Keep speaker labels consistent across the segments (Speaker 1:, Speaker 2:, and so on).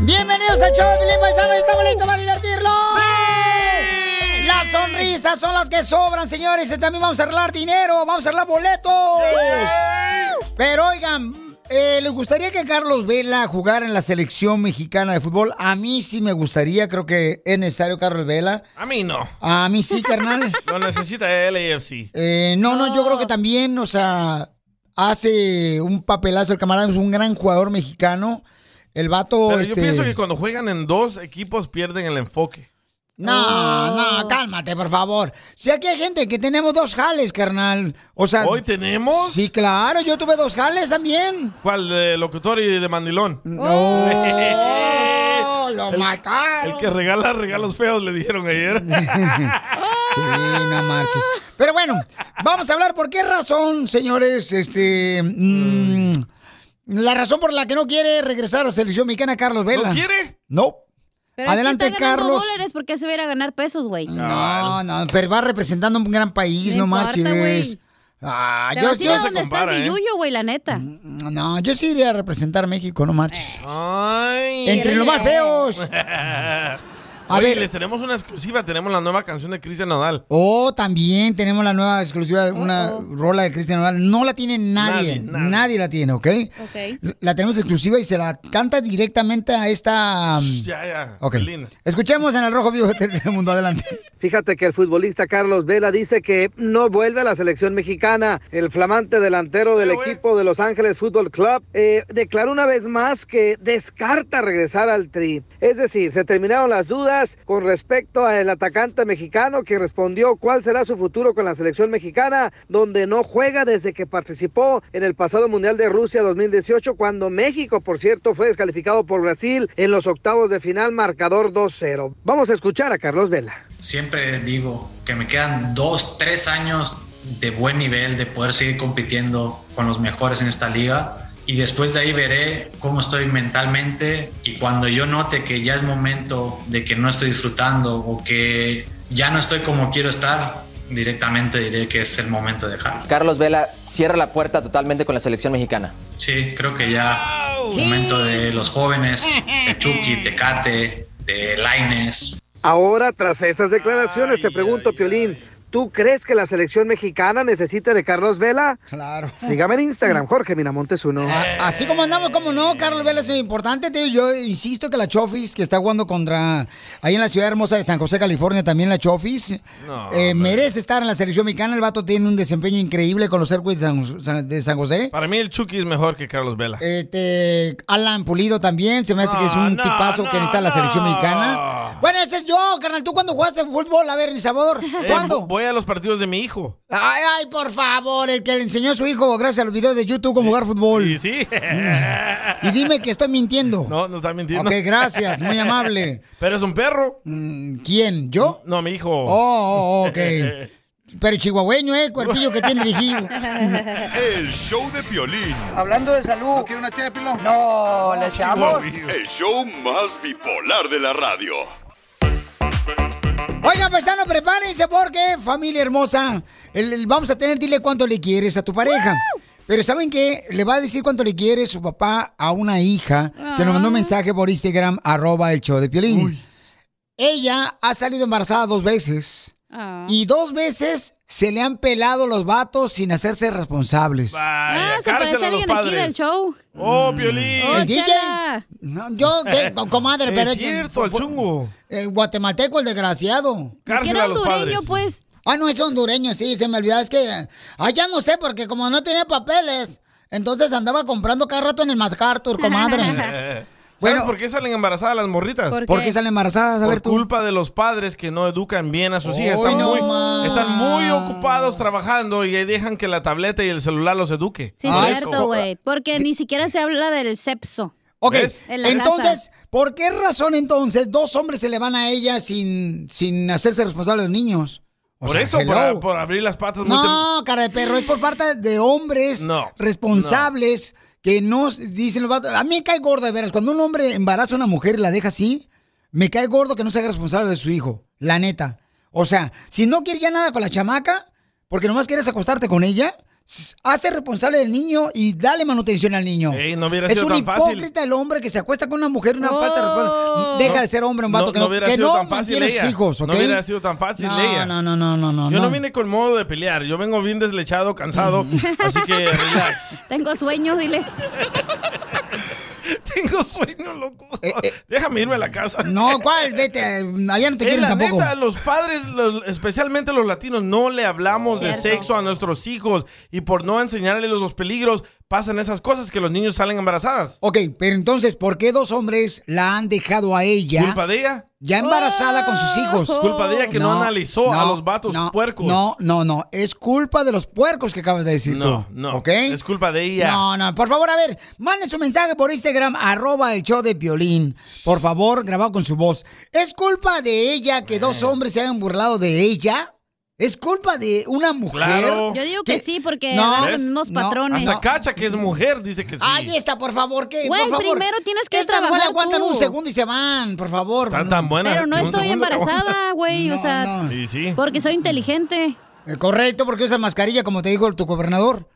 Speaker 1: Bienvenidos al show, Filipe Paisano. ¿Estamos listos para divertirlo? ¡Sí! Las sonrisas son las que sobran, señores. Y también vamos a arreglar dinero, vamos a arreglar boletos. ¡Sí! Pero oigan, eh, ¿les gustaría que Carlos Vela jugara en la selección mexicana de fútbol? A mí sí me gustaría, creo que es necesario Carlos Vela.
Speaker 2: A mí no.
Speaker 1: A mí sí, carnal.
Speaker 2: Lo necesita el AFC.
Speaker 1: Eh, no, no, yo creo que también, o sea, hace un papelazo el camarada, es un gran jugador mexicano. El vato.
Speaker 2: Pero
Speaker 1: este...
Speaker 2: yo pienso que cuando juegan en dos equipos pierden el enfoque.
Speaker 1: No, oh. no, cálmate, por favor. Si aquí hay gente que tenemos dos jales, carnal. O sea.
Speaker 2: ¿Hoy tenemos?
Speaker 1: Sí, claro, yo tuve dos jales también.
Speaker 2: ¿Cuál? ¿De locutor y de mandilón?
Speaker 1: No. Oh, lo el, mataron.
Speaker 2: El que regala regalos feos le dijeron ayer.
Speaker 1: sí, no marches. Pero bueno, vamos a hablar por qué razón, señores, este. Mm. la razón por la que no quiere regresar a la selección mexicana Carlos Vela.
Speaker 2: ¿No quiere?
Speaker 1: No. Pero Adelante,
Speaker 3: es que
Speaker 1: está Carlos.
Speaker 3: dólares, ¿por qué se va a ir a ganar pesos, güey?
Speaker 1: No, no, pero va representando un gran país, no, no importa, marches. Wey. Ah,
Speaker 3: Te yo, vas yo, a dónde compara,
Speaker 2: ¿eh?
Speaker 3: está Yuyo, güey, la neta.
Speaker 1: No, yo sí iría a representar México, no
Speaker 3: Eh.
Speaker 1: marches.
Speaker 2: Ay,
Speaker 1: Entre los más feos.
Speaker 2: A Oye, ver. les tenemos una exclusiva, tenemos la nueva canción de Cristian Nodal.
Speaker 1: Oh, también tenemos la nueva exclusiva, una oh, oh. rola de Cristian Nodal. No la tiene nadie, nadie, nadie, nadie la tiene, ¿okay?
Speaker 3: ¿ok?
Speaker 1: La tenemos exclusiva y se la canta directamente a
Speaker 4: um,
Speaker 1: esta...
Speaker 2: Ya, ya,
Speaker 1: okay. Linda. Escuchemos en el Rojo Vivo del Mundo, adelante.
Speaker 4: Fíjate que el futbolista Carlos Vela dice que no vuelve a la selección mexicana. El flamante delantero del Pero, equipo de Los Ángeles Fútbol Club eh, declaró una vez más que descarta regresar al tri. Es decir, se terminaron las dudas con respecto al atacante mexicano que respondió cuál será su futuro con la selección mexicana, donde no juega desde que participó en el pasado Mundial de Rusia 2018, cuando México, por cierto, fue descalificado por Brasil en los octavos de final, marcador 2-0. Vamos a escuchar a Carlos Vela.
Speaker 5: Siempre digo que me quedan dos, tres años de buen nivel, de poder seguir compitiendo con los mejores en esta liga y después de ahí veré cómo estoy mentalmente y cuando yo note que ya es momento de que no estoy disfrutando o que ya no estoy como quiero estar, directamente diré que es el momento de dejarlo.
Speaker 6: Carlos Vela cierra la puerta totalmente con la selección mexicana.
Speaker 5: Sí, creo que ya es sí. momento de los jóvenes, de Chucky, Tecate, de, de Laines.
Speaker 4: Ahora, tras estas declaraciones, ay, te pregunto, ay, Piolín, ay. ¿Tú crees que la selección mexicana necesita de Carlos Vela?
Speaker 1: Claro. Mm. Ah,
Speaker 4: Sígame en Instagram, Jorge Miramontes uno.
Speaker 1: A así como andamos, como no, Carlos Vela es importante. Tío. Yo insisto que la Chofis, que está jugando contra, ahí en la ciudad hermosa de San José, California, también la Chofis,
Speaker 2: Ah,
Speaker 1: no, eh, merece estar en la selección mexicana. El vato tiene un desempeño increíble con los Airways de, de San, José.
Speaker 2: Para mí el Chucky es mejor que Carlos Vela.
Speaker 1: Este, Alan Pulido también, se me hace no, que
Speaker 2: Ah,
Speaker 1: es un no, tipazo que necesita la selección mexicana. Bueno, ese es yo, carnal. ¿Tú cuándo jugaste fútbol? A ver, El Salvador, ¿cuándo?
Speaker 2: Eh, voy a los partidos de mi hijo.
Speaker 1: Ay, ay, por favor, el que le enseñó a su hijo gracias a los videos de YouTube cómo jugar fútbol.
Speaker 2: Sí, sí.
Speaker 1: Y dime que estoy mintiendo.
Speaker 2: No, no está mintiendo.
Speaker 1: Ok, gracias, muy amable. Mm,
Speaker 2: Pero es un perro.
Speaker 1: ¿Quién? ¿Yo?
Speaker 2: No, mi hijo.
Speaker 1: Oh, oh ok. Pero chihuahueño, ¿eh? Cuerpillo que tiene vigillo.
Speaker 7: El show de violín.
Speaker 8: Hablando de salud.
Speaker 9: ¿No quiere una ché de pilón?
Speaker 8: No, le echamos.
Speaker 7: El show más bipolar de la radio.
Speaker 1: Oigan, paisano, prepárense porque, familia hermosa, el, el, vamos a tener, dile cuánto le quieres a tu pareja. ¡Woo! Pero ¿saben qué? Le va a decir cuánto le quiere su papá a una hija ah. que nos mandó un mensaje por Instagram, arroba el show de Piolín. Uy. Ella ha salido embarazada dos veces. Ah. Y dos veces se le han pelado los vatos sin hacerse responsables.
Speaker 3: Vaya, ah, se parece a alguien aquí del show. Mm.
Speaker 2: Oh, Piolín.
Speaker 1: ¿El oh, DJ? Chela. No, yo, ¿qué? comadre,
Speaker 2: es
Speaker 1: pero...
Speaker 2: cierto, el chungo.
Speaker 1: El eh, guatemalteco, el desgraciado.
Speaker 3: Cárcel ¿Qué era hondureño, pues?
Speaker 1: Ah, no, es hondureño, sí, se me olvidaba. Es que allá no sé, porque como no tenía papeles, entonces andaba comprando cada rato en el MacArthur, comadre.
Speaker 2: Bueno, ¿Sabes por qué salen embarazadas las morritas?
Speaker 1: ¿Por qué, ¿Por qué salen embarazadas? A
Speaker 2: por
Speaker 1: ver, tú.
Speaker 2: culpa de los padres que no educan bien a sus Oy, hijas. Están, no muy, están, muy, ocupados trabajando y ahí dejan que la tableta y el celular los eduque.
Speaker 3: Sí, ah, cierto, güey. Porque de... ni siquiera se habla del sexo.
Speaker 1: oh, Ok, en entonces, casa. ¿por qué razón entonces dos hombres se le van a ella sin, sin hacerse responsables de los niños?
Speaker 2: O por sea, eso, por, por, abrir las patas.
Speaker 1: No, cara de perro, es por parte de hombres no, responsables. No que no dicen los vatos. A mí me cae gordo, de veras. Cuando un hombre embaraza a una mujer y la deja así, me cae gordo que no se haga responsable de su hijo. La neta. O sea, si no quiere ya nada con la chamaca, porque nomás quieres acostarte con ella, Hace responsable del niño y dale manutención al niño.
Speaker 2: Ey, no hubiera
Speaker 1: es
Speaker 2: sido
Speaker 1: un
Speaker 2: tan fácil.
Speaker 1: hipócrita el hombre que se acuesta con una mujer, una falta de respeto. Deja
Speaker 2: No,
Speaker 1: de ser hombre, un vato
Speaker 2: no-
Speaker 1: que
Speaker 2: no
Speaker 1: no,
Speaker 2: hubiera
Speaker 1: que
Speaker 2: sido
Speaker 1: no
Speaker 2: tan fácil
Speaker 1: mantiene
Speaker 2: ella.
Speaker 1: hijos, ¿ok?
Speaker 2: No hubiera sido tan fácil
Speaker 1: No,
Speaker 2: ella.
Speaker 1: no, no, no, no, no.
Speaker 2: Yo
Speaker 1: no.
Speaker 2: no vine con modo de pelear, yo vengo bien deslechado, cansado, así que relax.
Speaker 3: Tengo sueños, dile.
Speaker 2: Tengo sueño, loco. Déjame irme a la casa.
Speaker 1: Eh, No, ¿cuál? Vete, eh, allá no te
Speaker 2: Eh,
Speaker 1: quieren
Speaker 2: la
Speaker 1: tampoco.
Speaker 2: neta, los padres, los- especialmente los latinos, no le hablamos de
Speaker 3: Cierto.
Speaker 2: sexo a nuestros hijos y por no enseñarles los peligros pasan esas cosas que los niños salen embarazadas.
Speaker 1: Ok, pero entonces, ¿por qué dos hombres la han dejado a ella?
Speaker 2: ¿Culpa de ella?
Speaker 1: Ya embarazada con sus hijos.
Speaker 2: Culpa de ella que no analizó a los vatos puercos.
Speaker 1: No, no, no. Es culpa de los puercos que acabas de decir
Speaker 2: No,
Speaker 1: tú.
Speaker 2: no.
Speaker 1: ¿Ok?
Speaker 2: Es culpa de ella.
Speaker 1: No, no. Por favor, a ver, manden su mensaje por Instagram, arroba el show de violín. Por favor, grabado con su voz. ¿Es culpa de ella que dos hombres se hayan burlado de ella? ¿Es culpa de una mujer?
Speaker 2: Claro.
Speaker 3: Yo digo que sí, porque
Speaker 1: No.
Speaker 3: van los
Speaker 2: ¿Ves?
Speaker 3: mismos
Speaker 1: No,
Speaker 3: patrones.
Speaker 2: Hasta Cacha, que es mujer, dice que sí.
Speaker 1: Ahí está, por favor, que
Speaker 3: Güey,
Speaker 1: por favor.
Speaker 3: primero tienes que
Speaker 1: Estas no le
Speaker 3: trabajar
Speaker 1: aguantan
Speaker 3: tú.
Speaker 1: un segundo y se van, por favor.
Speaker 2: Están tan buenas.
Speaker 3: Pero no
Speaker 2: que un
Speaker 3: estoy
Speaker 2: segundo te
Speaker 3: embarazada, güey. o
Speaker 1: No,
Speaker 3: sea,
Speaker 1: no.
Speaker 2: aguantan. Sí, sí.
Speaker 3: porque soy inteligente.
Speaker 1: Eh, Correcto, porque usa mascarilla, como te dijo tu gobernador.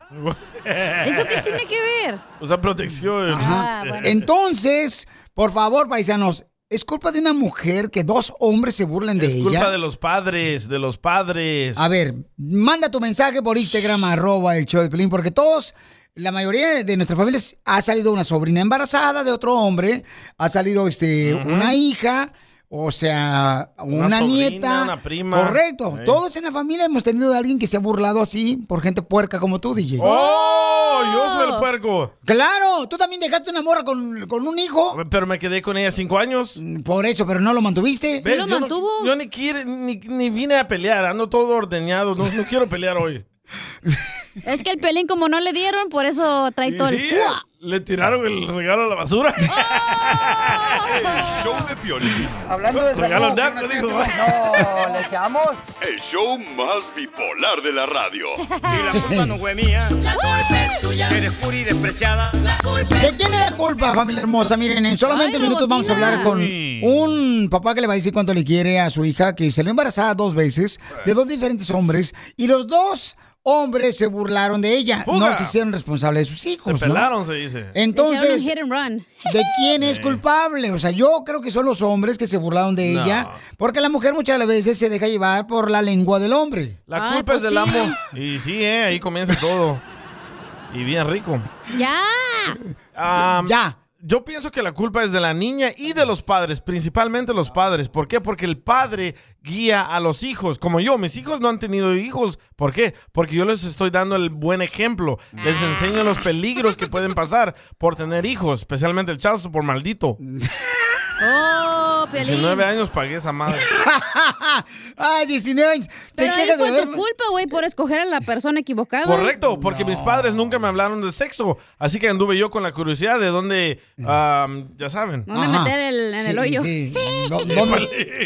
Speaker 3: ¿Eso qué tiene que ver?
Speaker 2: O sea, protección.
Speaker 1: Ajá.
Speaker 3: Ah, bueno.
Speaker 1: Entonces, por favor, paisanos, ¿es culpa de una mujer que dos hombres se burlen de
Speaker 2: Es
Speaker 1: ella?
Speaker 2: culpa de los padres, de los padres.
Speaker 1: A ver, manda tu mensaje por Instagram, arroba el show de Pelín, porque todos, la mayoría de nuestras familias ha salido una sobrina embarazada de otro hombre, ha salido este, una hija, o sea, una,
Speaker 2: Una sobrina,
Speaker 1: nieta.
Speaker 2: una prima.
Speaker 1: Correcto.
Speaker 2: Sí.
Speaker 1: Todos en la familia hemos tenido a alguien que se ha burlado así por gente puerca como tú, DJ.
Speaker 2: ¡Oh! Yo soy el puerco.
Speaker 1: Claro, tú también dejaste una morra con, con un hijo.
Speaker 2: Pero me quedé con ella cinco años.
Speaker 1: Por eso, pero no lo mantuviste.
Speaker 2: ¿Ves?
Speaker 3: lo
Speaker 2: Yo no-
Speaker 3: mantuvo?
Speaker 2: yo ni, quiere- ni, ni vine a pelear, ando todo ordeñado. No, no quiero pelear hoy.
Speaker 3: Es que el pelín, como no le dieron, por eso trae
Speaker 2: Y
Speaker 3: todo
Speaker 2: sí, eh,
Speaker 3: el ¡fua!
Speaker 2: le tiraron el regalo a la basura.
Speaker 7: El show de violín.
Speaker 8: Hablando de
Speaker 2: regalo
Speaker 8: salud.
Speaker 2: naco, dijo.
Speaker 8: No, le echamos.
Speaker 7: El show más bipolar de la radio.
Speaker 1: ¿De quién es la culpa, familia hermosa? Miren, en solamente
Speaker 3: Ay,
Speaker 1: minutos vamos a
Speaker 3: Robotina.
Speaker 1: hablar con un papá que le va a decir cuánto le quiere a su hija, que salió embarazada dos veces de dos diferentes hombres y los dos hombres se burlaron de ella.
Speaker 2: Fuga.
Speaker 1: No se hicieron responsables de sus
Speaker 2: Se
Speaker 1: hijos. ¿no?
Speaker 2: pelaron, se dice.
Speaker 3: Hicieron un
Speaker 1: Entonces,
Speaker 3: hit and run.
Speaker 1: ¿de quién es culpable? O sea, yo creo que son los hombres que se burlaron de
Speaker 2: No.
Speaker 1: ella, porque la mujer muchas de las veces se deja llevar por la lengua del hombre.
Speaker 2: La
Speaker 3: Ay,
Speaker 2: culpa es
Speaker 3: pues
Speaker 2: del
Speaker 3: sí.
Speaker 2: amo. Y sí, eh, ahí comienza todo. Y bien rico.
Speaker 3: ¡Ya!
Speaker 2: Am,
Speaker 1: Ya.
Speaker 2: Ah, Yo pienso que la culpa es de la niña y de los padres, principalmente los padres. ¿Por qué? Porque el padre guía a los hijos. Como yo, mis hijos no han tenido hijos. ¿Por qué? Porque yo les estoy dando el buen ejemplo. Les enseño los peligros que pueden pasar por tener hijos, especialmente el chazo por maldito.
Speaker 3: ¡Oh, pelín!
Speaker 2: 19 años pagué esa madre.
Speaker 1: Ay, 19 años. Te
Speaker 3: Pero ahí
Speaker 1: quejas de
Speaker 3: fue tu
Speaker 1: haber-
Speaker 3: culpa, güey, por escoger a la persona equivocada.
Speaker 2: Correcto, porque mis padres nunca me hablaron de sexo. Así que anduve yo con la curiosidad de dónde, am, ya saben.
Speaker 3: ¿Dónde
Speaker 1: Ajá.
Speaker 3: meter el, en
Speaker 1: Sí,
Speaker 3: el hoyo?
Speaker 1: sí. ¿Dó- ¿Dónde,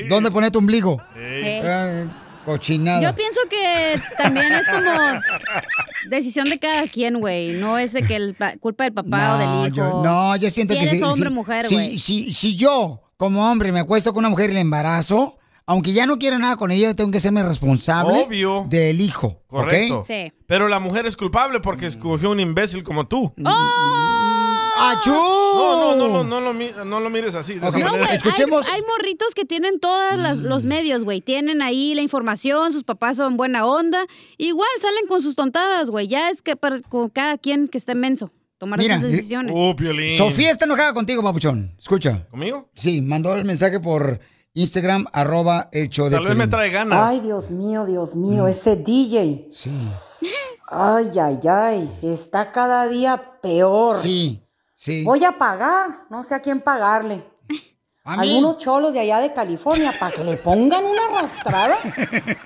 Speaker 1: dónde poner tu ombligo?
Speaker 3: Eh,
Speaker 1: Eh, cochinada.
Speaker 3: Yo pienso que también es como decisión de cada quien, güey. No es de que el pa- culpa del papá o del hijo.
Speaker 1: Yo, no, yo siento
Speaker 3: Si
Speaker 1: que
Speaker 3: eres
Speaker 1: si- si-
Speaker 3: hombre o mujer,
Speaker 1: si-
Speaker 3: güey.
Speaker 1: si- si yo, como hombre, me acuesto con una mujer y la embarazo, aunque ya no quiero nada con ella, yo tengo que serme responsable
Speaker 2: Obvio.
Speaker 1: del hijo. ¿ok?
Speaker 2: Correcto.
Speaker 3: Sí.
Speaker 2: Pero la mujer es culpable porque escogió un imbécil como tú.
Speaker 3: ¡Oh!
Speaker 1: ¡Achú!
Speaker 2: No, no, no, lo- no, lo, mi- no lo mires así. de
Speaker 1: Ok.
Speaker 2: esa
Speaker 3: No,
Speaker 2: manera.
Speaker 3: güey, hay-
Speaker 1: Escuchemos. Mm.
Speaker 3: Hay, morritos que tienen todos los medios, güey. Tienen ahí la información, sus papás son buena onda. Igual salen con sus tontadas, güey. Ya es que para- con cada quien que esté menso tomar
Speaker 1: Mira,
Speaker 3: sus
Speaker 1: eh,
Speaker 3: decisiones.
Speaker 2: Uh, Piolín.
Speaker 1: Sofía está enojada contigo, papuchón. Escucha.
Speaker 2: ¿Conmigo?
Speaker 1: Sí, mandó el mensaje por Instagram, arroba hecho de Mm.
Speaker 2: Tal vez me
Speaker 1: Piolín.
Speaker 2: trae ganas.
Speaker 9: Ay, Dios mío, Dios mío, ese DJ.
Speaker 1: Sí.
Speaker 9: Ay, ay, ay, está cada día peor.
Speaker 1: Sí, sí.
Speaker 9: Voy a pagar, no sé a quién pagarle.
Speaker 1: A mí.
Speaker 9: Algunos cholos de allá de California para que le pongan una arrastrada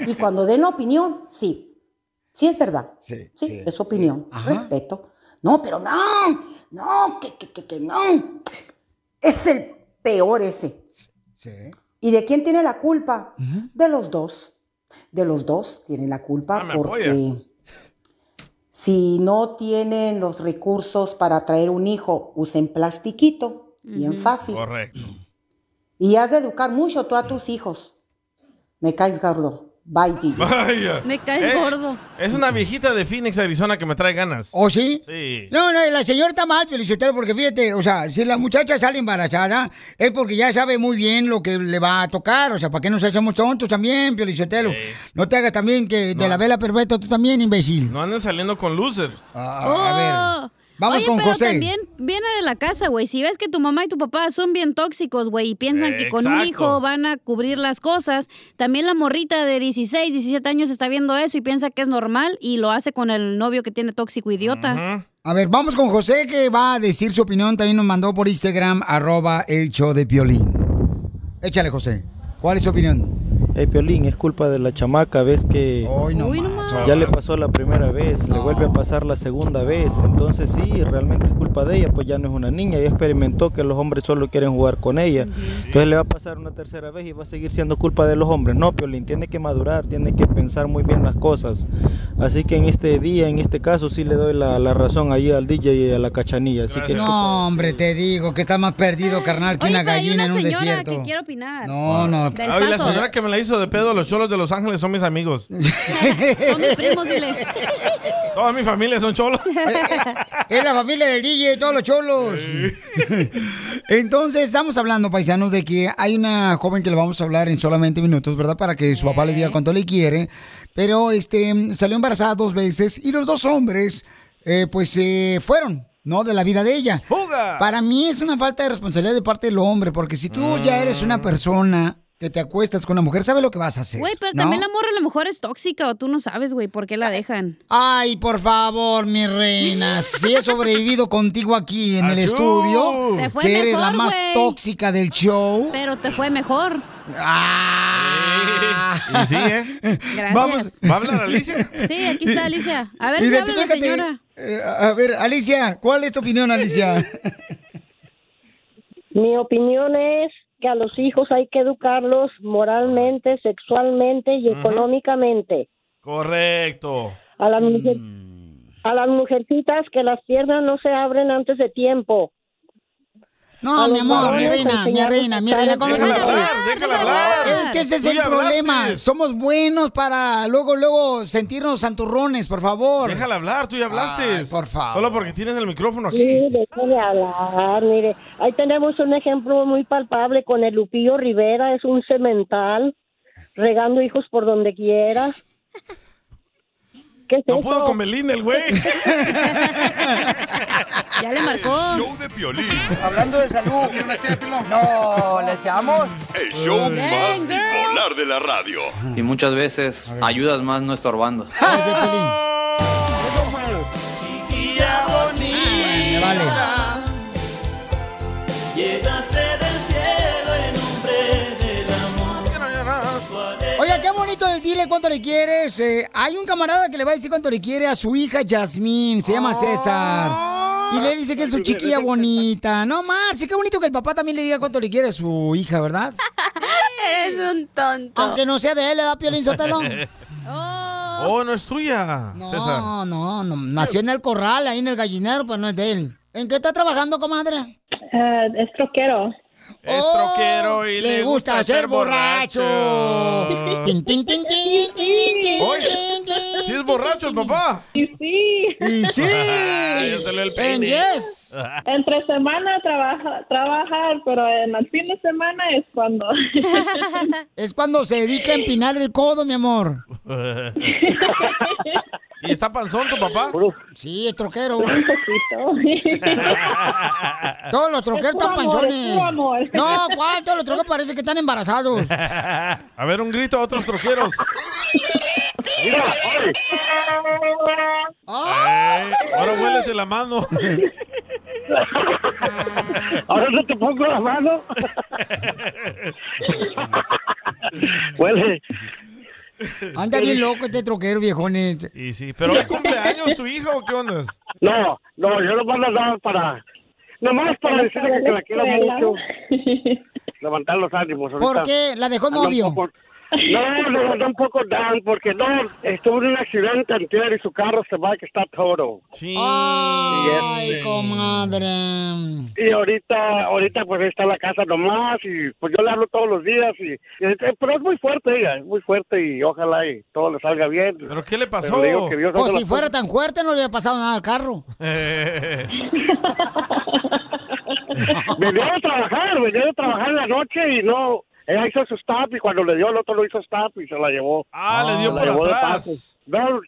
Speaker 9: y cuando den la opinión, sí, sí es verdad.
Speaker 1: Sí,
Speaker 9: sí,
Speaker 1: sí,
Speaker 9: es su opinión,
Speaker 1: Ajá.
Speaker 9: respeto. No, pero no, no, que, que, que, que no. Es el peor ese.
Speaker 1: Sí.
Speaker 9: ¿Y de quién tiene la culpa? De los dos. De los dos tienen la culpa
Speaker 2: Ah, me
Speaker 9: porque
Speaker 2: apoya.
Speaker 9: si no tienen los recursos para traer un hijo, usen plastiquito, bien fácil.
Speaker 2: Correcto.
Speaker 9: Y has de educar mucho tú a tus hijos. Me caes gordo. Bye, DJ.
Speaker 2: Vaya.
Speaker 3: Me caes
Speaker 2: Eh,
Speaker 3: gordo.
Speaker 2: Es una viejita de Phoenix, Arizona que me trae ganas.
Speaker 1: ¿Oh, sí?
Speaker 2: Sí.
Speaker 1: No, no, la señora está mal, Felicitero, porque fíjate, o sea, si la muchacha sale embarazada, es porque ya sabe muy bien lo que le va a tocar, o sea, ¿para qué nos hacemos tontos también, Felicitero? No te hagas también que de la vela perfecta tú también, imbécil.
Speaker 2: No anden saliendo con losers.
Speaker 1: Ah, a ver. Vamos
Speaker 3: Oh. Oye,
Speaker 1: con
Speaker 3: pero
Speaker 1: José.
Speaker 3: también viene de la casa, güey. Si ves que tu mamá y tu papá son bien tóxicos, güey, y piensan que con un
Speaker 10: Exacto.
Speaker 3: hijo van a cubrir las cosas, también la morrita de 16, 17 años está viendo eso y piensa que es normal y lo hace con el novio que tiene tóxico idiota.
Speaker 1: A ver, vamos con José que va a decir su opinión, también nos mandó por Instagram, arroba el show de Piolín. Échale, José. ¿Cuál es su opinión?
Speaker 11: Hey, Eh, Piolín, es culpa de la chamaca, ves que ya le pasó la primera vez, le vuelve a pasar la segunda vez, entonces sí, realmente es culpa de ella, pues ya no es una niña, ella experimentó que los hombres solo quieren jugar con ella, entonces le va a pasar una tercera vez y va a seguir siendo culpa de los hombres, no, Piolín, tiene que madurar, tiene que pensar muy bien las cosas, así que en este día, en este caso, sí le doy la, la razón ahí al DJ y a la cachanilla, así que...
Speaker 1: No, hombre, te digo que está más perdido, carnal, que una gallina en un
Speaker 3: Señora, que
Speaker 1: desierto.
Speaker 3: quiero opinar.
Speaker 1: No, no.
Speaker 3: Oh.
Speaker 2: Ay,
Speaker 3: Del
Speaker 2: Ah, la
Speaker 3: paso.
Speaker 2: señora que me la hizo de pedo, los cholos de Los Ángeles son mis amigos.
Speaker 3: Son mis primos, dile.
Speaker 2: Toda mi familia son cholos.
Speaker 1: eh, Es la familia del DJ, todos los cholos. Entonces, estamos hablando, paisanos, de que hay una joven que le vamos a hablar en solamente minutos, ¿verdad? Para que su papá le diga cuánto le quiere. Pero este salió embarazada dos veces y los dos hombres, eh, pues, se fueron. ¿No? De la vida de ella. Para mí es una falta de responsabilidad de parte del hombre, porque si tú ya eres una persona que te acuestas con una mujer, ¿sabes lo que vas a hacer?
Speaker 3: Güey, pero
Speaker 1: ¿no?
Speaker 3: también la morra a lo mejor es tóxica o tú no sabes, güey, por qué la dejan.
Speaker 1: Ay, por favor, mi reina. Si he sobrevivido contigo aquí en el
Speaker 3: Achú.
Speaker 1: estudio,
Speaker 3: Te fue
Speaker 1: que eres la
Speaker 3: mejor,
Speaker 1: más
Speaker 3: güey.
Speaker 1: tóxica del show.
Speaker 3: Pero te fue mejor.
Speaker 1: Y sí, ¿eh?
Speaker 3: Gracias.
Speaker 1: Vamos.
Speaker 2: ¿Va a hablar Alicia?
Speaker 3: Sí, aquí está Alicia. A ver, ¿qué habla la
Speaker 1: Identifícate.
Speaker 3: señora?
Speaker 1: Eh, a ver, Alicia, ¿cuál es tu opinión, Alicia?
Speaker 12: Mi opinión es que a los hijos hay que educarlos moralmente, sexualmente y económicamente.
Speaker 2: Correcto.
Speaker 12: A las, mujer- a las mujercitas que las piernas no se abren antes de tiempo.
Speaker 1: No,
Speaker 12: A
Speaker 1: mi
Speaker 12: los
Speaker 1: amor, mi
Speaker 12: varones
Speaker 1: reina, mi
Speaker 12: enseñarlos
Speaker 1: reina,
Speaker 12: a
Speaker 1: mi reina.
Speaker 12: estar
Speaker 1: cuando-
Speaker 12: en-
Speaker 1: Es que ese es
Speaker 12: Tú
Speaker 1: el
Speaker 12: ya hablaste.
Speaker 1: problema. Somos buenos para luego, luego sentirnos santurrones, por favor.
Speaker 2: Déjala hablar, tú ya hablaste.
Speaker 1: Ay, por favor.
Speaker 2: Solo porque tienes el micrófono aquí.
Speaker 12: Sí, deja de hablar, mire. Ahí tenemos un ejemplo muy palpable con el Lupillo Rivera, es un cemental, regando hijos por donde quiera. ¿Qué es
Speaker 2: No
Speaker 12: eso?
Speaker 2: pudo con Belinda el güey.
Speaker 3: Ya le marcó.
Speaker 7: Show de violín.
Speaker 8: Hablando de salud. No, le echamos.
Speaker 7: El show más
Speaker 8: Dang, girl.
Speaker 7: bipolar de la radio.
Speaker 13: Y muchas veces ayudas más no estorbando.
Speaker 14: Chiquilla
Speaker 1: Ah,
Speaker 14: bonita. Llegaste del cielo en nombre del amor.
Speaker 1: Oiga, qué bonito el dile cuánto le quieres. Eh, hay un camarada que le va a decir cuánto le quiere a su hija Yasmín, se llama César. Y le dice que es su chiquilla bonita. No más, sí, qué bonito que el papá también le diga cuánto le quiere a su hija, ¿verdad?
Speaker 10: Eres un tonto.
Speaker 1: Aunque no sea de él, le da piolín sótalo.
Speaker 2: Oh, no es tuya, César.
Speaker 1: No, Oh. no, no, nació en el corral, ahí en el gallinero, pues no es de él. ¿En qué está trabajando, comadre?
Speaker 15: Eh, es troquero.
Speaker 2: Es troquero y le gusta ser borracho.
Speaker 1: Tin, tin, tin, tin, tin, tin, tin, tin.
Speaker 2: Si es borracho el papá.
Speaker 15: Y sí.
Speaker 1: Y sí.
Speaker 2: Ya salió el
Speaker 1: And
Speaker 2: pene.
Speaker 1: yes.
Speaker 15: Entre semana trabaja, trabajar, pero en el fin de semana es cuando.
Speaker 1: Es cuando se dedica a empinar el codo, mi amor.
Speaker 2: ¿Y está panzón tu papá?
Speaker 1: Sí, es troquero.
Speaker 2: poquito.
Speaker 1: Todos los troqueros
Speaker 2: Es puro
Speaker 1: están
Speaker 2: amor,
Speaker 1: panzones.
Speaker 2: es puro amor.
Speaker 1: No, ¿cuál? Todos los troqueros parece que están embarazados.
Speaker 2: A ver, un grito a otros troqueros. Ay, ahora huélete la mano.
Speaker 16: Ahora no te pongo la mano. Huele.
Speaker 1: Anda bien loco este troquero, viejones.
Speaker 2: Y sí, pero hoy cumpleaños tu hija o qué onda?
Speaker 16: No, no, yo lo mando a dar Ah, para. Nomás para decirle que la quiero mucho. Levantar los ánimos. ahorita
Speaker 1: ¿Por qué? ¿La dejó
Speaker 16: anda un
Speaker 1: novio?
Speaker 16: poco- No, no, tampoco Dan, porque no, estuvo en un accidente anterior y su carro se va que está toro.
Speaker 2: Sí.
Speaker 1: Ay, comadre.
Speaker 16: Y ahorita, ahorita pues está en la casa nomás y pues yo le hablo todos los días y, y- pero es muy fuerte ella, es muy fuerte y ojalá y todo le salga bien.
Speaker 2: ¿Pero qué le
Speaker 16: pasó?
Speaker 1: O si fuera tan fuerte, no le hubiera pasado nada al carro.
Speaker 16: Venía a trabajar, venía a trabajar en la noche y no. Ella hizo su stop y cuando le dio el otro lo hizo stop y se la llevó.
Speaker 2: Ah,
Speaker 14: le dio por atrás.
Speaker 16: No,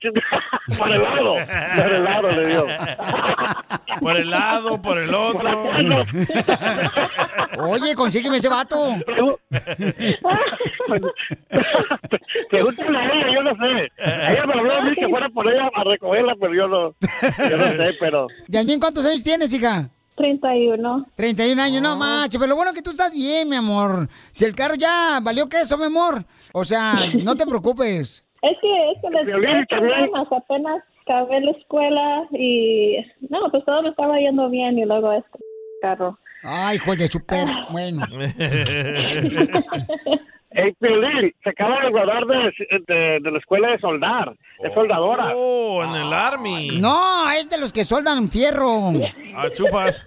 Speaker 16: para el lado. Para el lado le dio.
Speaker 2: Por el lado, por el otro.
Speaker 1: Oye, consígueme ese vato.
Speaker 16: Pregúntale a ella, yo no sé. Ella me habló a mí que fuera por ella a recogerla, pero yo no. Yo no sé, pero.
Speaker 1: Yasmín, ¿cuántos años tienes, hija? 31. 31 años,
Speaker 15: Ah.
Speaker 1: no macho, pero lo bueno es que tú estás bien, mi amor. Si el carro ya valió queso, mi amor. O sea, no te preocupes.
Speaker 15: Es que, es que les
Speaker 1: Violín
Speaker 15: les-
Speaker 1: también.
Speaker 15: más apenas acabé la escuela y no, pues todo me estaba yendo bien y luego este carro. Ah.
Speaker 1: Ay, hijo de super. Bueno.
Speaker 16: Hey, Piolín, se acaba de graduar de, de- de la escuela de soldar. Es soldadora.
Speaker 2: Oh, en el army.
Speaker 1: No, es de los que sueldan fierro.
Speaker 2: Ah, chupas.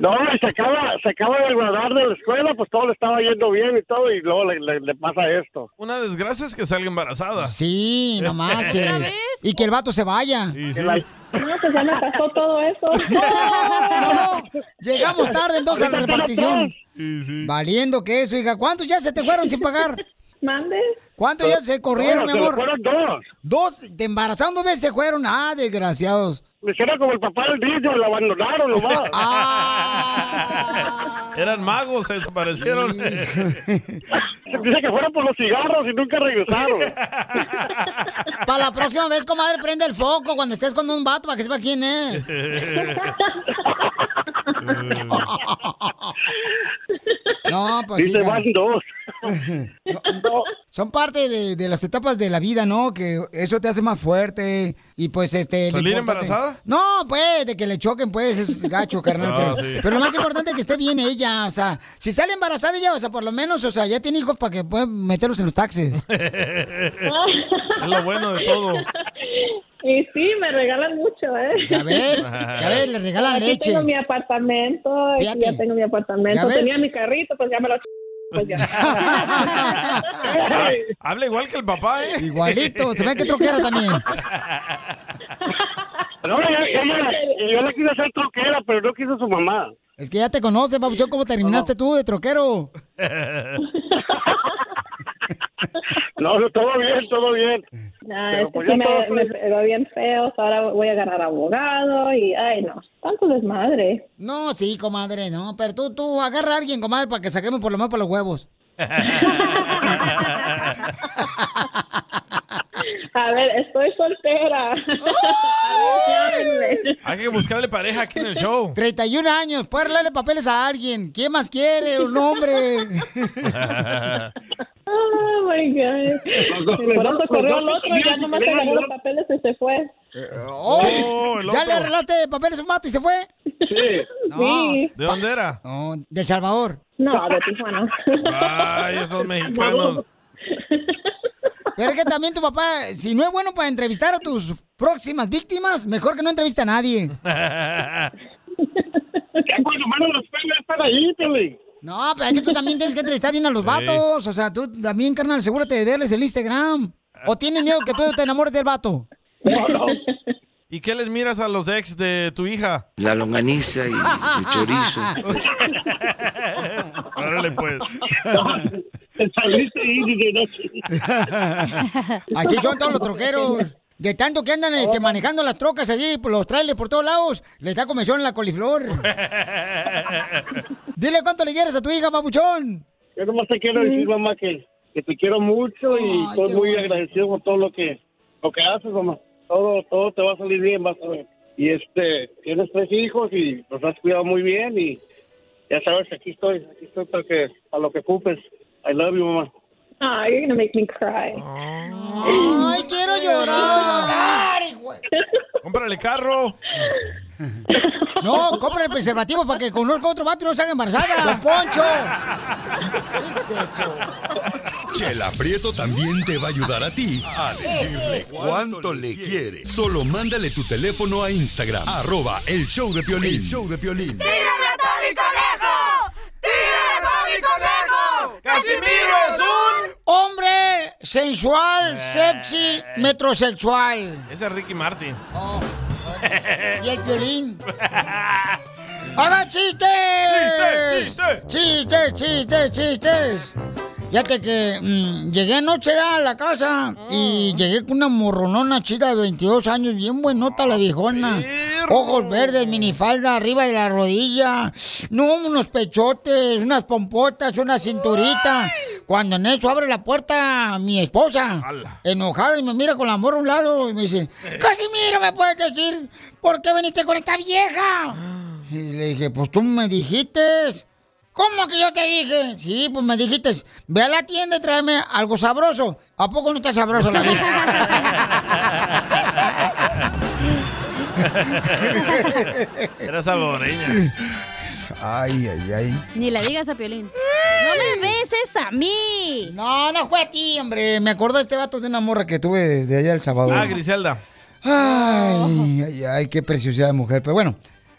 Speaker 16: No, y se acaba, se acaba de graduar de la escuela, pues todo le estaba yendo bien y todo, y luego le, le- le pasa esto.
Speaker 2: Una desgracia es que salga embarazada.
Speaker 1: Sí, no marches. Y que el vato se vaya.
Speaker 2: sí. No,
Speaker 1: pues ya me pasó todo eso. No, no. Llegamos tarde entonces a la repartición. Valiendo que eso, hija. ¿Cuántos ya se te fueron sin pagar? Mande. ¿Cuántos ya se corrieron, mi
Speaker 16: Bueno, se
Speaker 1: amor?
Speaker 16: me fueron dos.
Speaker 1: Dos, te embarazaron dos veces, se fueron. Ah, desgraciados.
Speaker 16: Me hicieron como el papá del niño, lo abandonaron nomás.
Speaker 1: Ah,
Speaker 2: Eran magos, se desaparecieron.
Speaker 16: Dice que fueron por los cigarros y nunca regresaron.
Speaker 1: Para la próxima vez, comadre, prende el foco cuando estés con un vato para que sepa quién es. No, pues
Speaker 14: Y
Speaker 1: sí.
Speaker 14: se
Speaker 1: hija.
Speaker 14: van
Speaker 16: dos.
Speaker 1: No, Son parte de, de las etapas de la vida, ¿no? Que eso te hace más fuerte y pues este... lo
Speaker 2: ¿Salir
Speaker 1: importante-
Speaker 2: embarazada?
Speaker 1: No, pues, de que le choquen, pues, es gacho, carnal.
Speaker 2: Ah,
Speaker 1: pero,
Speaker 2: sí.
Speaker 1: pero lo más importante es que esté bien ella, o sea, si sale embarazada ella, o sea, por lo menos, o sea, ya tiene hijos para que puedan meterlos en los taxis.
Speaker 2: es lo bueno de todo.
Speaker 15: Y sí, me regalan mucho, ¿eh?
Speaker 1: Ya ves, ya ves, le regalan
Speaker 15: Aquí
Speaker 1: leche.
Speaker 15: tengo mi apartamento, aquí
Speaker 1: Fíjate.
Speaker 15: ya tengo mi apartamento.
Speaker 1: ¿Ya ves?
Speaker 15: Tenía mi carrito, pues ya me lo... ch- Pues ya.
Speaker 2: Ah, Habla igual que el papá, ¿eh?
Speaker 1: Igualito, se ve que troquera también.
Speaker 16: No, ella, ella- yo la quise hacer troquera, pero no quiso su mamá.
Speaker 1: Es que ya te conoce, papuchón, cómo terminaste tú de troquero.
Speaker 16: No, no, todo bien, todo bien.
Speaker 15: Nah,
Speaker 16: Pero
Speaker 15: este
Speaker 16: pues
Speaker 15: sí
Speaker 16: ya
Speaker 15: me,
Speaker 16: todo
Speaker 15: me
Speaker 16: fue-
Speaker 15: pegó bien feo, pues ahora voy a agarrar abogado y, ay, no, tanto desmadre.
Speaker 1: No, sí, comadre, no, pero tú, tú, agarra a alguien, comadre, para que saquemos por lo menos para los huevos.
Speaker 15: A ver, estoy soltera.
Speaker 2: Hay que buscarle pareja aquí en el show.
Speaker 1: 31 años, puede arreglarle papeles a alguien. ¿Quién más quiere? Un hombre.
Speaker 15: Oh my God. Y Por eso corrió el otro y ya nomás se agarró los papeles y se fue.
Speaker 1: Oh,
Speaker 15: el
Speaker 1: ¿Ya
Speaker 15: otro.
Speaker 1: le arreglaste papeles a un mato y se fue?
Speaker 16: Sí.
Speaker 1: No.
Speaker 15: Sí.
Speaker 2: ¿De dónde era?
Speaker 1: No, de El Salvador.
Speaker 15: No, de Tijuana.
Speaker 2: Ay, esos mexicanos.
Speaker 1: Pero es que también tu papá, si no es bueno para entrevistar a tus próximas víctimas, mejor que no entrevista a nadie.
Speaker 16: Ya cuando menos los pelos están ahí, Piolín.
Speaker 1: No, pero es que tú también tienes que entrevistar bien a los
Speaker 16: Sí.
Speaker 1: vatos. O sea, tú también, carnal, asegúrate de verles el Instagram. ¿O tienes miedo que tú te enamores del vato?
Speaker 2: ¿Y qué les miras a los ex de tu hija?
Speaker 17: La longaniza y el chorizo.
Speaker 2: Órale, pues.
Speaker 16: Te saliste ahí, DJ
Speaker 1: Así son todos los troqueros. De tanto que andan este, manejando las trocas allí, por los trailers por todos lados, le está comezón en la coliflor. Dile cuánto le quieres a tu hija, papuchón.
Speaker 16: Yo nomás te quiero decir, mamá, que, que te quiero mucho y estoy muy agradecido por todo lo que, lo que haces, mamá. Todo, todo te va a salir bien, vas a ver. Y este, tienes tres hijos y los has cuidado muy bien y ya sabes, aquí estoy, aquí estoy para que, a lo que ocupes. I love you, mamá.
Speaker 15: Oh, you're gonna make me cry.
Speaker 1: Ay, quiero llorar.
Speaker 2: Cómprale carro.
Speaker 1: No, compren preservativos para que conozca otro vato y no salga embarazada. ¡Don Poncho! ¿Qué es eso?
Speaker 18: Chela Prieto también te va a ayudar a ti a decirle Ah. cuánto le quiere. Solo mándale tu teléfono a Instagram, arroba el show de Piolín.
Speaker 19: El
Speaker 18: show de Piolín.
Speaker 19: a Tony Conejo! ¡Tírame a Tony Conejo! ¡Casimiro es un...
Speaker 1: Hombre sensual, sexy, metrosexual.
Speaker 14: Ese es Ricky Martin.
Speaker 1: Oh. Y el violín. ¡Ahora chistes!
Speaker 14: ¡Chiste,
Speaker 1: ¡Chistes, chistes, chistes! Fíjate que mm, llegué anoche a la casa y llegué con una morronona chica de 22 años, bien buenota la viejona. Ojos verdes, minifalda arriba de la rodilla. No, unos pechotes, unas pompotas, una cinturita. Cuando en eso abre la puerta mi esposa, enojada, y me mira con la morra a un lado y me dice, Casimiro, ¿me puedes decir por qué viniste con esta vieja? Y le dije, pues tú me dijiste. ¿Cómo que yo te dije? Sí, pues me dijiste, ve a la tienda y tráeme algo sabroso. ¿A poco no está sabroso la vieja?
Speaker 14: Era salvadoreña.
Speaker 1: Ay, ay, ay.
Speaker 3: Ni le digas a Piolín. ¡No me beses a mí!
Speaker 1: No, no fue a ti, hombre. Me acordó este vato de una morra que tuve desde allá El Salvador.
Speaker 14: Ah, Griselda.
Speaker 1: Ay, ay, ay, qué preciosidad de mujer. Pero bueno,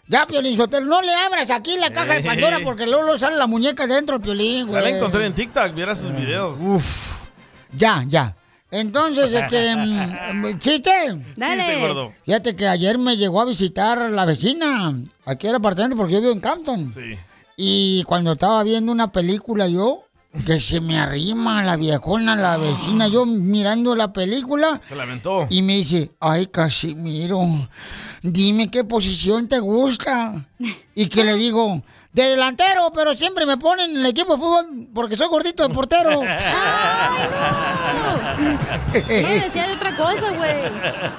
Speaker 1: ya, Piolín Sotelo, no le abras aquí la caja de Pandora porque luego luego sale la muñeca dentro, Piolín,
Speaker 14: Ya
Speaker 1: güey.
Speaker 14: la encontré en TikTok, viera sus videos.
Speaker 1: Uf. Ya, ya. Entonces, este. mm, ¿Chiste?
Speaker 14: Dale. gordo.
Speaker 1: Fíjate que ayer me llegó a visitar la vecina, aquí al apartamento, porque yo vivo en Campton.
Speaker 14: Sí.
Speaker 1: Y cuando estaba viendo una película, yo. Que se me arrima la viejona, la vecina, yo mirando la película.
Speaker 14: Ah. Se lamentó.
Speaker 1: Y me dice, ay, Casimiro, dime qué posición te gusta. Y que le digo, de delantero, pero siempre me ponen en el equipo de fútbol porque soy gordito de portero.
Speaker 14: Ah,
Speaker 3: No, decía de otra cosa, güey.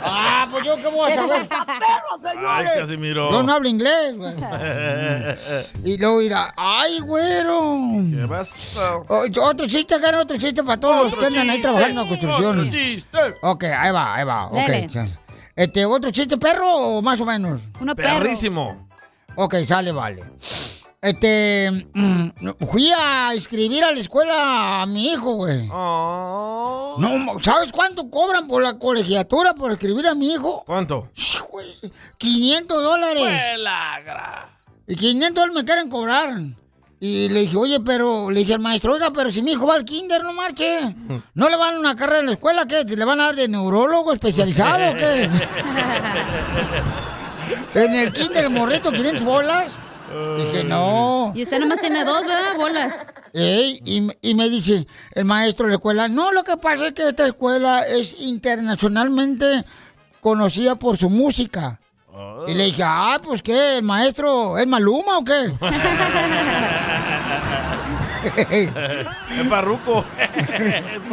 Speaker 1: Ah, pues yo qué voy a saber.
Speaker 14: Ay, Casimiro.
Speaker 1: Yo no hablo inglés, güey. Y luego dirá, ay, güero.
Speaker 14: ¿Qué pasa?
Speaker 1: O- Otro chiste, acá otro chiste para todos los que andan ahí trabajando en la construcción.
Speaker 14: Otro chiste.
Speaker 1: Ok, ahí va, ahí va.
Speaker 14: Dale.
Speaker 1: Ok. Este, ¿otro chiste perro o más o menos?
Speaker 3: Uno
Speaker 14: Perrísimo.
Speaker 1: Ok, sale, vale. Este, mm, fui a inscribir a la escuela a mi hijo, güey.
Speaker 14: Ah.
Speaker 1: No, mo- ¿sabes cuánto cobran por la colegiatura por escribir a mi hijo?
Speaker 14: ¿Cuánto?
Speaker 1: 500 dólares.
Speaker 14: Pelagra.
Speaker 1: Y 500 dólares me quieren cobrar. Y le dije, oye, pero, le dije al maestro, oiga, pero si mi hijo va al kinder, no marche. ¿No le van a una carrera en la escuela? ¿Qué? ¿Le van a dar de neurólogo especializado o qué? En el kinder, el morrito, 500 bolas. Dije, no.
Speaker 3: Y usted nomás tiene dos, ¿verdad? Bolas.
Speaker 1: Ey, y, me- y me dice el maestro de la escuela, no, lo que pasa es que esta escuela es internacionalmente conocida por su música. Y le dije, ah, pues qué, el maestro, ¿es Maluma o qué?
Speaker 14: Es parruco.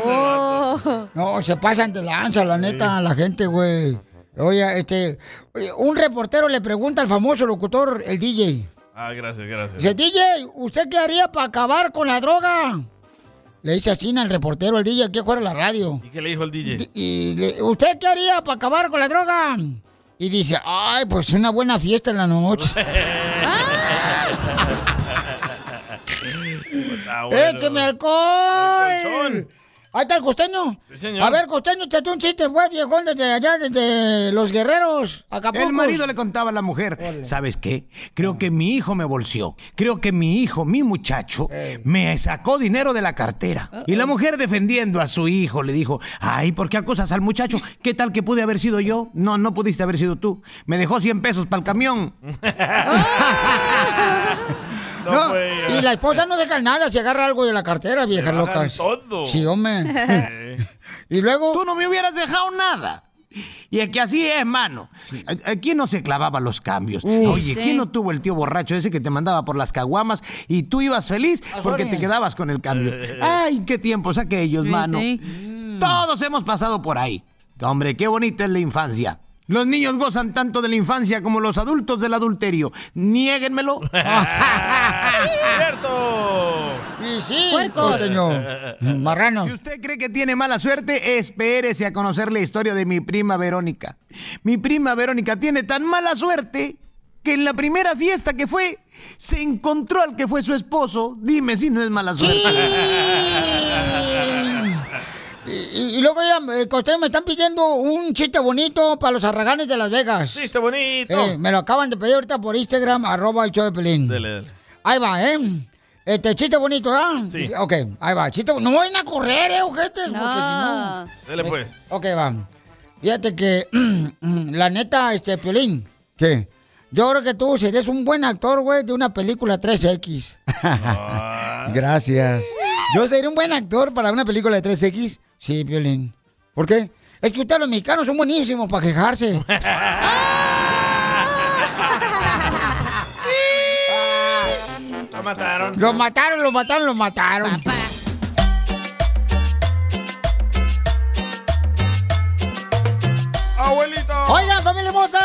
Speaker 3: Oh.
Speaker 1: No, se pasan de lanza, la neta, la gente, güey. Oye, este, oye, un reportero le pregunta al famoso locutor, el DJ.
Speaker 14: Ah, gracias,
Speaker 1: Dice,
Speaker 14: gracias.
Speaker 1: DJ, ¿usted qué haría para acabar con la droga? Le dice así al reportero, al DJ, aquí fuera de la radio.
Speaker 14: ¿Y qué le dijo el DJ?
Speaker 1: Y le- ¿usted qué haría para acabar con la droga? Y dice, ay, pues una buena fiesta en la noche.
Speaker 14: Está bueno.
Speaker 1: ¡Écheme alcohol! Ahí está el costeño.
Speaker 14: Sí, señor.
Speaker 1: A ver, costeño, échate un chiste, pues, viejón, desde allá, desde los guerreros, Acapulco.
Speaker 20: El marido le contaba a la mujer, ¿sabes qué? Creo que mi hijo me bolseó. Creo que mi hijo, mi muchacho, me sacó dinero de la cartera. Y la mujer defendiendo a su hijo le dijo, ay, ¿por qué acusas al muchacho? ¿Qué tal que pude haber sido yo? No, no pudiste haber sido tú. Me dejó 100 pesos para el camión.
Speaker 1: No,
Speaker 14: pues,
Speaker 1: y la esposa no deja nada si agarra algo de la cartera, vieja loca.
Speaker 20: todo.
Speaker 1: Sí, hombre. y luego...
Speaker 20: Tú no me hubieras dejado nada. Y es que así es, mano. ¿A- a ¿Quién no se clavaba los cambios? Oye, ¿quién
Speaker 1: Sí.
Speaker 20: no tuvo el tío borracho ese que te mandaba por las caguamas y tú ibas feliz porque te quedabas con el cambio?
Speaker 1: Eh.
Speaker 20: Ay, qué tiempos aquellos,
Speaker 19: Sí,
Speaker 20: mano.
Speaker 19: sí.
Speaker 20: Todos hemos pasado por ahí. Hombre, qué bonita es la infancia. Los niños gozan tanto de la infancia como los adultos del adulterio. Niéguenmelo.
Speaker 14: ¡Cierto!
Speaker 1: Y sí,
Speaker 20: Puercos.
Speaker 1: costeño. Marrano.
Speaker 20: Si usted cree que tiene mala suerte, espérese a conocer la historia de mi prima Verónica. Mi prima Verónica tiene tan mala suerte
Speaker 19: que en la primera fiesta que fue, se encontró al que fue su esposo. Dime si no es mala suerte.
Speaker 1: Y, y- y luego, mira, eh, Costeño, me están pidiendo un chiste bonito para los arraganes de Las Vegas.
Speaker 2: Chiste bonito.
Speaker 1: Eh, me lo acaban de pedir ahorita por Instagram, arroba el show de Pelín.
Speaker 2: Dele, dele.
Speaker 1: Ahí va, ¿eh? Este, chiste bonito, ¿ah?
Speaker 2: Sí.
Speaker 1: Ok, ahí va. Chiste, no vayan a correr, ¿eh, ojetes? Porque si no...
Speaker 2: Dele pues.
Speaker 1: Ok, va. Fíjate que, la neta, este, Piolín. ¿Qué? Yo creo que tú serías un buen actor, güey, de una película 3X. Gracias. Yo sería un buen actor para una película de 3X. Sí, Piolín. ¿Por qué? Es que ustedes los mexicanos son buenísimos para quejarse.
Speaker 2: La mataron.
Speaker 1: Los mataron, los mataron, los mataron.
Speaker 2: Abuelito.
Speaker 1: Oigan, familia hermosa,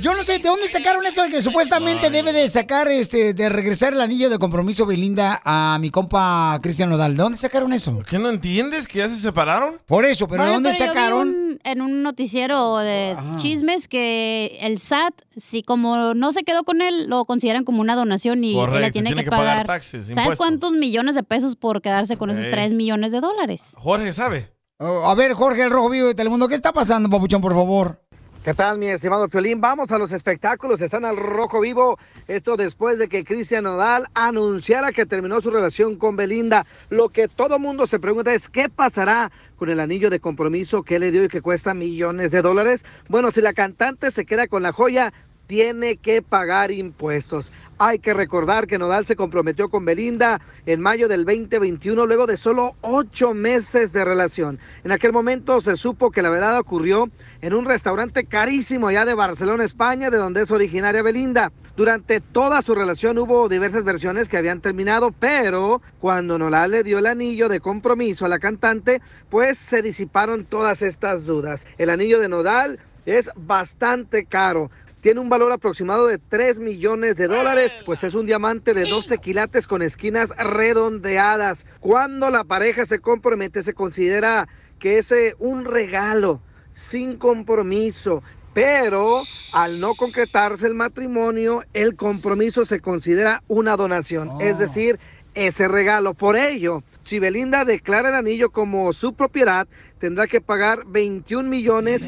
Speaker 1: yo no sé de dónde sacaron eso de que supuestamente debe de sacar, este, de regresar el anillo de compromiso Belinda a mi compa Cristian Nodal. ¿De dónde sacaron eso?
Speaker 2: ¿Qué no entiendes que ya se separaron?
Speaker 1: Por eso, pero ¿de
Speaker 3: Bueno,
Speaker 1: dónde
Speaker 3: pero yo vi
Speaker 1: sacaron? Ah.
Speaker 3: un- en un noticiero de chismes que el SAT, si como no se quedó con él, lo consideran como una donación y él la
Speaker 2: Correcto,
Speaker 3: tiene,
Speaker 2: tiene
Speaker 3: que
Speaker 2: que
Speaker 3: pagar.
Speaker 2: pagar taxes,
Speaker 3: ¿Sabes
Speaker 2: impuestos.
Speaker 3: cuántos millones de pesos por quedarse con esos
Speaker 2: Ey.
Speaker 3: 3 millones de dólares?
Speaker 2: Jorge sabe.
Speaker 1: Oh, a ver, Jorge el Rojo Vivo de Telemundo, ¿qué está pasando, papuchón, por favor?
Speaker 4: ¿Qué tal, mi estimado Piolín? Vamos a los espectáculos. Están al rojo vivo. Esto después de que Cristian Nodal anunciara que terminó su relación con Belinda. Lo que todo mundo se pregunta es qué pasará con el anillo de compromiso que le dio y que cuesta millones de dólares. Bueno, si la cantante se queda con la joya, tiene que pagar impuestos. Hay que recordar que Nodal se comprometió con Belinda en mayo del 2021, luego de solo ocho meses de relación. En aquel momento se supo que la velada ocurrió en un restaurante carísimo allá de Barcelona, España, de donde es originaria Belinda. Durante toda su relación hubo diversas versiones que habían terminado, pero cuando Nodal le dio el anillo de compromiso a la cantante, pues se disiparon todas estas dudas. El anillo de Nodal es bastante caro. Tiene un valor aproximado de 3 millones de dólares, pues es un diamante de 12 quilates con esquinas redondeadas. Cuando la pareja se compromete, se considera que es eh, un regalo, sin compromiso. Pero al no concretarse el matrimonio, el compromiso se considera una donación. Es decir, ese regalo. Por ello, si Belinda declara el anillo como su propiedad, tendrá que pagar 21 millones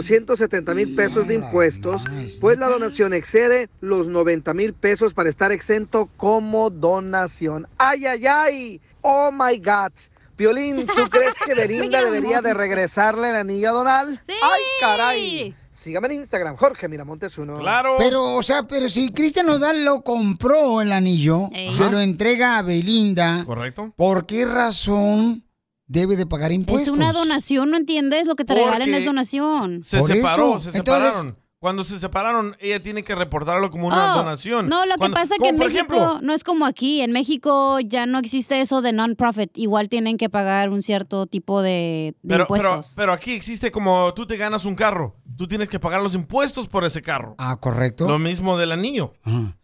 Speaker 4: 470 mil pesos de impuestos, pues la donación excede los 90 mil pesos para estar exento como donación. ¡Ay, ay, ay! ¡Oh, my God! Violín, ¿tú crees que Belinda debería de regresarle el anillo a Donal? ¡Ay, caray! Sígame en Instagram, Jorge Miramontes uno.
Speaker 1: Pero, o sea, pero si Cristian Nodal lo compró el anillo,
Speaker 4: Ey.
Speaker 1: se
Speaker 4: Ajá.
Speaker 1: lo entrega a Belinda.
Speaker 2: Correcto.
Speaker 1: ¿Por qué razón debe de pagar impuestos?
Speaker 3: Es una donación, ¿no entiendes? Lo que te regalan
Speaker 2: Porque
Speaker 3: es donación.
Speaker 2: Se
Speaker 1: Por
Speaker 2: separó,
Speaker 1: eso.
Speaker 2: se
Speaker 1: Entonces-
Speaker 2: separaron. Cuando se separaron, ella tiene que reportarlo como una
Speaker 3: Oh,
Speaker 2: donación.
Speaker 3: No, lo que
Speaker 2: Cuando-
Speaker 3: pasa es que
Speaker 2: como
Speaker 3: en
Speaker 2: por
Speaker 3: México
Speaker 2: ejemplo,
Speaker 3: no es como aquí. En México ya no existe eso de non-profit. Igual tienen que pagar un cierto tipo de, de
Speaker 2: pero, pero,
Speaker 3: impuestos.
Speaker 2: pero aquí existe como tú te ganas un carro, tú tienes que pagar los impuestos por ese carro.
Speaker 1: Ah, correcto.
Speaker 2: Lo mismo del anillo.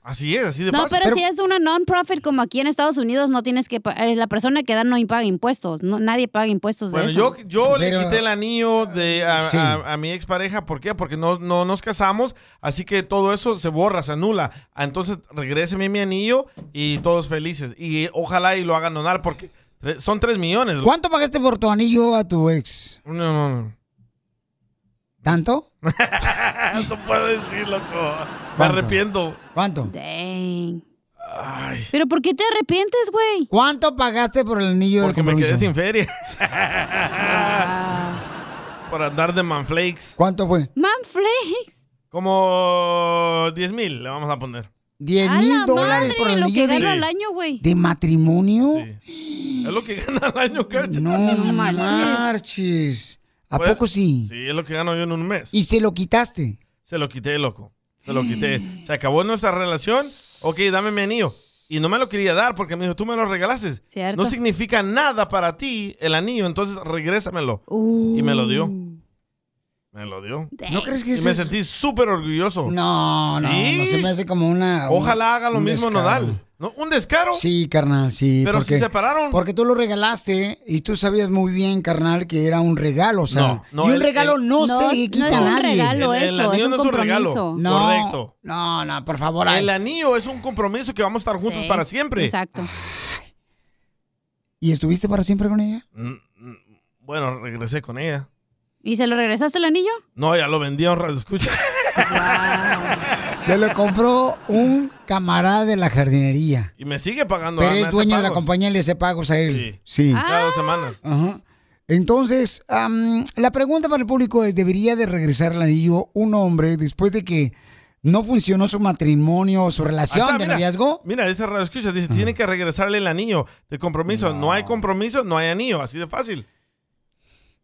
Speaker 2: Así es, así de
Speaker 3: no,
Speaker 2: fácil.
Speaker 3: pero, si es una non-profit como aquí en Estados Unidos, no tienes que... pa- eh, La persona que da no paga impuestos. No, nadie paga impuestos
Speaker 2: Bueno,
Speaker 3: pues, de
Speaker 2: yo,
Speaker 3: eso.
Speaker 2: yo
Speaker 3: Pero-
Speaker 2: le quité el anillo de, a,
Speaker 1: Sí.
Speaker 2: a- a mi expareja. ¿Por qué? Porque no, no nos casamos, así que todo eso se borra, se anula. Ah, Entonces, regréseme mi anillo y todos felices. Y ojalá y lo hagan donar, porque tre- son tres millones.
Speaker 1: ¿Cuánto pagaste por tu anillo a tu ex?
Speaker 2: No, no, no.
Speaker 1: ¿Tanto?
Speaker 2: no puedo decir, loco. Me
Speaker 1: ¿Cuánto?
Speaker 2: arrepiento.
Speaker 1: ¿Cuánto?
Speaker 3: Dang. Pero ¿por qué te arrepientes, güey?
Speaker 1: ¿Cuánto pagaste por el anillo
Speaker 2: Porque
Speaker 1: de
Speaker 2: me
Speaker 1: compromiso?
Speaker 2: quedé sin feria. Por andar de manflakes.
Speaker 1: ¿Cuánto fue?
Speaker 3: Manflex.
Speaker 2: Como 10 mil le vamos a poner.
Speaker 1: 10
Speaker 3: A
Speaker 1: mil
Speaker 3: la
Speaker 1: dólares
Speaker 3: madre,
Speaker 1: por el
Speaker 3: lo que
Speaker 1: anillo
Speaker 3: gano
Speaker 1: de,
Speaker 3: al año, güey.
Speaker 1: de matrimonio.
Speaker 2: Es lo que gana al año, cacha.
Speaker 1: No marches. ¿A
Speaker 2: Pues,
Speaker 1: poco sí?
Speaker 2: Sí, es lo que gano yo en un mes.
Speaker 1: ¿Y se lo quitaste?
Speaker 2: Se lo quité, loco. Se lo quité. Se acabó nuestra relación. Ok, dame mi anillo. Y no me lo quería dar porque me dijo, tú me lo regalaste.
Speaker 3: Cierto.
Speaker 2: No significa nada para ti el anillo, entonces regrésamelo. Y me lo dio. Me lo dio.
Speaker 1: ¿No crees que
Speaker 2: Y
Speaker 1: eso
Speaker 2: me
Speaker 1: es-
Speaker 2: sentí súper orgulloso.
Speaker 1: No, no, no se me hace como una...
Speaker 2: Ojalá haga lo
Speaker 1: un
Speaker 2: mismo
Speaker 1: descaro.
Speaker 2: Nodal. No, un descaro.
Speaker 1: Sí, carnal, sí.
Speaker 2: Pero
Speaker 1: porque,
Speaker 2: si separaron.
Speaker 1: Porque tú lo regalaste y tú sabías muy bien, carnal, que era un regalo. O sea,
Speaker 2: No, no,
Speaker 1: y un
Speaker 2: el-
Speaker 1: regalo
Speaker 2: el-
Speaker 1: no,
Speaker 2: No,
Speaker 1: se
Speaker 2: no
Speaker 1: le quita
Speaker 2: es
Speaker 1: a
Speaker 2: un
Speaker 1: nadie.
Speaker 2: regalo El- el eso, anillo es un no es un regalo, compromiso.
Speaker 1: No,
Speaker 2: correcto.
Speaker 1: No, no, por favor. ay.
Speaker 2: El anillo es un compromiso que vamos a estar juntos para siempre.
Speaker 3: Exacto.
Speaker 1: ¿Y estuviste para siempre con ella?
Speaker 2: Mm, mm, Bueno, regresé con ella.
Speaker 3: ¿Y se lo regresaste el anillo?
Speaker 2: No, ya lo vendí a un radio escucha.
Speaker 1: Se lo compró un camarada de la jardinería.
Speaker 2: Y me sigue pagando.
Speaker 1: Pero
Speaker 2: ah, me
Speaker 1: es
Speaker 2: hace
Speaker 1: dueño de la
Speaker 2: pagos.
Speaker 1: compañía y le hace pagos a él. Sí.
Speaker 2: Cada
Speaker 3: Ah.
Speaker 2: dos semanas.
Speaker 1: Ajá. Entonces, am, la pregunta para el público es, ¿debería de regresar el anillo un hombre después de que no funcionó su matrimonio o su
Speaker 2: Ahí Ah,
Speaker 1: relación
Speaker 2: está,
Speaker 1: de
Speaker 2: mira.
Speaker 1: noviazgo? Ah.
Speaker 2: Mira, ese radio escucha dice, tiene que regresarle el anillo de compromiso. No. hay compromiso, no hay anillo. Así de fácil.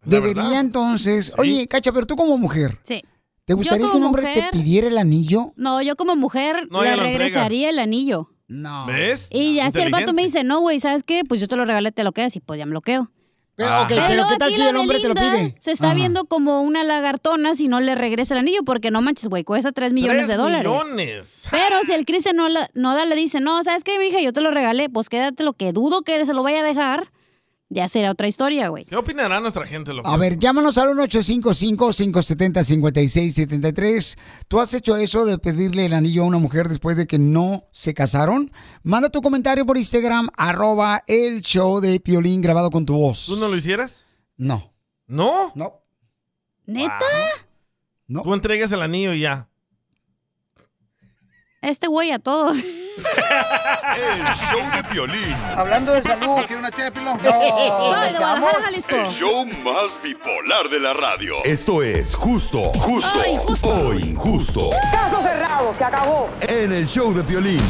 Speaker 1: Debería entonces... Oye, Cacha, pero tú como mujer,
Speaker 3: Sí.
Speaker 1: ¿te
Speaker 3: Yo
Speaker 1: gustaría que
Speaker 3: como
Speaker 1: un hombre
Speaker 3: mujer-
Speaker 1: te pidiera el anillo?
Speaker 3: No, yo como mujer
Speaker 1: No,
Speaker 3: le
Speaker 1: ella lo entrega.
Speaker 3: regresaría el anillo.
Speaker 1: No.
Speaker 2: ¿Ves?
Speaker 3: Y ya si el vato
Speaker 2: Ah, Inteligente.
Speaker 3: me dice, no, güey, ¿sabes qué? Pues yo te lo regalé, te lo quedas y pues ya me lo quedo.
Speaker 1: Pero,
Speaker 2: Ah.
Speaker 1: ok, pero
Speaker 3: luego
Speaker 1: ¿qué tal
Speaker 3: aquí
Speaker 1: si
Speaker 3: la
Speaker 1: el hombre te lo
Speaker 3: Belinda
Speaker 1: pide?
Speaker 3: Se está
Speaker 1: Ajá.
Speaker 3: viendo como una lagartona si no le regresa el anillo, porque no manches, güey, cuesta 3 millones
Speaker 2: Tres
Speaker 3: de dólares.
Speaker 2: millones.
Speaker 3: Pero si el Cristian no, la- no da, le dice, no, ¿sabes qué, mija? Yo te lo regalé, pues quédate lo que dudo que se lo vaya a dejar, ya será otra historia, güey.
Speaker 2: ¿Qué opinará nuestra gente, loco?
Speaker 1: A ver, llámanos al 1-855-570-5673. ¿Tú has hecho eso de pedirle el anillo a una mujer después de que no se casaron? Manda tu comentario por Instagram, arroba el show de Piolín grabado con tu
Speaker 2: ¿Tú
Speaker 1: voz.
Speaker 2: no lo hicieras?
Speaker 1: No.
Speaker 2: ¿No?
Speaker 1: No.
Speaker 3: ¿Neta?
Speaker 1: No.
Speaker 2: Tú entregas el anillo y ya.
Speaker 3: Este güey a todos.
Speaker 18: El show de Piolín.
Speaker 8: Hablando de salud. ¿Quiere una ché, pilón? No.
Speaker 3: Soy de Guadalajara, Jalisco.
Speaker 7: El show más bipolar de la radio.
Speaker 18: Esto es justo, justo o injusto.
Speaker 1: Caso cerrado, se acabó.
Speaker 18: En el show de Piolín.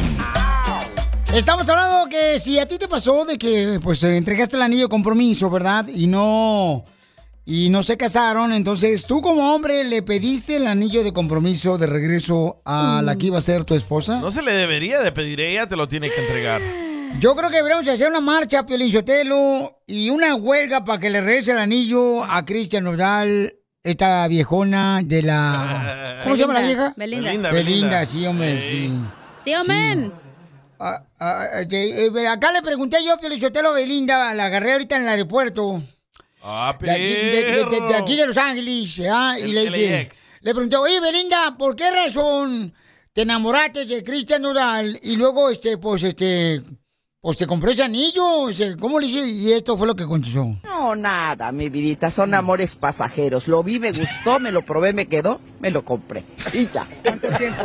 Speaker 1: Estamos hablando que si a ti te pasó de que pues eh, entregaste el anillo de compromiso, ¿verdad? Y no y no se casaron, entonces tú como hombre le pediste el anillo de compromiso de regreso a la que iba a ser tu esposa.
Speaker 2: No se le debería de pedir, ella te lo tiene que entregar.
Speaker 1: Yo creo que deberíamos hacer una marcha, Piolichotelo, y una huelga para que le regrese el anillo a Cristian Nodal, esta viejona de la... ¿Cómo se llama la
Speaker 3: Belinda,
Speaker 1: vieja?
Speaker 3: Belinda.
Speaker 1: Belinda,
Speaker 3: Belinda,
Speaker 1: Belinda
Speaker 3: Belinda.
Speaker 1: sí, hombre, sí.
Speaker 3: Sí, hombre.
Speaker 1: Ah, ah, eh, eh, acá le pregunté yo a Piolichotelo Belinda, la agarré ahorita en el aeropuerto.
Speaker 2: Ah,
Speaker 1: De aquí de, de- de- de aquí de Los Ángeles, ¿ah? Y
Speaker 2: El
Speaker 1: le, dije-
Speaker 2: LAX.
Speaker 1: le pregunté, oye Belinda, ¿por qué razón te enamoraste de Cristian Nodal? Y luego, este, pues, este, pues te compró ese anillo, o sea, ¿cómo le hice? Y esto fue lo que contestó.
Speaker 21: No, nada, mi vidita, son amores pasajeros. Lo vi, me gustó, me lo probé, me quedó, me lo compré. Y ya.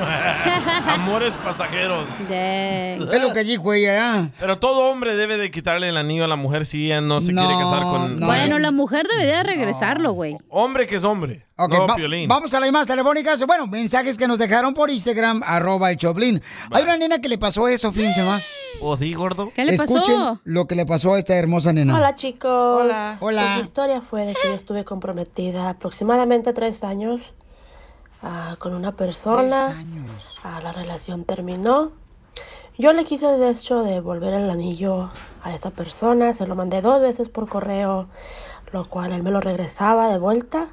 Speaker 2: Amores pasajeros.
Speaker 1: Es lo que dijo ella, ¿ah?
Speaker 2: Pero todo hombre debe de quitarle el anillo a la mujer si ella no se quiere casar con...
Speaker 3: Bueno,
Speaker 1: eh.
Speaker 3: la mujer debería regresarlo, güey.
Speaker 2: Hombre que es hombre.
Speaker 1: Ok,
Speaker 2: no,
Speaker 1: va-
Speaker 2: Piolín.
Speaker 1: vamos a las llamadas telefónicas. Bueno, mensajes que nos dejaron por Instagram, arroba el Choplin. Hay una nena que le pasó eso, fíjense más.
Speaker 2: ¿O Oh, sí, gordo?
Speaker 1: Escuchen lo que le pasó a esta hermosa nena.
Speaker 22: Hola chicos. Hola.
Speaker 1: Hola.
Speaker 22: mi historia fue de que yo estuve comprometida aproximadamente tres años ah, con una persona. Ah, la relación terminó. Yo le quise de hecho devolver el anillo a esta persona. Se lo mandé dos veces por correo, lo cual él me lo regresaba de vuelta.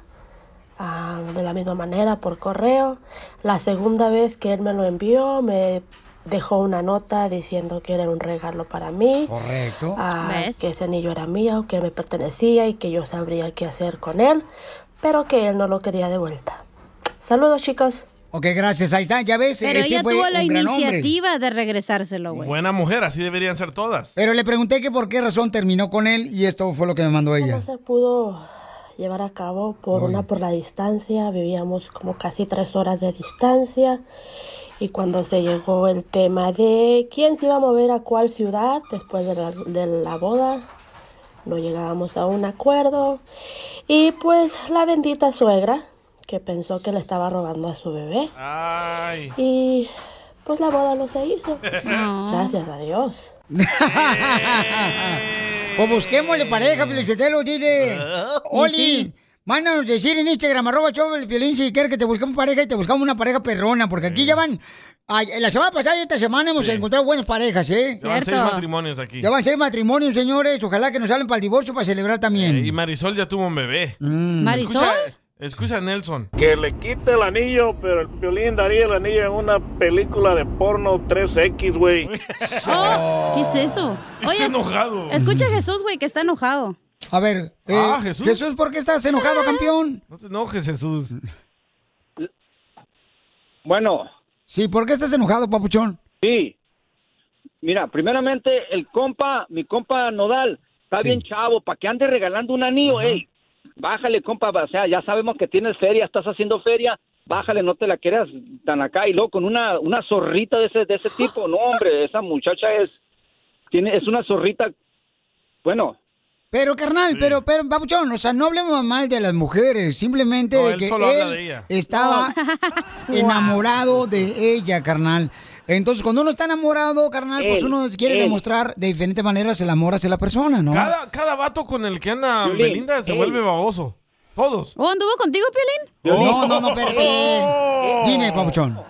Speaker 22: ah, de la misma manera por correo. La segunda vez que él me lo envió me dejó una nota diciendo que era un regalo para mí.
Speaker 1: Correcto.
Speaker 22: Ah,
Speaker 1: ¿Ves?
Speaker 22: que ese anillo era mío, que me pertenecía y que yo sabría qué hacer con él, pero que él no lo quería de vuelta. Saludos, chicos.
Speaker 1: Ok, gracias. Ahí está, ya ves.
Speaker 3: Pero
Speaker 1: ese
Speaker 3: ella
Speaker 1: fue
Speaker 3: tuvo la
Speaker 1: un gran hombre.
Speaker 3: iniciativa de regresárselo, güey.
Speaker 2: Buena mujer, así deberían ser todas.
Speaker 1: Pero le pregunté que por qué razón terminó con él y esto fue lo que me mandó ella.
Speaker 22: No se pudo llevar a cabo por una por la distancia, vivíamos como casi tres horas de distancia y cuando se llegó el tema de quién se iba a mover a cuál ciudad después de la, de la boda, no llegábamos a un acuerdo y pues la bendita suegra que pensó que le estaba robando a su bebé
Speaker 2: Ay.
Speaker 22: y pues la boda no se hizo. Gracias a Dios.
Speaker 2: Eh.
Speaker 1: Pues busquémosle pareja, Pelichotelo, dile. Oli,
Speaker 22: sí.
Speaker 1: mándanos decir en Instagram, arroba show el Piolín, si quieres que te busquemos pareja y te buscamos una pareja perrona, porque aquí ya van. ay, la semana pasada y esta semana hemos encontrado buenas parejas, ¿eh?
Speaker 2: Llevan seis matrimonios aquí.
Speaker 1: Ya van seis matrimonios,
Speaker 2: Eh,
Speaker 1: señores. Ojalá que nos salen para el divorcio para celebrar también. Mm.
Speaker 2: Y Marisol ya tuvo un bebé.
Speaker 1: ¿Marisol?
Speaker 2: Escucha, eh, Escucha a Nelson.
Speaker 14: Que le quite el anillo, pero el violín daría el anillo en una película de porno 3X, güey.
Speaker 3: Oh, ¿Qué es eso?
Speaker 2: Está
Speaker 3: es-
Speaker 2: enojado.
Speaker 3: Escucha a Jesús, güey, que está enojado.
Speaker 1: A ver, eh,
Speaker 2: Ah,
Speaker 1: Jesús.
Speaker 2: Jesús.
Speaker 1: ¿por qué estás enojado, campeón?
Speaker 2: No te enojes,
Speaker 1: Mm.
Speaker 2: Jesús.
Speaker 23: Bueno.
Speaker 1: Sí, ¿por qué estás enojado, papuchón?
Speaker 23: Sí. Mira, primeramente, el compa, mi compa Nodal, está bien chavo, para que ande regalando un anillo, ey. Bájale, compa, o sea, ya sabemos que tienes feria, estás haciendo feria, bájale, no te la quieras tan acá y luego con una, una zorrita de ese, de ese tipo. No, hombre, esa muchacha es, tiene, es una zorrita, bueno,
Speaker 1: Pero, carnal, pero, pero, papuchón, o sea, no hablemos mal de las mujeres, simplemente
Speaker 23: No,
Speaker 1: de
Speaker 23: él
Speaker 1: que
Speaker 23: solo habla
Speaker 1: él
Speaker 23: de ella.
Speaker 1: estaba enamorado de ella, carnal. Entonces, cuando uno está enamorado, carnal, pues
Speaker 2: Él,
Speaker 1: uno quiere
Speaker 2: él.
Speaker 1: demostrar de diferentes maneras el amor hacia la persona, ¿no?
Speaker 2: Cada, cada vato con el que anda
Speaker 1: Violín,
Speaker 2: Belinda se
Speaker 1: ey.
Speaker 2: vuelve baboso. Todos.
Speaker 3: ¿O anduvo contigo, Piolín?
Speaker 1: No, no, no,
Speaker 2: Oh.
Speaker 1: espérate. Eh, Dime, papuchón.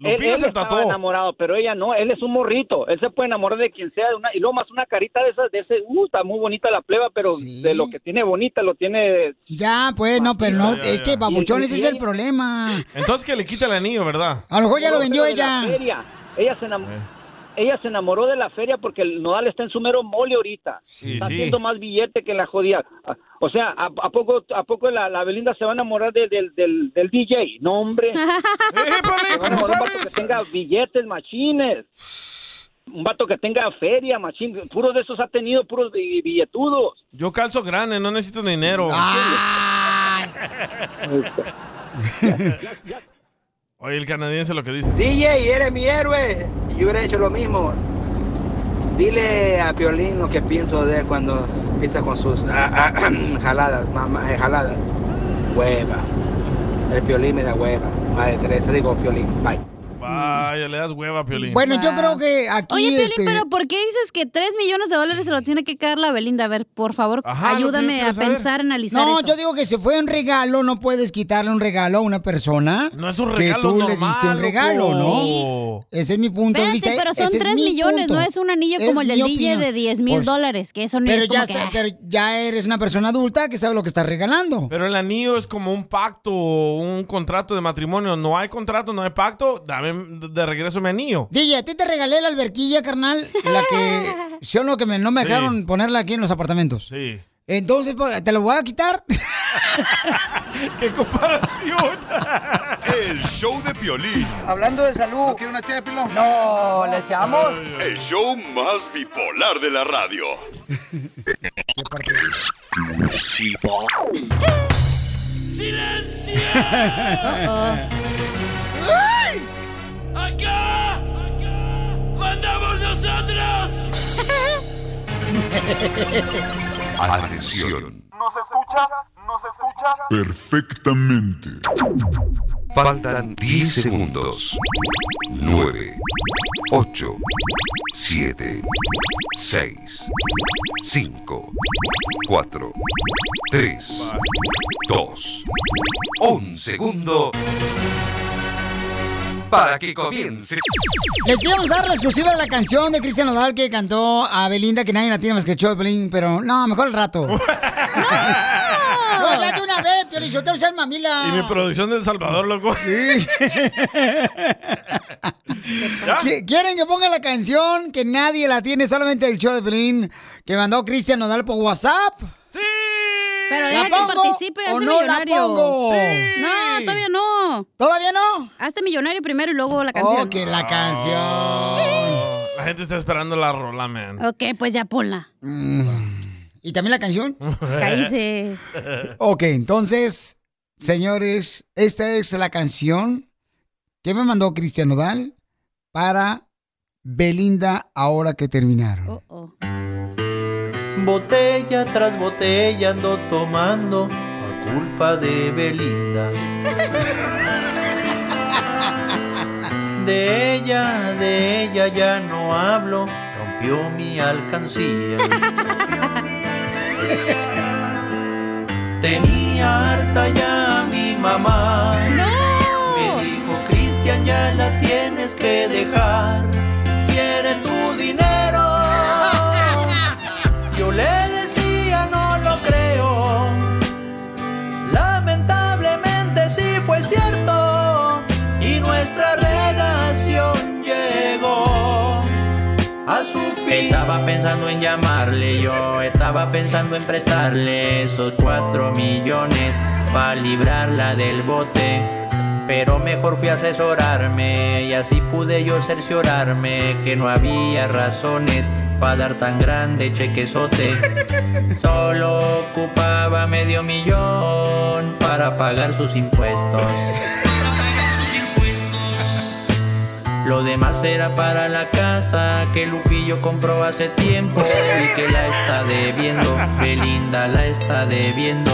Speaker 23: él, él estaba enamorado, pero ella no, él es un morrito, él se puede enamorar de quien sea, de una, y luego más una carita de esas, de ese, uh, está muy bonita la pleba, pero de lo que tiene bonita lo tiene...
Speaker 1: Ya, pues, no, pero no,
Speaker 2: Ya, ya,
Speaker 1: es
Speaker 2: ya.
Speaker 1: que, papuchón,
Speaker 23: Y- y-
Speaker 1: ese
Speaker 23: y
Speaker 1: es el
Speaker 23: ella-
Speaker 1: problema.
Speaker 2: Entonces que le quita el anillo, ¿verdad?
Speaker 1: A lo mejor ya lo
Speaker 23: Pero
Speaker 1: vendió
Speaker 23: de la
Speaker 1: ella.
Speaker 23: feria. Ella se enamoró.
Speaker 2: Eh.
Speaker 23: Ella se enamoró de la feria porque el Nodal está en su mero mole ahorita. está
Speaker 2: sí.
Speaker 23: haciendo más billete que la jodida. Ah, O sea, ¿a, a poco, a poco la, la Belinda se va a enamorar de- del- del, del DJ? No, hombre. Se va a enamorar un vato que tenga billetes, machines. Un vato que tenga feria, machín. Puros de esos ha tenido, puros bi- billetudos.
Speaker 2: Yo calzo grande, no necesito dinero. Oye, el canadiense lo que dice.
Speaker 4: DJ, eres mi héroe. Yo hubiera hecho lo mismo. Dile a Piolín lo que pienso de él cuando empieza con sus ah, ah, jaladas, mamá, eh, jaladas. Hueva. El Piolín me da hueva. Madre Teresa, digo Piolín, bye.
Speaker 2: Vaya, le das hueva, Piolín.
Speaker 1: que aquí.
Speaker 3: Oye, Piolín,
Speaker 2: este-
Speaker 3: pero ¿por qué dices que 3 millones de dólares se lo tiene que caer la Belinda? A ver, por favor,
Speaker 1: Ajá, lo que yo
Speaker 3: ayúdame
Speaker 1: quiero
Speaker 3: a
Speaker 1: saber.
Speaker 3: pensar, analizar.
Speaker 1: No,
Speaker 3: eso.
Speaker 1: yo digo que si fue un regalo, no puedes quitarle un regalo a una persona.
Speaker 2: No es un
Speaker 1: Que
Speaker 2: regalo
Speaker 1: tú le
Speaker 2: normal,
Speaker 1: diste un
Speaker 2: loco.
Speaker 1: regalo, ¿no? Ese es mi punto de vista.
Speaker 3: Espérate, pero son
Speaker 1: ese es
Speaker 3: 3
Speaker 1: mi
Speaker 3: millones,
Speaker 1: punto.
Speaker 3: no es un anillo
Speaker 1: Es
Speaker 3: como el del
Speaker 1: mi
Speaker 3: DJ
Speaker 1: opinión.
Speaker 3: de 10 mil
Speaker 1: Pues,
Speaker 3: dólares, que eso ni
Speaker 1: Pero
Speaker 3: es como
Speaker 1: ya,
Speaker 3: que,
Speaker 1: está-
Speaker 3: ah.
Speaker 1: pero ya eres una persona adulta que sabe lo que estás regalando.
Speaker 2: Pero el anillo es como un pacto o un contrato de matrimonio. No hay contrato, no hay pacto. Dame de regreso mi anillo.
Speaker 1: DJ, a ti te regalé la alberquilla, carnal, la que son lo que me- no me
Speaker 2: Sí.
Speaker 1: dejaron ponerla aquí en los apartamentos.
Speaker 2: Sí.
Speaker 1: Entonces, pues, ¿te lo voy a quitar?
Speaker 2: ¡Qué comparación!
Speaker 24: El show de Piolín.
Speaker 8: Hablando de salud. ¿No quiere una ché, Pilón? No, ¿le echamos?
Speaker 25: El show más bipolar de la radio.
Speaker 7: ¡Silencio!
Speaker 1: ¡Ay!
Speaker 7: ¡Acá! ¡Acá! ¡Mandamos nosotros!
Speaker 24: Atención.
Speaker 7: ¿Nos escucha? ¿Nos escucha?
Speaker 24: Perfectamente.
Speaker 18: Faltan 10 segundos. 9, 8, 7, 6, 5, 4, 3, 2, 1 segundo. Para que comience.
Speaker 1: Les íbamos a dar la exclusiva de la canción de Cristian Nodal que cantó a Belinda, que nadie la tiene más que el show de Piolín, pero no, mejor el rato. ¡No!
Speaker 3: ah.
Speaker 1: ya de una vez, Piolín, yo te voy a echar mamila.
Speaker 2: Y mi producción del Salvador, loco.
Speaker 1: Sí. ¿Qui- ¿Quieren que ponga la canción que nadie la tiene, solamente el show de Piolín, que mandó Cristian Nodal por WhatsApp?
Speaker 3: Pero
Speaker 1: ¿La
Speaker 3: deja que
Speaker 1: pongo
Speaker 3: participe,
Speaker 1: o
Speaker 3: hazte
Speaker 1: no la
Speaker 3: millonario.
Speaker 1: pongo? Sí.
Speaker 3: No, todavía no.
Speaker 1: ¿Todavía no?
Speaker 3: Hazte millonario primero y luego la canción.
Speaker 1: que la
Speaker 2: canción. La gente está esperando la rola, man.
Speaker 3: Ok, pues ya ponla.
Speaker 1: ¿Y también la canción?
Speaker 3: Caíse.
Speaker 1: Ok, entonces, señores, esta es la canción que me mandó Cristian Nodal para Belinda ahora que terminaron.
Speaker 5: Botella tras botella ando tomando por culpa de Belinda. De ella, de ella ya no hablo, rompió mi alcancía. Tenía harta ya a mi mamá. Me dijo, Cristian, ya la tienes que dejar. Quiere tu dinero. Yo le decía, no lo creo. pensando en llamarle, yo estaba pensando en prestarle esos cuatro millones para librarla del bote. Pero mejor fui a asesorarme y así pude yo cerciorarme que no había razones para dar tan grande chequezote. Solo ocupaba medio millón para pagar sus impuestos. Lo demás era para la casa que Lupillo compró hace tiempo y que la está debiendo, Belinda la está debiendo.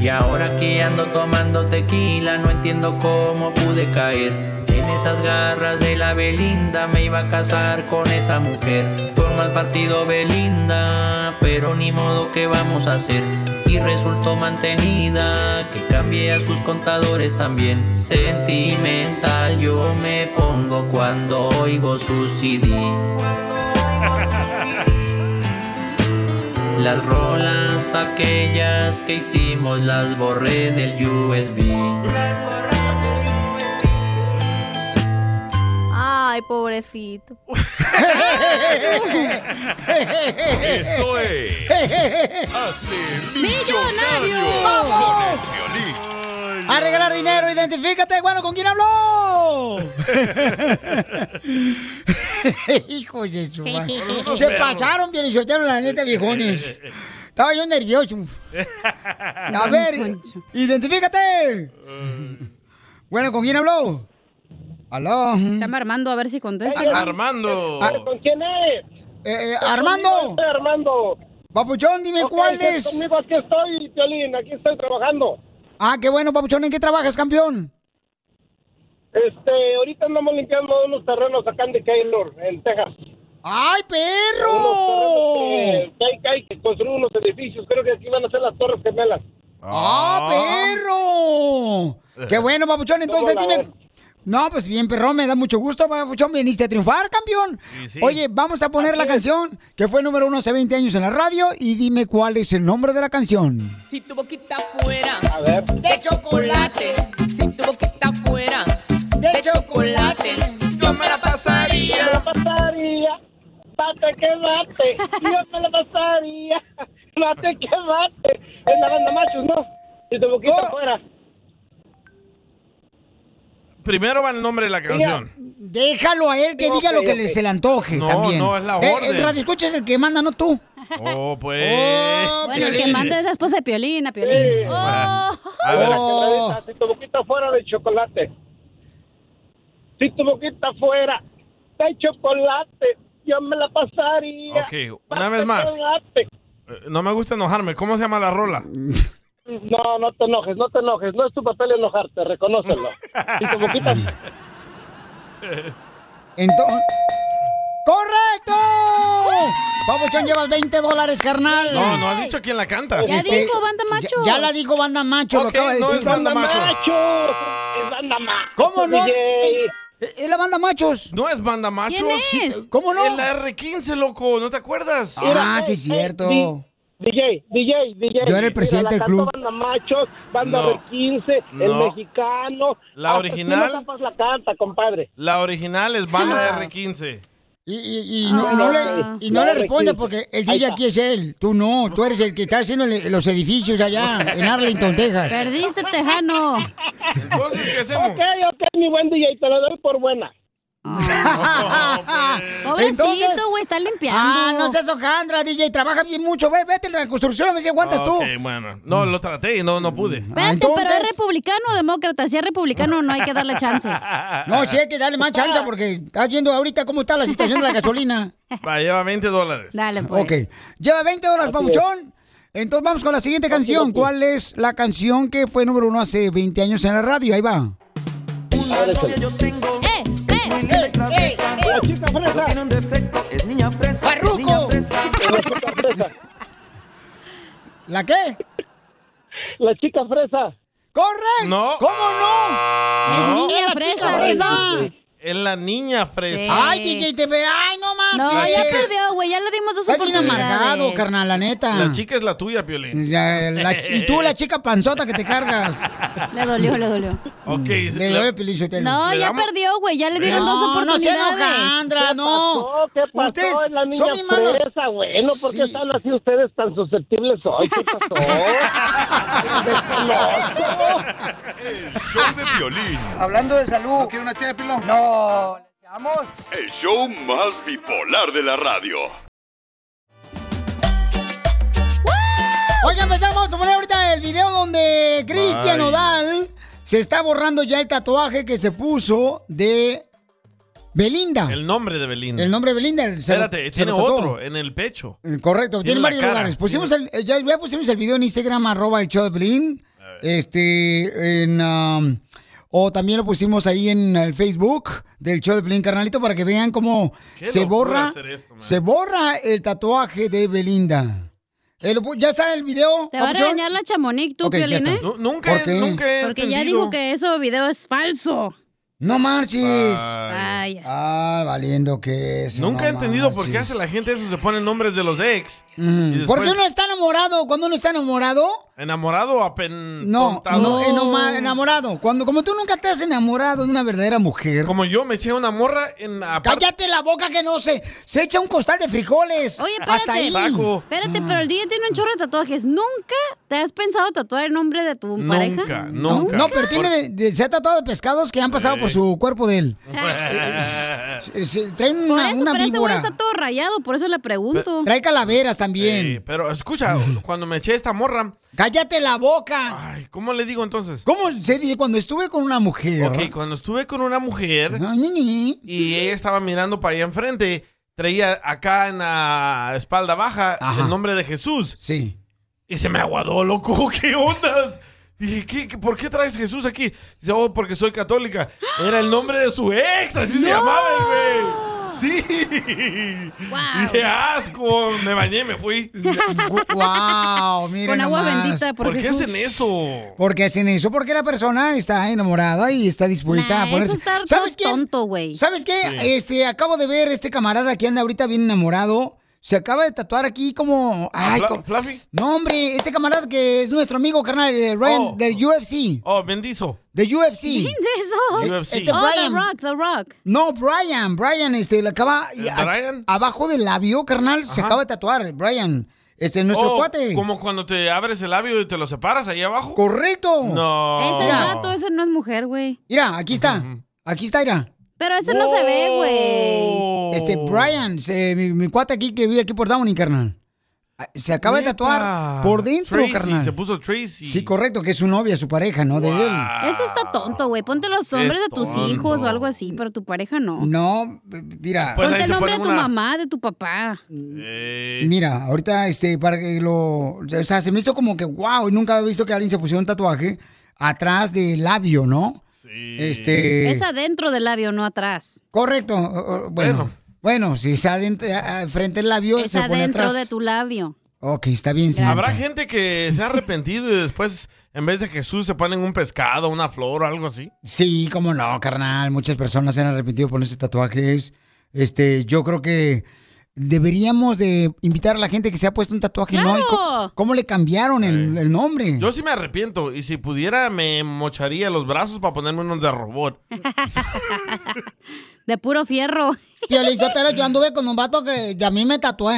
Speaker 5: Y ahora que ando tomando tequila no entiendo cómo pude caer. En esas garras de la Belinda me iba a casar con esa mujer. Fue un mal partido Belinda, pero ni modo que vamos a hacer. Y resultó mantenida, que cambié a sus contadores también. Sentimental yo me pongo cuando oigo su CD. Las rolas aquellas que hicimos las borré del USB.
Speaker 26: Ay, pobrecito.
Speaker 18: Esto es. Hazte millonario.
Speaker 1: ¡Vamos!
Speaker 18: Con el violín.
Speaker 1: A regalar dinero, identifícate, bueno, ¿con quién habló? Hijo de su madre. Se
Speaker 14: perros.
Speaker 1: pasaron bien la neta, viejones. Estaba yo nervioso. A ver, identifícate. Bueno, ¿con quién habló? Aló.
Speaker 3: Se llama Armando, a ver si contesta.
Speaker 1: Ah, ah. Armando. Ah,
Speaker 3: ¿Con quién es?
Speaker 1: Eh, Armando.
Speaker 16: Armando.
Speaker 1: Papuchón, dime
Speaker 16: Ok,
Speaker 1: cuál
Speaker 16: siéntate
Speaker 1: es.
Speaker 16: Conmigo aquí estoy, Piolín, aquí estoy trabajando.
Speaker 1: Ah, qué bueno, Papuchón, ¿en qué trabajas, campeón?
Speaker 16: Este, ahorita andamos limpiando unos terrenos acá en Decatur, en Texas.
Speaker 1: ¡Ay,
Speaker 16: perro! Que hay, que hay que construir unos edificios, creo que aquí van a ser las Torres Gemelas.
Speaker 1: ¡Ah, perro! Qué bueno, Papuchón, entonces
Speaker 16: ¿Cómo la
Speaker 1: dime. No, pues bien, perro, me da mucho gusto, Papuchón, viniste a triunfar, campeón.
Speaker 14: Sí, sí.
Speaker 1: Oye, vamos a poner la canción que fue número uno hace 20 años en la radio y dime cuál es el nombre de la canción.
Speaker 14: Si tu boquita fuera de chocolate, si tu boquita fuera de chocolate, yo me la pasaría.
Speaker 16: Yo me la pasaría, bate que bate, yo me la pasaría, bate que bate. Es la banda machos, ¿no? Si te boquita fuera.
Speaker 2: Primero va el nombre de la canción.
Speaker 1: Déjalo a él que diga lo que le- se le antoje
Speaker 2: No,
Speaker 1: también.
Speaker 2: no, es la
Speaker 1: Eh,
Speaker 2: orden.
Speaker 1: el radio escucha es el que manda, no tú.
Speaker 2: Oh, pues.
Speaker 3: Bueno, el que manda es la esposa de Piolín, a Piolín. Oh.
Speaker 2: A ver.
Speaker 16: Oh. Si tu boquita fuera de chocolate. Si tu boquita fuera de chocolate, yo me la pasaría.
Speaker 2: Ok, una vez más.
Speaker 16: Chocolate.
Speaker 2: Eh, No me gusta enojarme. ¿Cómo se llama la rola?
Speaker 16: No, no te enojes, no te enojes. No es tu papel enojarte, reconócelo. Si tu boquita...
Speaker 1: Entonces. ¡Correcto! Papuchón, llevas 20 dólares, carnal.
Speaker 2: No, no has dicho quién la canta.
Speaker 1: Este, Ya, ya la dijo Banda Macho, lo
Speaker 2: Ok,
Speaker 1: acaba de
Speaker 2: no es
Speaker 1: decir.
Speaker 2: Banda Banda Macho.
Speaker 16: Es banda macho.
Speaker 1: ¿Cómo no?
Speaker 2: DJ.
Speaker 1: Eh, eh, Es la Banda Machos.
Speaker 2: No es Banda Machos.
Speaker 1: ¿Quién
Speaker 2: Sí,
Speaker 1: es? ¿Cómo no? Ah,
Speaker 2: Es la R15, loco. ¿No te acuerdas?
Speaker 16: Mira, eh, eh, di- DJ, DJ, DJ.
Speaker 2: Yo era el presidente
Speaker 16: Mira, la
Speaker 2: del club.
Speaker 16: cantó Banda Machos, Banda
Speaker 2: No.
Speaker 16: del 15,
Speaker 2: No.
Speaker 16: el mexicano.
Speaker 2: La
Speaker 9: Ah, pues,
Speaker 16: Hasta tú
Speaker 2: original.
Speaker 16: no tapas la carta, compadre.
Speaker 2: La original es Banda
Speaker 16: Ah.
Speaker 2: R15.
Speaker 1: Y, y- y no, no
Speaker 16: Ah.
Speaker 1: le, y no le responde porque el
Speaker 16: Ahí
Speaker 1: DJ
Speaker 16: está.
Speaker 1: aquí es él. Tú no, tú eres el que está haciendo le- los edificios allá en Arlington, Texas.
Speaker 3: Perdiste, Tejano.
Speaker 2: Entonces, ¿qué
Speaker 16: hacemos? Ok, ok, mi buen DJ, te lo doy por buena.
Speaker 3: Ah.
Speaker 1: pues.
Speaker 3: Pobrecito, güey, está limpiando.
Speaker 1: Ah, no seas hojandra, DJ, trabaja bien mucho. Ve, vete a la construcción, a ver si aguantas tú.
Speaker 2: Ah,
Speaker 1: Ah,
Speaker 2: Ok, bueno. No, lo traté y no, no pude.
Speaker 3: Espérate, pero es republicano o demócrata. Si es republicano, no hay que darle chance.
Speaker 1: No, sí, hay que darle más chancha porque estás viendo ahorita cómo está la situación de la gasolina.
Speaker 2: Va, lleva 20 dólares.
Speaker 3: Dale, pues.
Speaker 16: pues.
Speaker 1: Ok. Lleva 20 dólares,
Speaker 2: Así
Speaker 1: pabuchón. Entonces vamos con la siguiente canción. ¿Cuál es la canción que fue número uno hace 20 años en la radio? Ahí va.
Speaker 14: Es muy linda y traviesa. Pero tiene un defecto, es niña fresa. es niña fresa.
Speaker 1: ¿La qué?
Speaker 16: La chica fresa.
Speaker 1: ¡Correcto!
Speaker 2: No.
Speaker 1: ¿Cómo no?
Speaker 2: No.
Speaker 1: Es niña
Speaker 2: Es la
Speaker 1: fresa.
Speaker 2: niña fresa.
Speaker 1: Ay, DJ, te ve. Ay, no
Speaker 3: No,
Speaker 2: La
Speaker 3: ya
Speaker 2: chica es-
Speaker 3: perdió, güey. Ya le dimos dos
Speaker 1: Está bien
Speaker 3: oportunidades.
Speaker 1: amargado, carnal, la neta.
Speaker 2: La chica es la tuya, Piolín.
Speaker 1: Ya, la- y tú, la chica panzota que te cargas. Mm.
Speaker 3: Le dolió, le dolió.
Speaker 2: Ok.
Speaker 1: Le
Speaker 2: la-
Speaker 1: doy, Piolín Sotelo.
Speaker 3: No, ya perdió, güey. Ya le dieron
Speaker 1: No,
Speaker 3: dos
Speaker 1: no
Speaker 3: oportunidades.
Speaker 1: se enoja, Andra, no.
Speaker 9: ¿Qué pasó?
Speaker 1: Ustedes
Speaker 9: Es la niña
Speaker 1: son bien malos.
Speaker 9: fresa, güey. No, ¿por qué
Speaker 1: Sí.
Speaker 9: están así ustedes tan susceptibles hoy? ¿Qué pasó?
Speaker 18: Show de violín.
Speaker 8: Hablando de salud. ¿No quiere una ché, Pilón? No. ¿Le echamos?
Speaker 7: El show más bipolar de la radio.
Speaker 1: Oigan, pues vamos a poner ahorita el video donde Cristian
Speaker 7: Ay.
Speaker 1: Nodal se está borrando ya el tatuaje que se puso de Belinda.
Speaker 2: El nombre de Belinda.
Speaker 1: El nombre de Belinda. el- se lo-
Speaker 2: Espérate,
Speaker 1: se
Speaker 2: tiene
Speaker 1: lo tatuó.
Speaker 2: otro en el pecho.
Speaker 1: Eh, Correcto,
Speaker 2: Tiene
Speaker 1: tiene
Speaker 2: la
Speaker 1: varios
Speaker 2: cara,
Speaker 1: lugares. Pusimos el, eh, ya, ya pusimos el video en Instagram, arroba el show de Pelín. Este, en, um, o también lo pusimos ahí en el Facebook del show de Pelín, carnalito, para que vean cómo
Speaker 14: Qué
Speaker 1: se
Speaker 14: locura
Speaker 1: borra,
Speaker 14: hacer esto, man.
Speaker 1: se borra el tatuaje de Belinda. Eh, lo pu- ¿Ya está el video?
Speaker 3: Te va a
Speaker 1: papuchón?
Speaker 3: regañar la chamonique, tú,
Speaker 1: Ok, ya
Speaker 3: Piolín,
Speaker 1: está.
Speaker 3: ¿eh?
Speaker 1: Nu- nunca he- ¿Por qué? nunca he
Speaker 3: Porque ya
Speaker 1: entendido.
Speaker 3: dijo que eso video es falso.
Speaker 1: No marches.
Speaker 3: Ay.
Speaker 1: Ah, valiendo que es.
Speaker 2: Nunca he entendido por qué hace la gente eso, se ponen nombres de los ex. y
Speaker 1: ¿Por qué
Speaker 2: después-
Speaker 1: uno está enamorado? Cuando uno está enamorado,
Speaker 2: ¿Enamorado o apen...
Speaker 1: No,
Speaker 2: tontado?
Speaker 1: no,
Speaker 2: Oh.
Speaker 1: enoma- enamorado. Cuando, como tú nunca te has enamorado de una verdadera mujer.
Speaker 2: Como yo me eché una morra en... aparte-
Speaker 1: Cállate la boca que no se, Eh, se echa un costal de frijoles.
Speaker 3: Oye,
Speaker 1: Hasta
Speaker 3: espérate.
Speaker 1: ahí. Mm.
Speaker 3: Espérate, pero el DJ tiene un chorro de tatuajes. ¿Nunca te has pensado tatuar el nombre de tu pareja?
Speaker 2: nunca.
Speaker 1: No, pero tiene, de- de- se ha tratado de pescados que han pasado por su cuerpo de él.
Speaker 2: Pues,
Speaker 1: Eh, se- Trae
Speaker 3: Por
Speaker 1: una,
Speaker 3: eso,
Speaker 1: una
Speaker 3: pero este güey
Speaker 1: víbora.
Speaker 3: está todo rayado, por eso le pregunto.
Speaker 1: Trae calaveras también.
Speaker 2: Eh, pero escucha, cuando me eché esta morra...
Speaker 1: Cállate la boca.
Speaker 2: Ay, ¿cómo le digo entonces?
Speaker 1: ¿Cómo se dice cuando estuve con una mujer?
Speaker 2: Ok, cuando estuve con una mujer
Speaker 1: y
Speaker 2: ella estaba mirando para allá enfrente, traía acá en la espalda baja el nombre de Jesús.
Speaker 1: Sí.
Speaker 2: Y se me aguadó, loco, ¿qué ondas? Dije, ¿qué, qué- por qué traes Jesús aquí? Dice, oh, porque soy católica. Era el nombre de su ex, así se
Speaker 14: ¡No!
Speaker 2: llamaba el güey. Sí. Dije, asco, me bañé, me fui.
Speaker 1: wow, mira
Speaker 2: Con agua
Speaker 1: nomás.
Speaker 2: bendita por ¿Por qué Jesús. hacen eso?
Speaker 1: Porque hacen eso porque la persona está enamorada y está dispuesta
Speaker 3: Nah,
Speaker 1: a ponerse.
Speaker 3: Ah, eso está todo
Speaker 1: quién?
Speaker 3: tonto, güey.
Speaker 1: ¿Sabes qué?
Speaker 3: Sí.
Speaker 1: Este, acabo de ver este camarada que anda ahorita bien enamorado. Se acaba de tatuar aquí como. Ay,
Speaker 2: Fla-
Speaker 1: co-
Speaker 2: Fluffy.
Speaker 1: No, hombre, este camarada que es nuestro amigo, carnal, eh, Ryan,
Speaker 2: Oh.
Speaker 1: del UFC.
Speaker 2: Oh, bendizo.
Speaker 1: Del UFC.
Speaker 3: ¿Entiendes eso?
Speaker 1: Eh, Este
Speaker 3: oh, The
Speaker 1: Brian.
Speaker 3: Rock, The Rock.
Speaker 1: No, Brian, Brian, este, le acaba. y a- Abajo del labio, carnal, se acaba de tatuar, Brian. Este, nuestro
Speaker 2: Oh,
Speaker 1: cuate.
Speaker 2: Como cuando te abres el labio y te lo separas ahí abajo.
Speaker 1: Correcto.
Speaker 2: No.
Speaker 3: Ese es vato, ese no es mujer, güey.
Speaker 1: Mira, aquí está. Aquí está, mira.
Speaker 3: Pero ese no se ve, güey.
Speaker 1: Este, Brian, se- mi, mi cuate aquí que vive aquí por Downey, carnal. Ah, Se acaba de
Speaker 2: Neta.
Speaker 1: tatuar por dentro,
Speaker 2: Tracy,
Speaker 1: carnal.
Speaker 2: Se puso Tracy.
Speaker 1: Sí, correcto, que es su novia, su pareja, ¿no? De él.
Speaker 3: Eso está tonto, güey. Ponte los nombres de tus
Speaker 1: tonto.
Speaker 3: hijos o algo así, pero tu pareja no.
Speaker 1: No, mira.
Speaker 2: Pues
Speaker 3: Ponte el nombre de tu mamá, de tu papá.
Speaker 2: eh,
Speaker 1: Mira, ahorita, este, para que lo... O sea, se me hizo como que, wow, y nunca había visto que alguien se pusiera un tatuaje atrás del labio, ¿no? Sí. Este...
Speaker 3: Es adentro del labio, no atrás.
Speaker 1: Correcto. o- o- Bueno, bueno. si está adentro, a- a- frente al labio,
Speaker 3: Es
Speaker 1: se pone
Speaker 3: adentro
Speaker 1: atrás.
Speaker 3: de tu labio.
Speaker 1: Ok, está bien, señorita.
Speaker 2: Habrá gente que se ha arrepentido y después, en vez de Jesús, se ponen un pescado, una flor o algo así.
Speaker 1: Sí, cómo no, carnal. Muchas personas se han arrepentido por ponerse tatuajes. Este, yo creo que deberíamos de invitar a la gente que se ha puesto un tatuaje, ¿no? ¿Y cómo, cómo le cambiaron el, el nombre?
Speaker 2: Yo sí me arrepiento y si pudiera me mocharía los brazos para ponerme unos de robot.
Speaker 3: De puro fierro.
Speaker 1: Piolichotelo, yo anduve con un vato que a mí me tatué.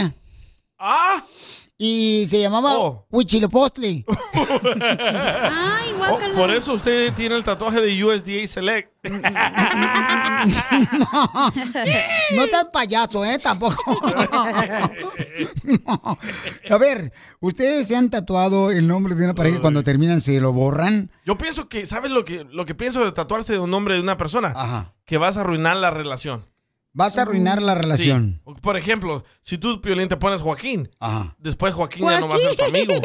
Speaker 2: ¡Ah!
Speaker 1: Y se llamaba Huichilopostli.
Speaker 3: Ay,
Speaker 2: Oh, por eso usted tiene el tatuaje de USDA Select.
Speaker 1: no, no seas payaso, ¿eh? Tampoco. No. A ver, ¿ustedes se han tatuado el nombre de una pareja y cuando terminan se lo borran?
Speaker 2: Yo pienso que, ¿sabes lo que, lo que pienso de tatuarse de un nombre de una persona? Que vas a arruinar la relación.
Speaker 1: Vas a arruinar la relación.
Speaker 2: Sí. Por ejemplo, si tú, Piolín, te pones Joaquín,
Speaker 1: Ajá.
Speaker 2: después Joaquín, ya no va a ser tu amigo.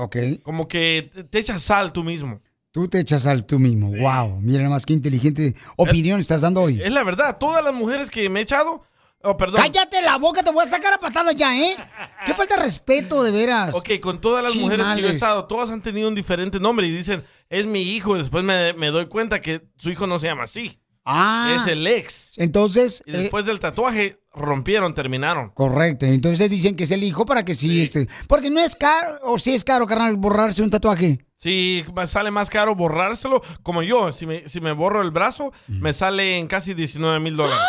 Speaker 1: Ok.
Speaker 2: Como que te- te echas sal tú mismo.
Speaker 1: Tú te echas al tú mismo. Wow, mira nomás qué inteligente
Speaker 2: Eh.
Speaker 1: opinión estás dando hoy.
Speaker 2: Es la verdad, todas las mujeres que me he echado. Oh, perdón.
Speaker 1: Cállate la boca, te voy a sacar a patadas ya, ¿eh? Qué falta de respeto, de veras.
Speaker 2: Ok, con todas las mujeres que yo he
Speaker 1: Chimales.
Speaker 2: estado, todas han tenido un diferente nombre y dicen, es mi hijo, y después me, me doy cuenta que su hijo no se llama así.
Speaker 1: Ah.
Speaker 2: Es el ex.
Speaker 1: Entonces,
Speaker 2: Y
Speaker 1: eh,
Speaker 2: después del tatuaje rompieron, terminaron.
Speaker 1: correcto. Entonces dicen que es el hijo para que sí, este. Porque no es caro, o sí es caro, carnal, borrarse un tatuaje.
Speaker 2: Sí, me sale más caro borrárselo, como yo. Si me, si me borro el brazo, me sale en casi 19 mil dólares.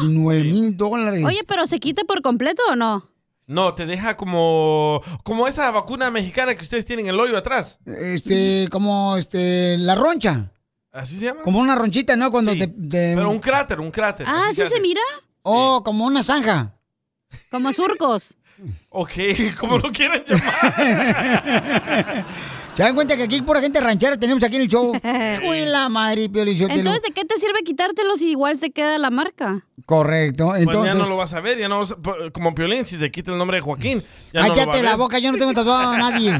Speaker 1: 19 mil dólares.
Speaker 3: Oye, pero ¿se quita por completo o no?
Speaker 2: No, te deja como, como esa vacuna mexicana que ustedes tienen el hoyo atrás.
Speaker 1: Este, como este, la roncha.
Speaker 2: ¿Así se llama?
Speaker 1: Como una ronchita, ¿no? Cuando te, te-
Speaker 2: Pero un cráter, un cráter.
Speaker 3: Ah,
Speaker 2: así
Speaker 3: ¿sí se
Speaker 2: hace.
Speaker 3: mira?
Speaker 1: Oh, como una zanja.
Speaker 3: Como surcos.
Speaker 2: Ok, como lo quieran llamar.
Speaker 1: ¿Se dan cuenta que aquí pura gente ranchera tenemos aquí en el show? Uy, la madre, Pio Lizotelo.
Speaker 3: Entonces, ¿de qué te sirve quitártelo si igual se queda la marca?
Speaker 1: Correcto,
Speaker 2: Pues
Speaker 1: entonces...
Speaker 2: ya no lo vas a ver, ya no vas a- como Piolín, si se quita el nombre de Joaquín. Ya no lo va a
Speaker 1: Cállate
Speaker 2: ver.
Speaker 1: la boca, yo no tengo tatuado a nadie.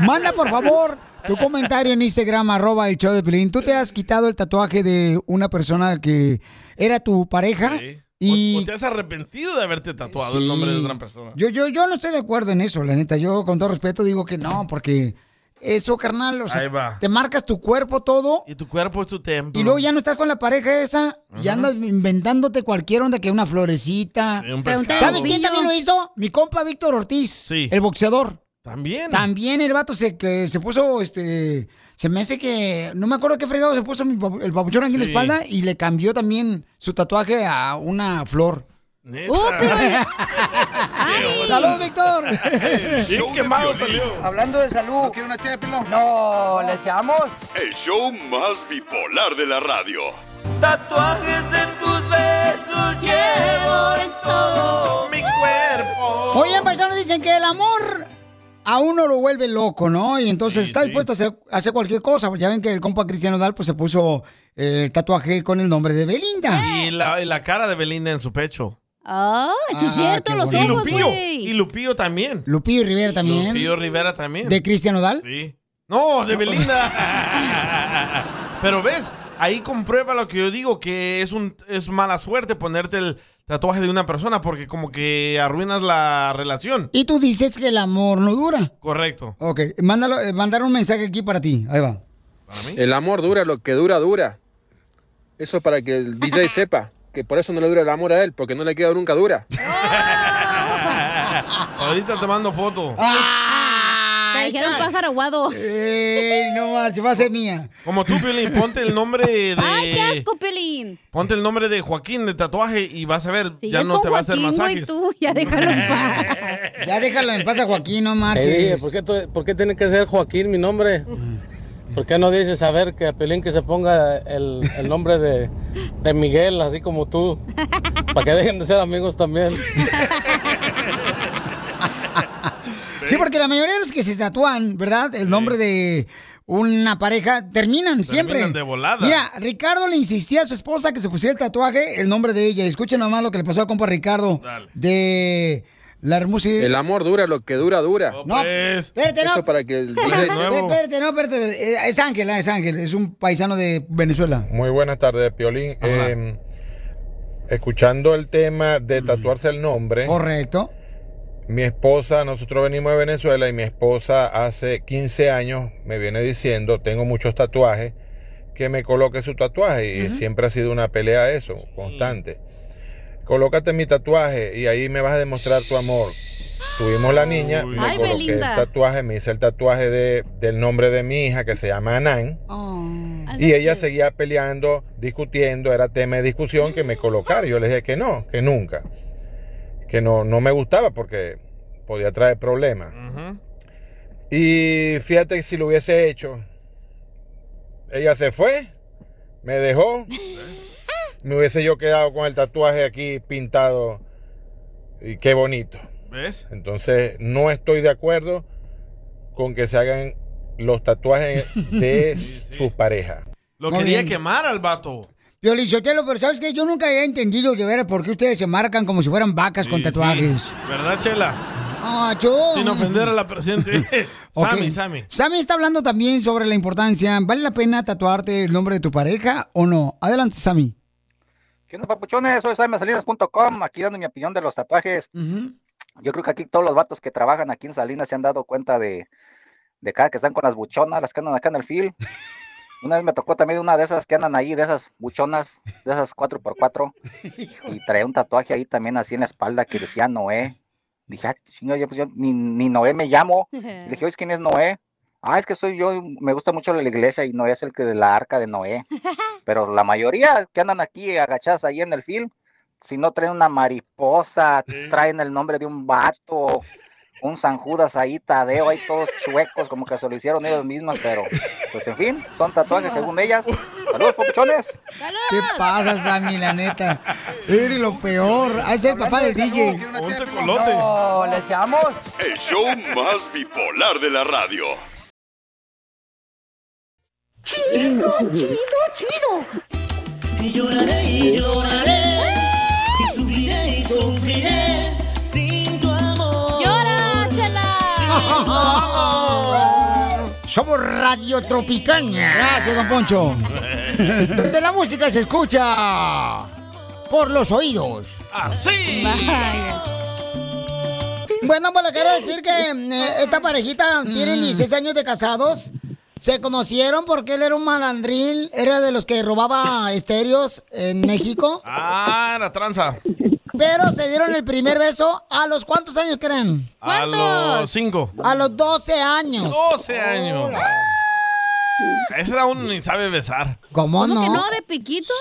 Speaker 1: Manda, por favor, tu comentario en Instagram, arroba el show de Pelín. ¿Tú te has quitado el tatuaje de una persona que era tu pareja?
Speaker 2: Sí.
Speaker 1: Y
Speaker 2: ¿O te has arrepentido de haberte tatuado el
Speaker 1: Sí.
Speaker 2: nombre de otra persona?
Speaker 1: yo, yo, yo no estoy de acuerdo en eso, la neta. Yo, con todo respeto, digo que no, porque eso, carnal, o sea,
Speaker 2: Ahí va.
Speaker 1: te marcas tu cuerpo todo
Speaker 2: Y tu cuerpo es tu templo.
Speaker 1: y luego ya no estás con la pareja esa y andas inventándote cualquier onda que una florecita.
Speaker 2: Sí, un pescado.
Speaker 1: ¿Sabes quién también lo hizo? Mi compa Víctor Ortiz, el boxeador.
Speaker 2: También.
Speaker 1: También el vato se, que se puso, este, se me hace que, no me acuerdo qué fregado se puso mi papu- el papuchón aquí en la
Speaker 2: Sí.
Speaker 1: espalda y le cambió también su tatuaje a una flor.
Speaker 2: Neta.
Speaker 8: Uh,
Speaker 1: ¡Oh, pero- ¡Salud, Víctor!
Speaker 7: Bien quemado salió.
Speaker 8: Hablando de salud. ¿No quiere una ché de pilón? No, ¿le echamos?
Speaker 7: El show más bipolar de la radio.
Speaker 14: Tatuajes de tus besos llevo en todo mi cuerpo.
Speaker 1: Oye, personas dicen que el amor a uno lo vuelve loco, ¿no? Y entonces está dispuesto a hacer, a hacer cualquier cosa. Ya ven que el compa Cristiano Dal pues, se puso eh, el tatuaje con el nombre de Belinda.
Speaker 2: Y la, y la cara de Belinda en su pecho.
Speaker 3: Ah, sí es
Speaker 1: Ah,
Speaker 3: cierto,
Speaker 1: qué
Speaker 3: los
Speaker 2: y
Speaker 1: bonito.
Speaker 3: ojos,
Speaker 2: Lupillo.
Speaker 3: güey.
Speaker 2: Y Lupillo también.
Speaker 1: Lupillo Rivera también.
Speaker 2: Lupillo Rivera también.
Speaker 1: ¿De Cristian Odal?
Speaker 2: Sí. No, de Belinda. Pero ves, ahí comprueba lo que yo digo, que es, un, es mala suerte ponerte el tatuaje de una persona porque como que arruinas la relación.
Speaker 1: Y tú dices que el amor no dura.
Speaker 2: Correcto.
Speaker 1: Ok, mándalo, eh, mandar un mensaje aquí para ti. Ahí va.
Speaker 12: El amor dura lo que dura, dura. Eso para que el DJ sepa que por eso no le dura el amor a él, porque no le queda nunca dura.
Speaker 2: Ahorita te mando foto.
Speaker 3: Te dijeron pájaro aguado.
Speaker 1: Ey, no más, va a ser mía.
Speaker 2: Como tú, Piolín, ponte el nombre de...
Speaker 3: ¡Ay, qué asco, Pelín!
Speaker 2: Ponte el nombre de Joaquín de tatuaje y vas a ver,
Speaker 3: Si
Speaker 2: ya
Speaker 3: es
Speaker 2: no
Speaker 3: con
Speaker 2: te va a hacer
Speaker 3: Joaquín, güey,
Speaker 2: masajes.
Speaker 3: tú, ya déjalo en paz.
Speaker 1: Ya déjalo en paz a Joaquín, no
Speaker 12: Eh,
Speaker 1: marches.
Speaker 12: ¿por, qué, tu- por qué tiene que ser Joaquín mi nombre? ¿Por qué no dices a ver que a Pelín que se ponga el, el nombre de, de Miguel, así como tú? Para que dejen de ser amigos también.
Speaker 1: Sí, porque la mayoría de los que se tatúan, ¿verdad? El nombre de una pareja terminan, siempre.
Speaker 2: de volada.
Speaker 1: Mira, Ricardo le insistía a su esposa que se pusiera el tatuaje, el nombre de ella. Escuchen nomás lo que le pasó al compa Ricardo de la hermosa.
Speaker 12: El amor dura lo que dura, dura.
Speaker 1: No, espérate, no.
Speaker 12: Eso para que el DJ
Speaker 1: Espérate, espérate, no, espérate. Eh, Es Ángel, ah, es Ángel, es un paisano de Venezuela.
Speaker 13: Muy buenas tardes, Piolín. Eh, escuchando el tema
Speaker 12: Mm.
Speaker 13: de tatuarse el nombre.
Speaker 1: Correcto.
Speaker 13: Mi esposa, nosotros venimos de Venezuela y mi esposa hace 15 años me viene diciendo, tengo muchos tatuajes, que me coloque su tatuaje y siempre ha sido una pelea eso, constante. Colócate mi tatuaje y ahí me vas a demostrar tu amor. Tuvimos la niña, me
Speaker 12: Ay,
Speaker 13: coloqué
Speaker 12: Belinda.
Speaker 13: el tatuaje, me hice el tatuaje de- del nombre de mi hija que se llama Anán. Y ella seguía peleando, discutiendo, era tema de discusión que me colocara. Yo le dije que no, que nunca. Que no, no me gustaba porque podía traer problemas. Y fíjate que si lo hubiese hecho, ella se fue, me dejó, me hubiese yo quedado con el tatuaje aquí pintado y qué bonito.
Speaker 2: ¿Ves?
Speaker 13: Entonces no estoy de acuerdo con que se hagan los tatuajes de sus parejas.
Speaker 2: Lo
Speaker 13: Muy
Speaker 2: quería
Speaker 13: bien.
Speaker 2: quemar al vato.
Speaker 1: Piolichotelo, pero ¿sabes qué? Yo nunca he entendido de ver por qué ustedes se marcan como si fueran vacas con tatuajes.
Speaker 2: ¿Verdad, Chela?
Speaker 1: Ah, yo.
Speaker 2: Sin ofender a la presente.
Speaker 1: Ok.
Speaker 2: Sammy, Sammy.
Speaker 1: Sammy está hablando también sobre la importancia. ¿Vale la pena tatuarte el nombre de tu pareja o no? Adelante, Sammy.
Speaker 16: ¿Qué onda, papuchones? Soy SameSalinas.com, aquí dando mi opinión de los tatuajes. Yo creo que aquí todos los vatos que trabajan aquí en Salinas se han dado cuenta de, de cada que están con las buchonas, las que andan acá en el field.
Speaker 27: Una vez me tocó también una de esas que andan ahí, de esas buchonas, de esas 4x4. y traía un tatuaje ahí también así en la espalda que decía Noé. Dije, ah, chinga, yo, pues yo ni, ni Noé me llamo. Le dije, oye, ¿quién es Noé? Ah, es que soy yo, me gusta mucho la iglesia y Noé es el que de la arca de Noé. Pero la mayoría que andan aquí agachadas ahí en el film, si no traen una mariposa, traen el nombre de un vato, un San Judas ahí, Tadeo, ahí todos chuecos, como que se lo hicieron ellos mismos, pero pues en fin, son tatuajes según ellas. Saludos, popuchones.
Speaker 1: ¿Qué pasa, Sammy, la neta? Eres lo peor. Haz el papá del DJ.
Speaker 8: No, ¿le echamos?
Speaker 7: El show más bipolar de la radio.
Speaker 14: Chido, chido, chido. Y lloraré y lloraré. Y sufriré y sufriré. Sin tu amor.
Speaker 3: ¡Llora,
Speaker 1: Somos Radio Tropicaña. Gracias, don Poncho. Donde la música se escucha por los oídos.
Speaker 14: ¡Así!
Speaker 1: Bueno, pues le quiero decir que eh, esta parejita tiene 16 años de casados. Se conocieron porque él era un malandril, era de los que robaba estéreos en México.
Speaker 2: Ah, la tranza.
Speaker 1: Pero se dieron el primer beso a los cuántos años creen?
Speaker 2: A los cinco.
Speaker 1: A los 12 años.
Speaker 2: 12 años. Ese era uno ni sabe besar.
Speaker 1: ¿Cómo
Speaker 3: ¿Cómo que no? ¿De piquito?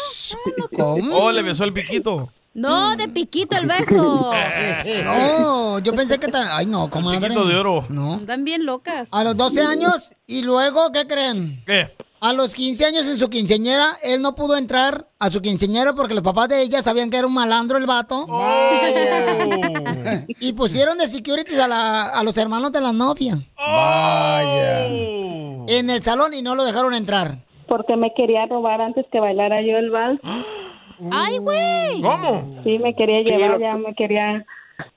Speaker 2: Oh, le besó el piquito.
Speaker 3: No, de piquito el beso.
Speaker 1: No, yo pensé que tan... Ay, no, comadre.
Speaker 2: Piquito de oro.
Speaker 1: No.
Speaker 3: Están bien locas.
Speaker 1: A los 12 años y luego, ¿qué creen?
Speaker 2: ¿Qué?
Speaker 1: A los 15 años en su quinceñera, él no pudo entrar a su quinceñera porque los papás de ella sabían que era un malandro el vato.
Speaker 2: Oh,
Speaker 1: y pusieron de securities a, la- a los hermanos de la novia. Vaya.
Speaker 2: Oh.
Speaker 1: En el salón y no lo dejaron entrar.
Speaker 6: Porque me quería robar antes que bailara yo el vals.
Speaker 1: ¡Ah!
Speaker 3: ¡Ay, güey!
Speaker 2: ¿Cómo?
Speaker 6: Sí, me quería Sí, llevar, lo- ya me quería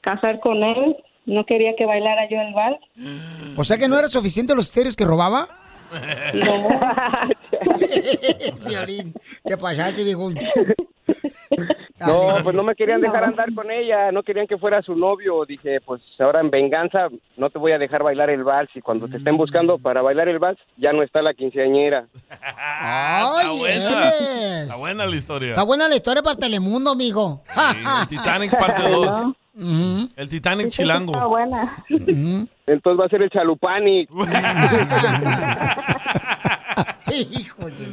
Speaker 6: casar con él. No quería que bailara yo el vals.
Speaker 1: O sea que no era suficiente los estéreos que robaba. Violín, te pasaste, viejón.
Speaker 15: No, pues no me querían dejar andar con ella, no querían que fuera su novio. Dije, pues ahora en venganza no te voy a dejar bailar el vals y cuando te estén buscando para bailar el vals ya no está la quinceañera.
Speaker 1: ¡Ay, yes.
Speaker 2: Está buena la historia.
Speaker 1: Está buena la historia para Telemundo, mijo.
Speaker 2: El Titanic parte 2. El Titanic chilango. Mm-hmm.
Speaker 6: buena.
Speaker 15: ah, Entonces va a ser el Chalupani.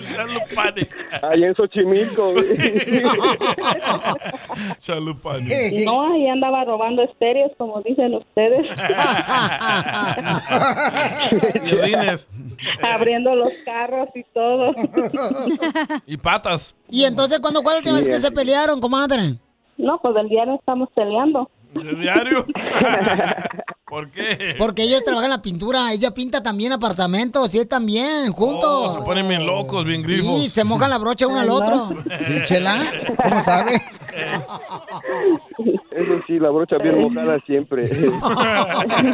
Speaker 2: Chalupani.
Speaker 15: Ahí en Xochimilco. güey.
Speaker 2: Chalupani.
Speaker 14: Eh,
Speaker 6: No, ahí andaba robando estéreos, como dicen ustedes.
Speaker 2: Y rines.
Speaker 6: Abriendo los carros y todo.
Speaker 2: Y patas.
Speaker 1: ¿Y entonces cuándo fue la última vez que se pelearon, comadre?
Speaker 6: No, pues del diario estamos peleando.
Speaker 2: ¿De diario? ¿Por qué?
Speaker 1: Porque ellos trabajan la pintura, ella pinta también apartamentos y él también,
Speaker 2: Oh,
Speaker 1: juntos.
Speaker 2: se ponen bien locos, bien grifos.
Speaker 1: Sí, se mojan la brocha uno al otro. Sí, chela, ¿cómo sabe?
Speaker 15: Eso sí, la brocha bien mojada siempre.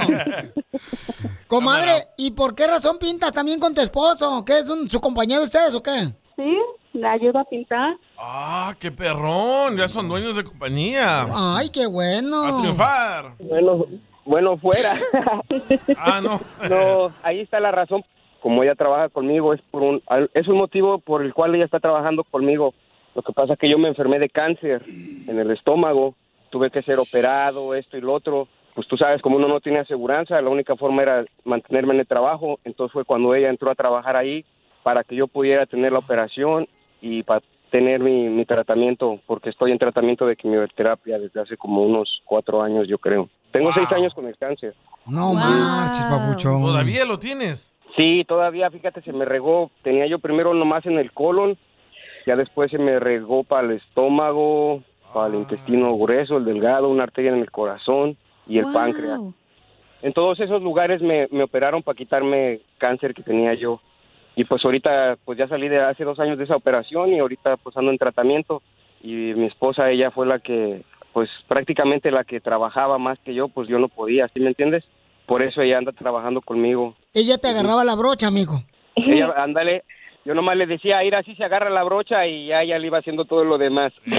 Speaker 1: Comadre, ¿y por qué razón pintas también con tu esposo? ¿Qué es un- su compañero de ustedes o qué?
Speaker 6: Sí, le ayudo a pintar.
Speaker 2: Ah, qué perrón. Ya son dueños de compañía.
Speaker 1: Ay, qué
Speaker 2: A
Speaker 1: bueno.
Speaker 2: triunfar.
Speaker 15: Bueno, bueno fuera.
Speaker 2: Ah, no.
Speaker 15: No, ahí está la razón. Como ella trabaja conmigo, es por un, al- es un motivo por el cual ella está trabajando conmigo. Lo que pasa es que yo me enfermé de cáncer en el estómago. Tuve que ser operado, esto y lo otro. Pues tú sabes, como uno no tiene aseguranza, la única forma era mantenerme en el trabajo. Entonces fue cuando ella entró a trabajar ahí para que yo pudiera tener la operación y para tener mi, mi tratamiento, porque estoy en tratamiento de quimioterapia desde hace como unos cuatro años, yo creo. Tengo seis años con el cáncer.
Speaker 1: No marches, papuchón.
Speaker 2: ¿Todavía lo tienes?
Speaker 15: Sí, todavía, fíjate, se me regó. Tenía yo primero nomás en el colon, ya después se me regó para el estómago, para el intestino grueso, el delgado, una arteria en el corazón y el páncreas. En todos esos lugares me, me operaron para quitarme cáncer que tenía yo. Y pues ahorita, pues ya salí de hace dos años de esa operación y ahorita pues ando en tratamiento. Y mi esposa, ella fue la que, pues prácticamente la que trabajaba más que yo, pues yo no podía, ¿sí me entiendes? Por eso ella anda trabajando conmigo.
Speaker 1: Ella te agarraba la brocha, amigo.
Speaker 15: Ella, ándale, Yo nomás le decía, ir así se agarra la brocha y ya ella le iba haciendo todo lo demás.
Speaker 2: Qué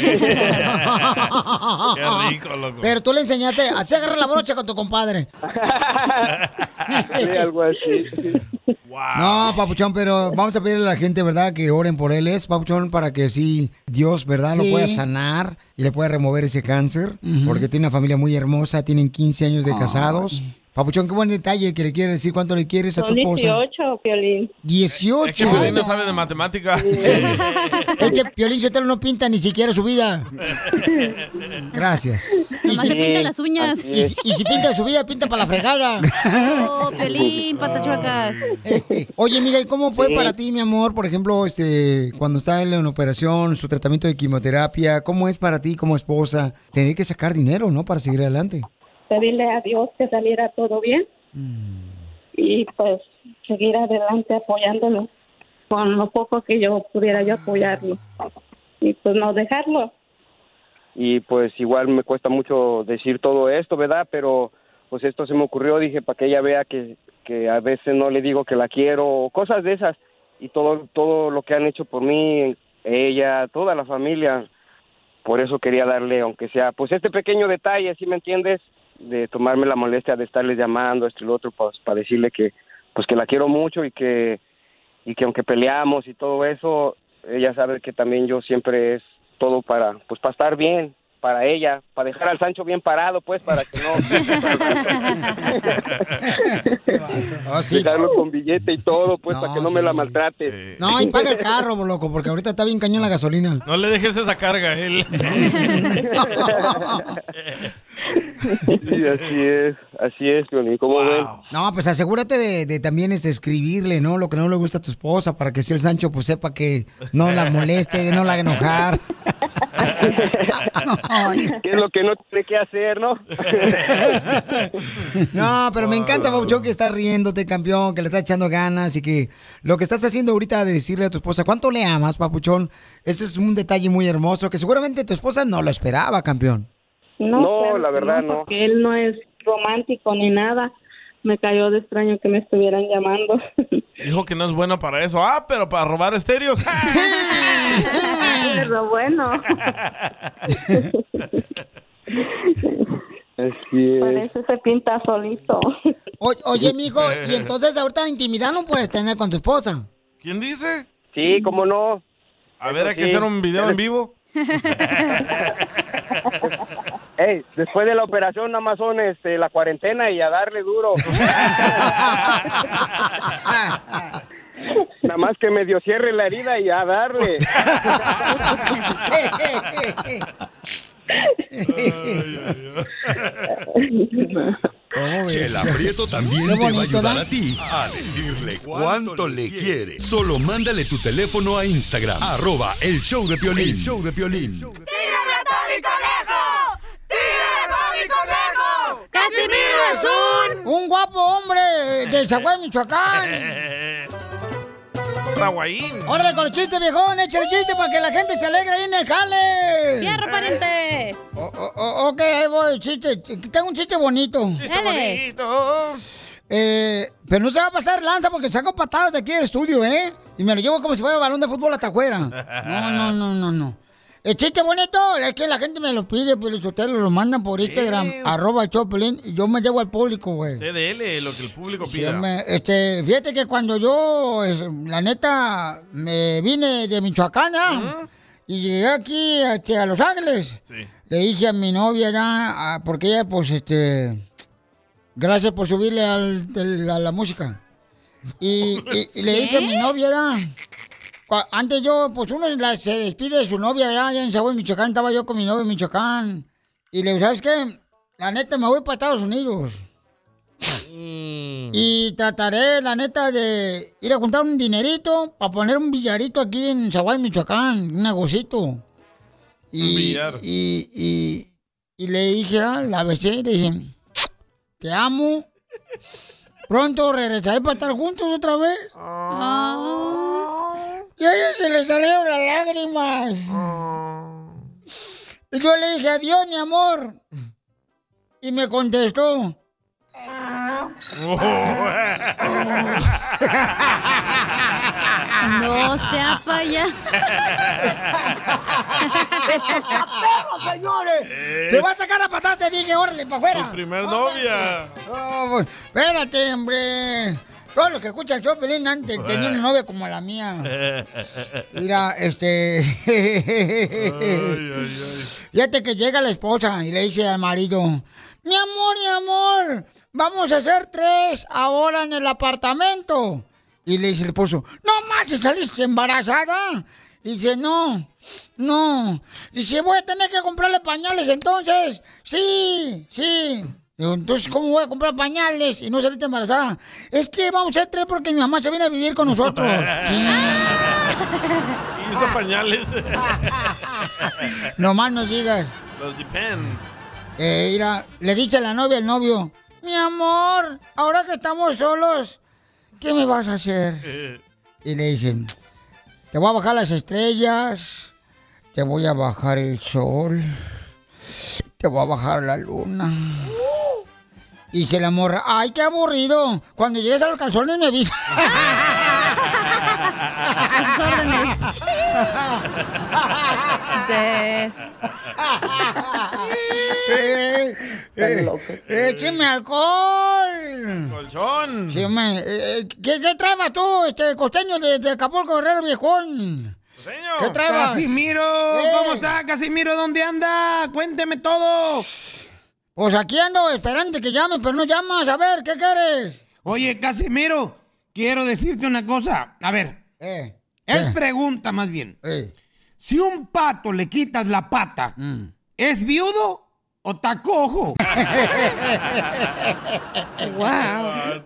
Speaker 2: rico, loco.
Speaker 1: Pero tú le enseñaste, así agarra la brocha con tu compadre.
Speaker 15: algo así.
Speaker 1: No, Papuchón, pero vamos a pedirle a la gente, ¿verdad? Que oren por él, es Papuchón, para que sí, Dios, ¿verdad?
Speaker 19: Sí.
Speaker 1: Lo pueda sanar y le pueda remover ese cáncer, porque tiene una familia muy hermosa, tienen 15 años de casados. Papuchón, qué buen detalle que le quieres decir cuánto le quieres a tu
Speaker 4: Son
Speaker 1: esposa.
Speaker 4: 18, Piolín.
Speaker 1: 18.
Speaker 2: Es que Piolín no sabe de matemática.
Speaker 1: Es que Piolín Sotelo no pinta ni siquiera su vida. Gracias.
Speaker 3: Nomás se pinta las uñas.
Speaker 1: Y, si- y si pinta su vida, pinta para la fregada.
Speaker 3: Oh, Piolín, patachuacas.
Speaker 1: Oye, amiga, ¿y cómo fue
Speaker 3: Sí.
Speaker 1: para ti, mi amor? Por ejemplo, este, cuando está él en operación, su tratamiento de quimioterapia, ¿cómo es para ti como esposa tener que sacar dinero, no, para seguir adelante?
Speaker 4: Pedirle a Dios que saliera todo bien.
Speaker 1: Mm.
Speaker 4: Y pues seguir adelante apoyándolo con lo poco que yo pudiera yo apoyarlo. Y pues no dejarlo.
Speaker 15: y pues igual me cuesta mucho decir todo esto, ¿verdad? Pero pues esto se me ocurrió, dije, para que ella vea que, que a veces no le digo que la quiero, o cosas de esas, y todo, todo lo que han hecho por mí, ella, toda la familia, por eso quería darle, aunque sea, pues este pequeño detalle, ¿sí me entiendes? De tomarme la molestia de estarles llamando, esto y lo otro, pues para decirle que, pues que la quiero mucho y que, y que aunque peleamos y todo eso, ella sabe que también yo siempre es todo para, pues para estar bien, para ella, para dejar al Sancho bien parado, pues, para que
Speaker 2: Este
Speaker 15: no.
Speaker 1: Ah,
Speaker 15: Dejarlo con billete y todo, pues, para que no me la maltrate.
Speaker 1: No, y paga el carro, loco, porque ahorita está bien cañón la gasolina.
Speaker 2: No le dejes esa carga eh? a él.
Speaker 14: Eh,
Speaker 15: Sí, así es, así es, Piolín, ¿cómo ven?
Speaker 1: No, pues asegúrate de, de también este, escribirle, ¿no? Lo que no le gusta a tu esposa, para que si el Sancho pues sepa que no la moleste, no la haga enojar.
Speaker 15: ¿Qué es lo que no tiene que hacer, no?
Speaker 1: No, pero me encanta, Bauchón, que estás riéndote, campeón, que le estás echando ganas y que lo que estás haciendo ahorita de decirle a tu esposa cuánto le amas, Papuchón, eso es un detalle muy hermoso que seguramente tu esposa no lo esperaba, campeón.
Speaker 4: No,
Speaker 1: No,
Speaker 4: claro
Speaker 1: la
Speaker 4: que
Speaker 1: verdad, no.
Speaker 4: Porque él no es romántico ni nada. Me cayó de extraño que me estuvieran llamando.
Speaker 2: Dijo que no es bueno para eso. Ah, pero para robar estéreos. Ah,
Speaker 4: Pero bueno,
Speaker 15: Así
Speaker 4: por
Speaker 15: es.
Speaker 4: eso se pinta solito.
Speaker 1: oye, Eh, mijo, y entonces ahorita intimidad no puedes tener con tu esposa.
Speaker 2: ¿Quién dice?
Speaker 15: Sí, cómo no.
Speaker 2: A ver, hay que
Speaker 15: Sí.
Speaker 2: hacer un video en vivo.
Speaker 15: Ey, después de la operación, nada más son este, la cuarentena y a darle duro. nada más que medio cierre la herida y a darle.
Speaker 14: eh, Ah.
Speaker 1: Oh,
Speaker 18: El aprieto también
Speaker 14: Qué
Speaker 18: te va a
Speaker 14: bonito,
Speaker 18: ayudar
Speaker 14: ¿da?
Speaker 18: a ti a decirle cuánto le quiere. Solo mándale tu teléfono a Instagram, arroba el show de Piolín. show de Piolín.
Speaker 1: ¡Casimiro es un... Un guapo hombre del Zaguay, Michoacán.
Speaker 2: Zaguayín.
Speaker 1: Órale con el chiste, viejón, echa el chiste para que la gente se alegre ahí en el jale.
Speaker 3: ¡Fierro, pariente!
Speaker 1: O- o- o- ok, ahí voy, chiste. Tengo un chiste bonito.
Speaker 3: Dale.
Speaker 1: Eh, pero no se va a pasar lanza porque saco patadas de aquí del estudio, ¿eh? Y me lo llevo como si fuera balón de fútbol hasta afuera. No, no, no, no, no. El chiste bonito es que la gente me lo pide, pero ustedes lo mandan por Instagram, arroba Choplin, y yo me llevo al público, güey.
Speaker 2: CDL, lo que el público
Speaker 1: Sí,
Speaker 2: pida.
Speaker 1: hombre, este, fíjate que cuando yo, es- la neta, me vine de Michoacán, ¿ah? y llegué aquí este, a Los Ángeles,
Speaker 14: Sí.
Speaker 1: le dije a mi novia, ya, a- porque ella, pues, este, gracias por subirle al- del- a la música. Y, y- y le dije a mi novia, ya, cua- antes yo, pues, uno la- se despide de su novia, ya, ya en Sahuey, Michoacán, estaba yo con mi novia en Michoacán, y le digo, ¿sabes qué? La neta, me voy para Estados Unidos. Y trataré, la neta, de ir a juntar un dinerito para poner un billarito aquí en Zaguay, Michoacán, un negocito. Y,
Speaker 14: billar.
Speaker 1: y, y, y le dije, a la besé, le dije, te amo. Pronto regresaré para estar juntos otra vez.
Speaker 3: Ah.
Speaker 1: Y a ella se le salieron las lágrimas. Y yo le dije, adiós, mi amor. Y me contestó, "Ah".
Speaker 3: No sea falla.
Speaker 1: perro, señores! ¡Te va a sacar a patadas! Te dije, órale, para afuera.
Speaker 2: Su primer novia.
Speaker 1: No, pues, espérate, hombre. Todos los que escuchan el show, Pelín,
Speaker 2: Eh.
Speaker 1: antes tenía una novia como la mía. Mira, este. Fíjate que llega la esposa y le dice al marido: Mi amor, mi amor, vamos a hacer tres ahora en el apartamento. Y le dice el esposo: No más, saliste embarazada. Y dice: No, no. Dice: Voy a tener que comprarle pañales entonces. Sí, sí. Digo, entonces, ¿cómo voy a comprar pañales y no saliste embarazada? Es que vamos a hacer tres porque mi mamá se viene a vivir con nosotros. Sí.
Speaker 2: Hizo pañales.
Speaker 1: Nomás nos digas.
Speaker 2: Los depends.
Speaker 1: Eh, mira, le dice a la novia al novio, mi amor, ahora que estamos solos, ¿qué me vas a hacer? Y le dicen, te voy a bajar las estrellas, te voy a bajar el sol, te voy a bajar la luna. Y se la morra, ay, qué aburrido. Cuando llegues a los calzones me avisa.
Speaker 14: A sus órdenes.
Speaker 1: Eh, eh, ¡Écheme alcohol!
Speaker 2: Colchón.
Speaker 1: Sí, hombre. Eh, eh, ¿qué, qué traebas tú, este costeño de, de Acapulco, Guerrero Viejón? ¿Qué Eh. traebas?
Speaker 19: Casimiro, ¿cómo está? Casimiro, ¿dónde anda? Cuénteme todo.
Speaker 1: Pues aquí ando esperando que llame, pero no llamas. A ver, ¿qué quieres?
Speaker 19: Oye, Casimiro, quiero decirte una cosa. A ver,
Speaker 1: Eh.
Speaker 19: es pregunta más bien. Si un pato le quitas la pata,
Speaker 1: Mm.
Speaker 19: ¿es viudo o está cojo? Ay,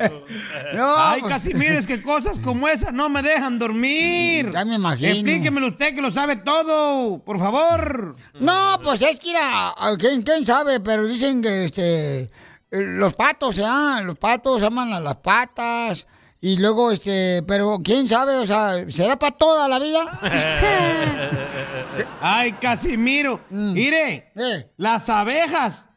Speaker 1: pues-
Speaker 19: Casimiro, es que cosas como esas no me dejan dormir. Ya
Speaker 1: me imagino.
Speaker 19: Explíquemelo usted que lo sabe todo, por favor.
Speaker 1: No, pues es que era, a- ¿quién, quién sabe? Pero dicen que este, eh, los patos, ¿ya? Los patos aman a las patas. Y luego, este, pero quién sabe, o sea, ¿será para toda la vida?
Speaker 19: Ay, Casimiro.
Speaker 1: Mm.
Speaker 19: Mire,
Speaker 1: Eh.
Speaker 19: las abejas,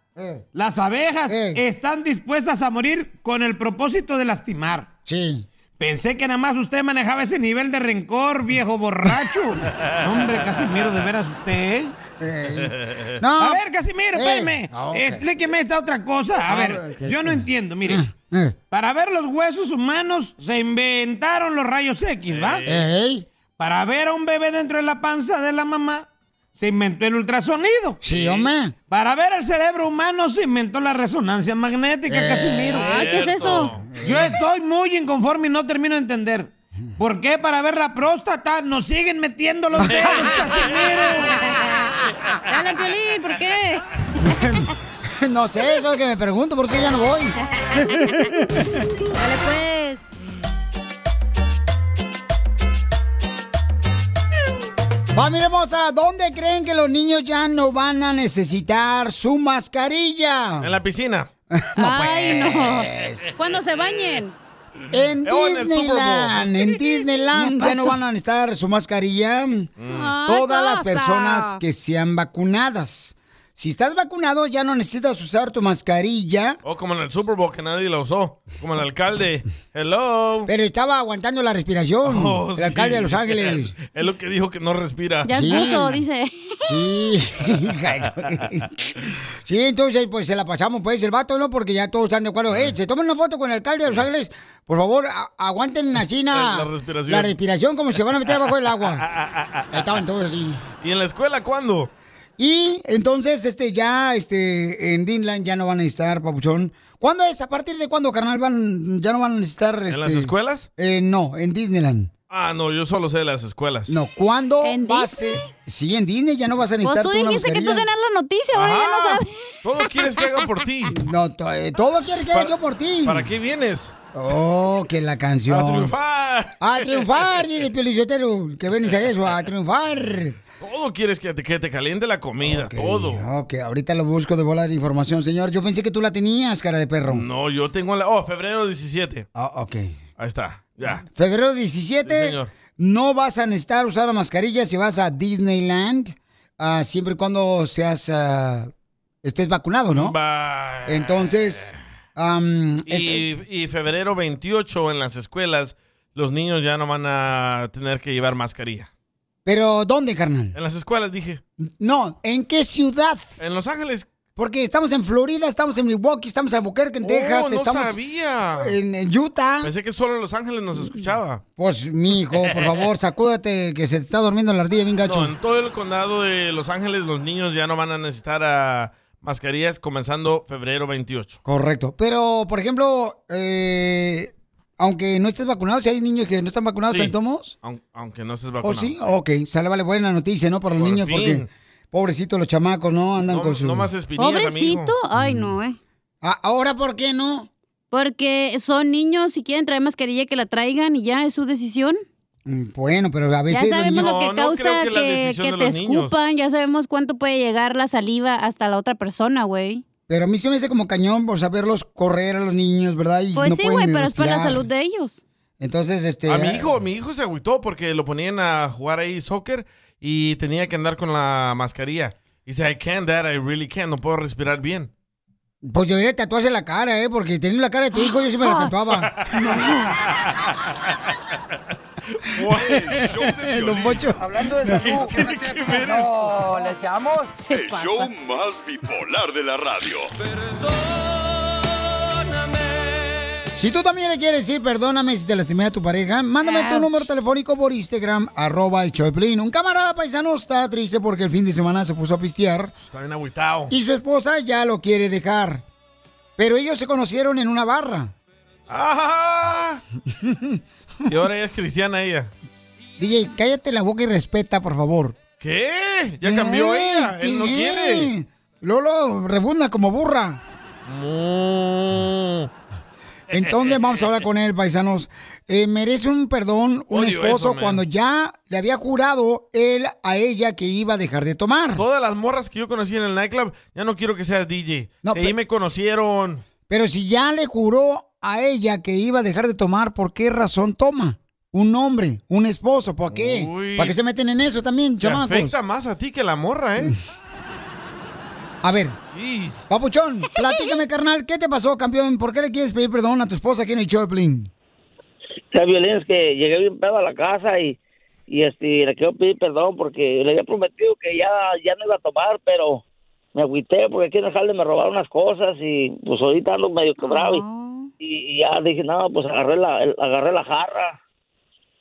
Speaker 19: las abejas están dispuestas a morir con el propósito de lastimar.
Speaker 1: Sí.
Speaker 19: Pensé que nada más usted manejaba ese nivel de rencor, viejo borracho. No, Hombre, Casimiro, de veras usted.
Speaker 1: ¿eh?
Speaker 19: No. A ver, Casimiro,
Speaker 1: Eh.
Speaker 19: espérame.
Speaker 1: Ah, ok. Ah,
Speaker 19: Explíqueme esta otra cosa. A,
Speaker 1: A
Speaker 19: ver,
Speaker 1: ver, ¿qué-
Speaker 19: yo no entiendo, mire.
Speaker 1: Mm,
Speaker 19: Para ver los huesos humanos se inventaron los rayos X, ¿va? Para ver a un bebé dentro de la panza de la mamá se inventó el ultrasonido.
Speaker 1: Sí, hombre.
Speaker 19: Para ver el cerebro humano se inventó la resonancia magnética,
Speaker 1: Eh,
Speaker 19: Casimiro.
Speaker 1: Ay, ¿qué es eso?
Speaker 19: Yo estoy muy inconforme y no termino de entender. ¿Por qué para ver la próstata nos siguen metiendo los dedos, Casimiro?
Speaker 3: Dale, Piolín, ¿por qué?
Speaker 1: no sé, es lo que me pregunto, por eso ya no voy.
Speaker 3: Dale, pues.
Speaker 1: Familia hermosa, ¿dónde creen que los niños ya no van a necesitar su mascarilla? pues.
Speaker 2: En la piscina.
Speaker 3: Ay, no. Cuando se bañen.
Speaker 1: En
Speaker 3: Eh, o en el
Speaker 1: Disneyland, en Disneyland
Speaker 3: Ya
Speaker 1: ya no
Speaker 3: pasó.
Speaker 1: van a necesitar su mascarilla.
Speaker 3: Ay,
Speaker 1: Mm. Todas las
Speaker 3: cosa.
Speaker 1: personas que sean vacunadas. Si estás vacunado, ya no necesitas usar tu mascarilla.
Speaker 2: O como en el Super Bowl que nadie la usó. Como el alcalde. Hello.
Speaker 1: Pero estaba aguantando la respiración.
Speaker 2: Oh,
Speaker 1: el
Speaker 2: sí.
Speaker 1: alcalde de Los Ángeles.
Speaker 2: Es lo que dijo que no respira.
Speaker 3: Ya puso, dice.
Speaker 1: Sí, hija de- sí, entonces pues se la pasamos pues el vato, ¿no? Porque ya todos están de acuerdo. Eh, se toman una foto con el alcalde de Los Ángeles. Por favor, a- aguanten la china.
Speaker 2: La respiración.
Speaker 1: La respiración como se van a meter abajo del
Speaker 2: Ah,
Speaker 1: agua. Estaban todos así.
Speaker 2: ¿Y en la escuela cuándo?
Speaker 1: Y entonces, este, ya, este, en Disneyland ya no van a necesitar, papuchón. ¿Cuándo es? ¿A partir de cuándo, carnal, van, ya no van a necesitar, este...
Speaker 2: las escuelas?
Speaker 1: Eh, no, en Disneyland.
Speaker 2: Ah, no, yo solo sé de las escuelas.
Speaker 1: No, ¿cuándo vas a- Sí, en Disney ya no vas a
Speaker 3: Pues
Speaker 1: necesitar
Speaker 3: tú
Speaker 1: una
Speaker 3: dijiste que tú
Speaker 1: mascarilla.
Speaker 3: tenías la noticia, ahora ya no sabes.
Speaker 2: Ah, Todo quieres que haga por ti.
Speaker 1: No, to- eh, todo quieres que haga yo por ti.
Speaker 2: ¿Para qué vienes?
Speaker 1: Oh, que la canción.
Speaker 2: A triunfar.
Speaker 1: A triunfar, dice el Piolizotero, que venís a eso, a triunfar.
Speaker 2: Todo quieres que te, que te caliente la comida, todo.
Speaker 1: Ok, ahorita lo busco de bola de información, señor. Yo pensé que tú la tenías, cara de perro.
Speaker 2: No, yo tengo la... Oh, febrero 17.
Speaker 1: Ah, ok.
Speaker 2: Ahí está, ya.
Speaker 1: Febrero 17,
Speaker 2: Sí, señor.
Speaker 1: no vas a necesitar usar la mascarilla si vas a Disneyland, ah, siempre y cuando seas, ah, estés vacunado, ¿no? Entonces, Am, es-
Speaker 2: Y, y febrero 28 en las escuelas, los niños ya no van a tener que llevar mascarilla.
Speaker 1: Pero ¿dónde, carnal?
Speaker 2: En las escuelas dije.
Speaker 1: No, ¿en qué ciudad?
Speaker 2: En Los Ángeles.
Speaker 1: Porque estamos en Florida, estamos en Milwaukee, estamos en Albuquerque, en
Speaker 2: Oh,
Speaker 1: Texas,
Speaker 2: no
Speaker 1: estamos
Speaker 2: sabía.
Speaker 1: en en Utah. Mm,
Speaker 2: Pensé que solo Los Ángeles nos escuchaba.
Speaker 1: Pues, mijo, por favor, sacúdate que se te está durmiendo la ardilla bien gacho.
Speaker 2: No, en todo el condado de Los Ángeles los niños ya no van a necesitar ah, mascarillas comenzando febrero 28.
Speaker 1: Correcto. Pero, por ejemplo, eh, aunque no estés vacunado, si hay niños que no están vacunados,
Speaker 2: Sí.
Speaker 1: ¿están tomos?
Speaker 2: Aun- Aunque no estés
Speaker 1: ¿O
Speaker 2: vacunado.
Speaker 1: sí? Ok, sale, vale, buena noticia, ¿no? Para los niños,
Speaker 2: fin.
Speaker 1: porque pobrecitos los chamacos, ¿no? Andan
Speaker 2: No-
Speaker 1: con su...
Speaker 2: no más espinillas a mi hijo.
Speaker 3: Pobrecito, ay no, eh.
Speaker 1: Ah, Ahora, ¿por qué no?
Speaker 3: Porque son niños, si quieren traer mascarilla, que la traigan y ya es su decisión.
Speaker 1: Mm, Bueno, pero a
Speaker 3: Ya
Speaker 1: veces... los
Speaker 3: sabemos
Speaker 1: niños-
Speaker 3: lo que causa que, que te escupan, ya sabemos cuánto puede llegar la saliva hasta la otra persona, güey.
Speaker 1: Pero a mí se me hace como cañón por saberlos correr a los niños, ¿verdad? Y
Speaker 3: Pues
Speaker 1: no
Speaker 3: sí,
Speaker 1: pueden
Speaker 3: güey,
Speaker 1: ni
Speaker 3: pero es para la
Speaker 1: respirar.
Speaker 3: salud de ellos.
Speaker 1: Entonces, este...
Speaker 2: A mi hijo, mi hijo se agüitó porque lo ponían a jugar ahí soccer y tenía que andar con la mascarilla. Y dice, I can't that, I really can't, no puedo respirar bien.
Speaker 1: Pues debería tatuarse la cara, ¿eh? Porque teniendo la cara de tu hijo, yo siempre la tatuaba. Don Pocho.
Speaker 8: Hablando de salud. No, ¿le echamos?
Speaker 7: El show más bipolar de la radio.
Speaker 1: Si tú también le quieres decir perdóname si te lastimé a tu pareja, mándame tu
Speaker 8: Ah.
Speaker 14: Ouch.
Speaker 1: número telefónico por Instagram, arroba el Choplin. Un camarada paisano está triste porque el fin de semana se puso a pistear
Speaker 2: Está bien agüitado.
Speaker 1: y su esposa ya lo quiere dejar. Pero ellos se conocieron en una barra.
Speaker 2: ¡Ah! Y ahora ella es cristiana ella.
Speaker 1: DJ, cállate la boca y respeta, por favor.
Speaker 2: ¿Qué? Ya cambió
Speaker 1: Eh,
Speaker 2: ella, él no
Speaker 1: eh.
Speaker 2: quiere.
Speaker 1: Lolo rebunda como burra. Entonces vamos a hablar con él, paisanos. Eh, merece un perdón un
Speaker 2: Odio
Speaker 1: esposo
Speaker 2: eso, man.
Speaker 1: cuando ya le había jurado él a ella que iba a dejar de tomar.
Speaker 2: Todas las morras que yo conocí en el nightclub, ya no quiero que seas DJ.
Speaker 1: No,
Speaker 2: De ahí
Speaker 1: pe-
Speaker 2: me conocieron.
Speaker 1: Pero si ya le juró a ella que iba a dejar de tomar, ¿por qué razón toma? Un hombre, un esposo, ¿por qué?
Speaker 2: Uy.
Speaker 1: ¿Para qué se meten en eso también,
Speaker 2: Te
Speaker 1: chamacos?
Speaker 2: afecta más a ti que la morra, ¿eh?
Speaker 1: A ver,
Speaker 2: Jeez.
Speaker 1: papuchón, platícame, carnal, ¿qué te pasó, campeón? ¿Por qué le quieres pedir perdón a tu esposa aquí en el Choplin?
Speaker 9: La violencia es que llegué bien pedo a la casa y, y este, le quiero pedir perdón porque le había prometido que ya, ya no iba a tomar, pero me agüité porque aquí en el jale me robaron unas cosas y pues ahorita ando medio quebrado y, y- y ya dije, no, pues agarré la, el- agarré la jarra,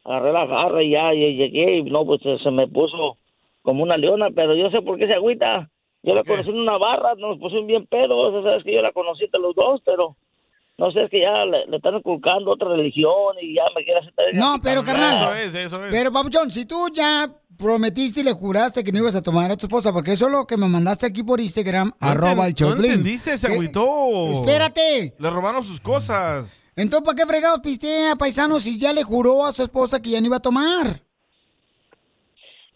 Speaker 9: agarré la jarra y ya y llegué y no, pues se, se me puso como una leona, pero yo sé por qué se agüita. Yo la conocí en una barra, nos pusimos bien pedos, o sea, sabes que yo la conocí entre los dos, pero no sé, es que ya le, le están inculcando otra religión y ya me quiere aceptar.
Speaker 1: No, pero carnal.
Speaker 2: Eso es, eso es.
Speaker 1: Pero, Papuchón, si tú ya prometiste y le juraste que no ibas a tomar a tu esposa, porque eso es lo que me mandaste aquí por Instagram, arroba el
Speaker 2: ¿No
Speaker 1: Choplin.
Speaker 2: entendiste? Se agüitó.
Speaker 1: Espérate.
Speaker 2: Le robaron sus cosas.
Speaker 1: Entonces, ¿para qué fregados pistea, paisano, si ya le juró a su esposa que ya no iba a tomar?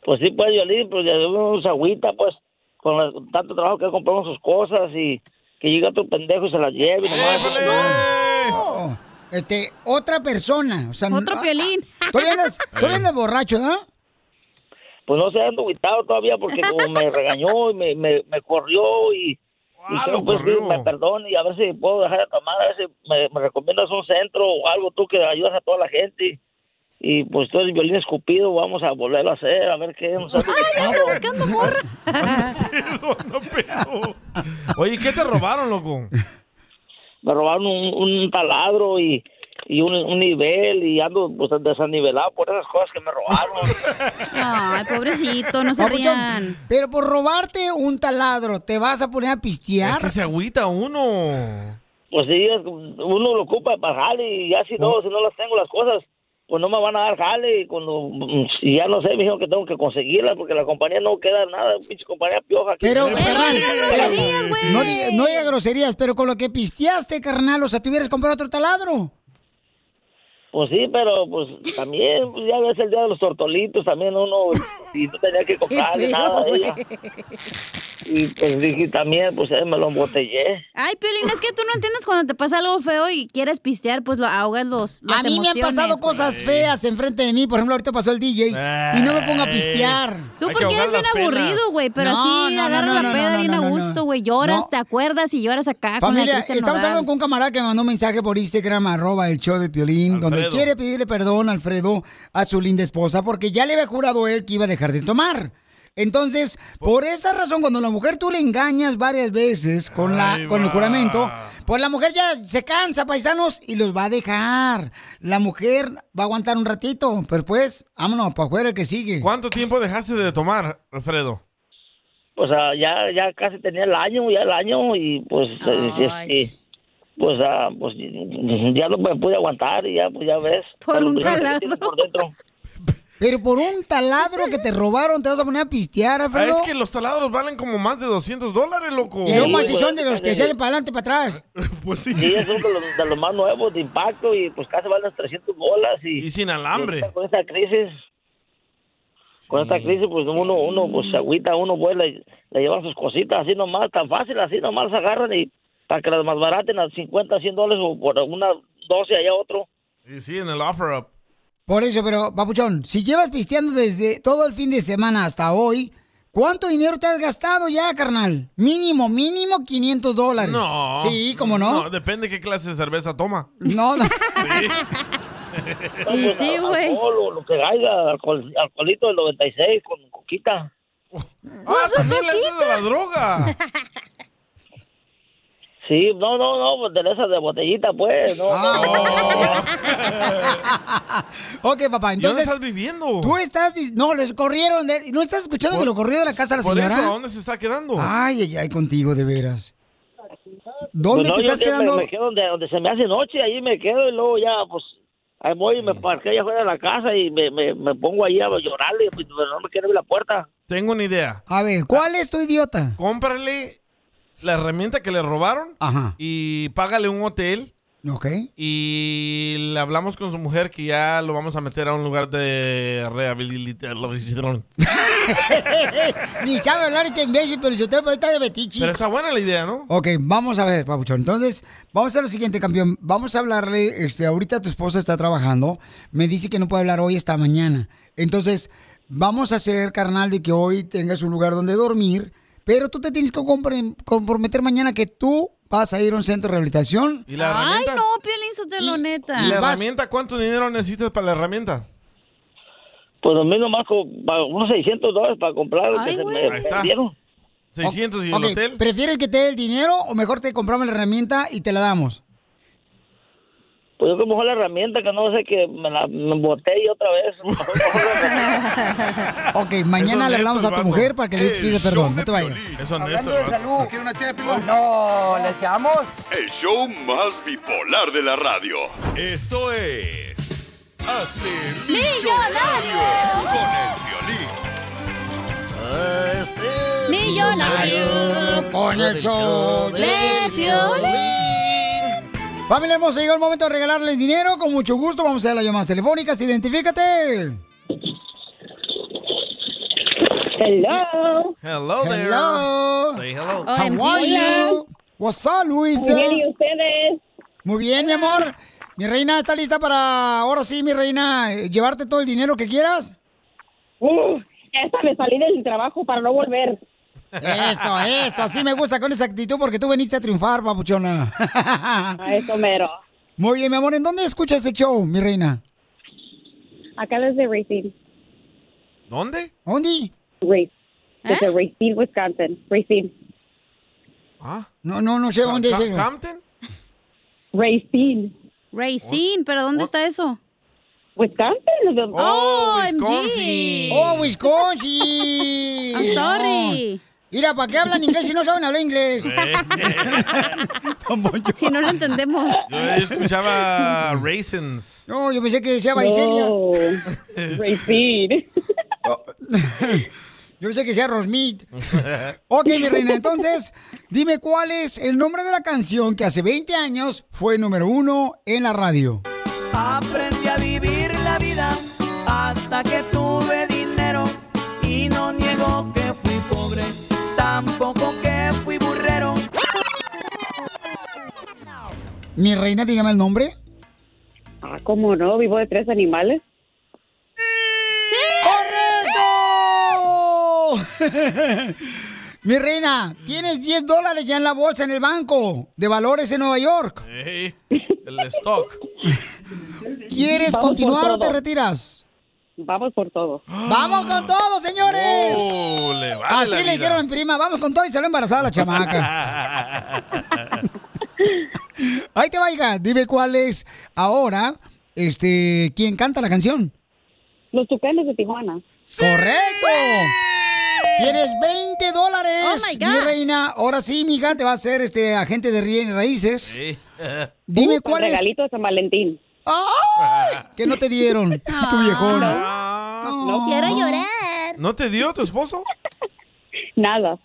Speaker 9: Pues sí, pues Violín, pues ya unos agüita, pues, con la- tanto trabajo que compramos sus cosas y que llega otro pendejo y se las lleve. y
Speaker 2: pues,
Speaker 9: nomás-
Speaker 2: ¡Eh!
Speaker 1: No. Este, otra persona. O sea,
Speaker 9: Otro
Speaker 1: violín. Todavía andas, todavía andas borracho, ¿no?
Speaker 9: Pues no se ando agüitado todavía porque como me regañó y me, me, me corrió y...
Speaker 2: Ah,
Speaker 9: y creo, pues, sí, me perdone y a ver si puedo dejar de tomar, a ver si me, me recomiendas un centro o algo tú que ayudas a toda la gente. Y pues todo el violín escupido, vamos a volverlo a hacer, Eh, a ver qué. No sé,
Speaker 3: buscando morra.
Speaker 2: Oye, ¿qué te robaron, loco?
Speaker 9: me robaron un, un taladro y, y un, un nivel y ando pues, desanivelado por esas cosas que me robaron.
Speaker 3: Ay, pobrecito, no se
Speaker 1: Papuchón,
Speaker 3: rían.
Speaker 1: Pero por robarte un taladro, ¿te vas a poner a pistear?
Speaker 2: Que se agüita uno.
Speaker 9: Pues sí, es- uno lo ocupa para jale y ya si
Speaker 2: Oh.
Speaker 9: no, si no las tengo las cosas, pues no me van a dar jale y cuando y ya no sé, me dijeron que tengo que conseguirlas porque la compañía no queda nada, pinche compañía pioja. Aquí.
Speaker 1: Pero, carnal, pero- no diga, no diga groserías, pero con lo que pisteaste, carnal, o sea, te hubieras comprado otro taladro.
Speaker 9: Pues sí, pero pues también, pues, ya ves el día de los tortolitos, también uno, y no tenía que comprar nada. ella. Y pues dije también, pues ahí me lo embotellé.
Speaker 3: Ay, Piolín, es que tú no entiendes cuando te pasa algo feo y quieres pistear, pues lo ahogas los. las
Speaker 1: A mí me han
Speaker 3: emociones,
Speaker 1: pasado
Speaker 3: güey.
Speaker 1: cosas feas enfrente de mí. Por ejemplo, ahorita pasó el DJ y no me pongo a pistear.
Speaker 3: Tú porque eres bien aburrido, güey, pero sí agarras la peda bien a gusto, güey. Lloras,
Speaker 1: No.
Speaker 3: te acuerdas y lloras acá con la
Speaker 1: Familia,
Speaker 3: Cristian
Speaker 1: estamos
Speaker 3: Nodal.
Speaker 1: hablando con un camarada que me mandó un mensaje por Instagram, arroba el show de Piolín, donde
Speaker 14: Alfredo.
Speaker 1: quiere pedirle perdón a Alfredo, a su linda esposa, porque ya le había jurado él que iba a dejar de tomar. Entonces, por esa razón, cuando la mujer tú le engañas varias veces con, la, con el juramento, pues la mujer ya se cansa, paisanos, y los va a dejar. La mujer va a aguantar un ratito, pero pues, vámonos para afuera el que sigue.
Speaker 2: ¿Cuánto tiempo dejaste de tomar, Alfredo?
Speaker 9: Pues ah, ya, ya casi tenía el año, ya el año, y pues, eh, este, pues, ah, pues ya no me pude aguantar, y ya, pues ya ves. Pero primero que tienes por dentro.
Speaker 1: Pero por un taladro que te robaron, te vas a poner a pistear,
Speaker 2: Ah,
Speaker 1: Alfredo.
Speaker 2: es que los taladros valen como más de 200 dólares, loco.
Speaker 1: Y luego macichón de los que salen para adelante y para atrás.
Speaker 2: Pues sí.
Speaker 9: Sí, es uno de los, de los más nuevos de impacto y pues casi valen las 300 bolas. Y,
Speaker 2: sin alambre.
Speaker 9: con esta crisis, con esta crisis, pues uno, uno pues se agüita, uno pues le, le llevan sus cositas así nomás, tan fácil, así nomás se agarran y para que las más baraten a 50, 100 dólares o por una 12 allá otro.
Speaker 2: Y sí, en el offer up.
Speaker 1: Por eso, pero, papuchón, si llevas pisteando desde todo el fin de semana hasta hoy, ¿cuánto dinero te has gastado ya, carnal? Mínimo, mínimo 500 dólares.
Speaker 2: No.
Speaker 1: Pues Sí, ¿cómo no?
Speaker 2: No, depende qué clase de cerveza toma.
Speaker 1: No, no.
Speaker 9: Pues, al- alcohol o lo que caiga, alcohol- alcoholito del 96 con coquita.
Speaker 2: ¡Ah, también le haces de la droga!
Speaker 9: Sí, no, no, no, pues de esas de botellita, pues. No,
Speaker 1: Ah,
Speaker 9: no.
Speaker 1: ok,
Speaker 9: ¿Y dónde
Speaker 1: papá, entonces...
Speaker 9: estás
Speaker 2: viviendo?
Speaker 1: Tú estás... dis- No, los corrieron de... ¿No estás escuchando que lo corrió de la casa a la
Speaker 2: Por eso,
Speaker 1: señora?
Speaker 2: ¿a dónde se está quedando?
Speaker 1: Ay, ay, ay, contigo, de veras.
Speaker 9: Pues
Speaker 1: ¿Dónde
Speaker 9: no,
Speaker 1: te
Speaker 9: yo
Speaker 1: estás
Speaker 9: que me-
Speaker 1: quedando?
Speaker 9: Me, quedo donde, donde se me hace noche, ahí me quedo y luego ya, pues, ahí voy y me parqué allá afuera de la casa y me, me, me pongo ahí a llorarle, pues, pero no me quiere abrir la puerta.
Speaker 2: Tengo una idea.
Speaker 1: A ver, ¿cuál es tu idiota?
Speaker 2: Cómprale la herramienta que le robaron
Speaker 1: Ajá.
Speaker 2: y págale un hotel
Speaker 1: Ok.
Speaker 2: y le hablamos con su mujer que ya lo vamos a meter a un lugar de rehabilitación.
Speaker 1: Ni sabe hablar este imbécil, pero su teléfono está de Betichi.
Speaker 2: Pero está buena la idea, ¿no?
Speaker 1: Ok, vamos a ver, Papuchón. Entonces, vamos a hacer lo siguiente, campeón. Vamos a hablarle, este, ahorita tu esposa está trabajando. Me dice que no puede hablar hoy hasta mañana. Entonces, vamos a hacer, carnal, de que hoy tengas un lugar donde dormir. Pero tú te tienes que compre- comprometer mañana que tú vas a ir a un centro de rehabilitación.
Speaker 2: ¿Y la herramienta?
Speaker 3: Ay, no, Piolín, sótelo, neta.
Speaker 2: ¿Y la herramienta? ¿Cuánto dinero necesitas para la herramienta?
Speaker 9: Pues a mí nomás co- pa- unos 600 dólares para comprar lo que
Speaker 1: Ay,
Speaker 9: se
Speaker 1: güey.
Speaker 9: me
Speaker 1: Ahí está.
Speaker 9: vendieron.
Speaker 2: 600 y el
Speaker 1: Ok,
Speaker 2: hotel.
Speaker 1: ¿Prefieres que te dé el dinero o mejor te compramos la herramienta y te la damos?
Speaker 9: Pues yo que mejor la herramienta que no sé que me la me embotella otra vez.
Speaker 1: Ok, mañana le hablamos a tu mujer para que le pida perdón. No te vayas.
Speaker 2: Es
Speaker 8: Hablando
Speaker 7: honesto,
Speaker 8: de
Speaker 7: el vato.
Speaker 8: salud. ¿Quiere una No, ¿le echamos?
Speaker 7: El show más bipolar de la radio.
Speaker 18: Esto es. Hazte
Speaker 14: Millonario.
Speaker 18: con el violín.
Speaker 14: Millonario.
Speaker 1: Con el show de Familia hermosa, llegó el momento de regalarles dinero. Con mucho gusto, vamos a hacer las llamadas telefónicas. Identifícate.
Speaker 14: Hello.
Speaker 2: Hello
Speaker 14: there.
Speaker 1: Hello.
Speaker 14: Say
Speaker 3: Oh,
Speaker 14: hello.
Speaker 1: How are you? What's up, Luisa?
Speaker 14: Muy bien, ¿y
Speaker 1: ustedes? Muy bien, mi amor. Mi reina, ¿está lista para, ahora sí, mi reina, eh, llevarte todo el dinero que quieras? Uh, esa me salí del trabajo para no volver. Eso, eso, así me gusta con esa actitud porque tú veniste a triunfar, papuchona. A eso mero. Muy bien, mi amor, ¿en dónde escuchas el show, mi reina?
Speaker 4: Acá desde Racine.
Speaker 2: ¿Dónde?
Speaker 1: ¿Dónde? ¿Eh?
Speaker 4: Race. Desde Racine, Wisconsin. Racine.
Speaker 2: ¿Ah?
Speaker 1: No, no, no sé dónde es eso.
Speaker 2: ¿Campton?
Speaker 4: Racine.
Speaker 3: Racine, ¿pero dónde está eso?
Speaker 4: Wisconsin.
Speaker 3: Oh,
Speaker 1: Wisconsin. Oh, Wisconsin.
Speaker 3: I'm sorry.
Speaker 1: Mira, ¿para qué hablan inglés si no saben hablar inglés?
Speaker 2: Eh,
Speaker 3: si no lo entendemos.
Speaker 2: Yo escuchaba Raisins.
Speaker 1: No, yo pensé que decía Vaiselia. Oh. Yo pensé que decía Rosmith. Ok, mi reina, entonces, dime cuál es el nombre de la canción que hace 20 años fue número uno en la radio.
Speaker 14: Aprendí a vivir la vida hasta que tuve dinero y no niego que fui pobre, tampoco
Speaker 1: Mi reina, dígame el nombre.
Speaker 4: Ah, ¿cómo no? Vivo de tres animales.
Speaker 1: ¡Correcto! Mi reina, tienes 10 dólares ya en la bolsa en el banco de valores en Nueva York.
Speaker 2: Ey, Eh, el stock.
Speaker 1: ¿Quieres
Speaker 4: Vamos
Speaker 1: continuar
Speaker 4: por
Speaker 1: o te
Speaker 4: todo.
Speaker 1: retiras?
Speaker 4: Vamos por todo.
Speaker 1: ¡Vamos con todo, señores!
Speaker 2: Oh, le vale
Speaker 1: Así
Speaker 2: la
Speaker 1: le
Speaker 2: vida.
Speaker 1: dijeron a mi prima, vamos con todo y salió embarazada la chamaca. Ahí te va, hija. Dime cuál es ahora, este, quién canta la canción.
Speaker 4: Los tucanes de Tijuana.
Speaker 1: ¡Correcto! Tienes 20 dólares,
Speaker 4: Oh, my God.
Speaker 1: mi reina. Ahora sí, mija, te va a ser este agente de Rien Raíces.
Speaker 2: Eh.
Speaker 1: Dime
Speaker 4: Uh,
Speaker 1: cuál
Speaker 4: el
Speaker 1: es.
Speaker 4: regalito de San Valentín.
Speaker 1: ¡Ay! Que no te dieron, tu viejón.
Speaker 4: No quiero llorar.
Speaker 2: ¿No te dio tu esposo?
Speaker 4: Nada.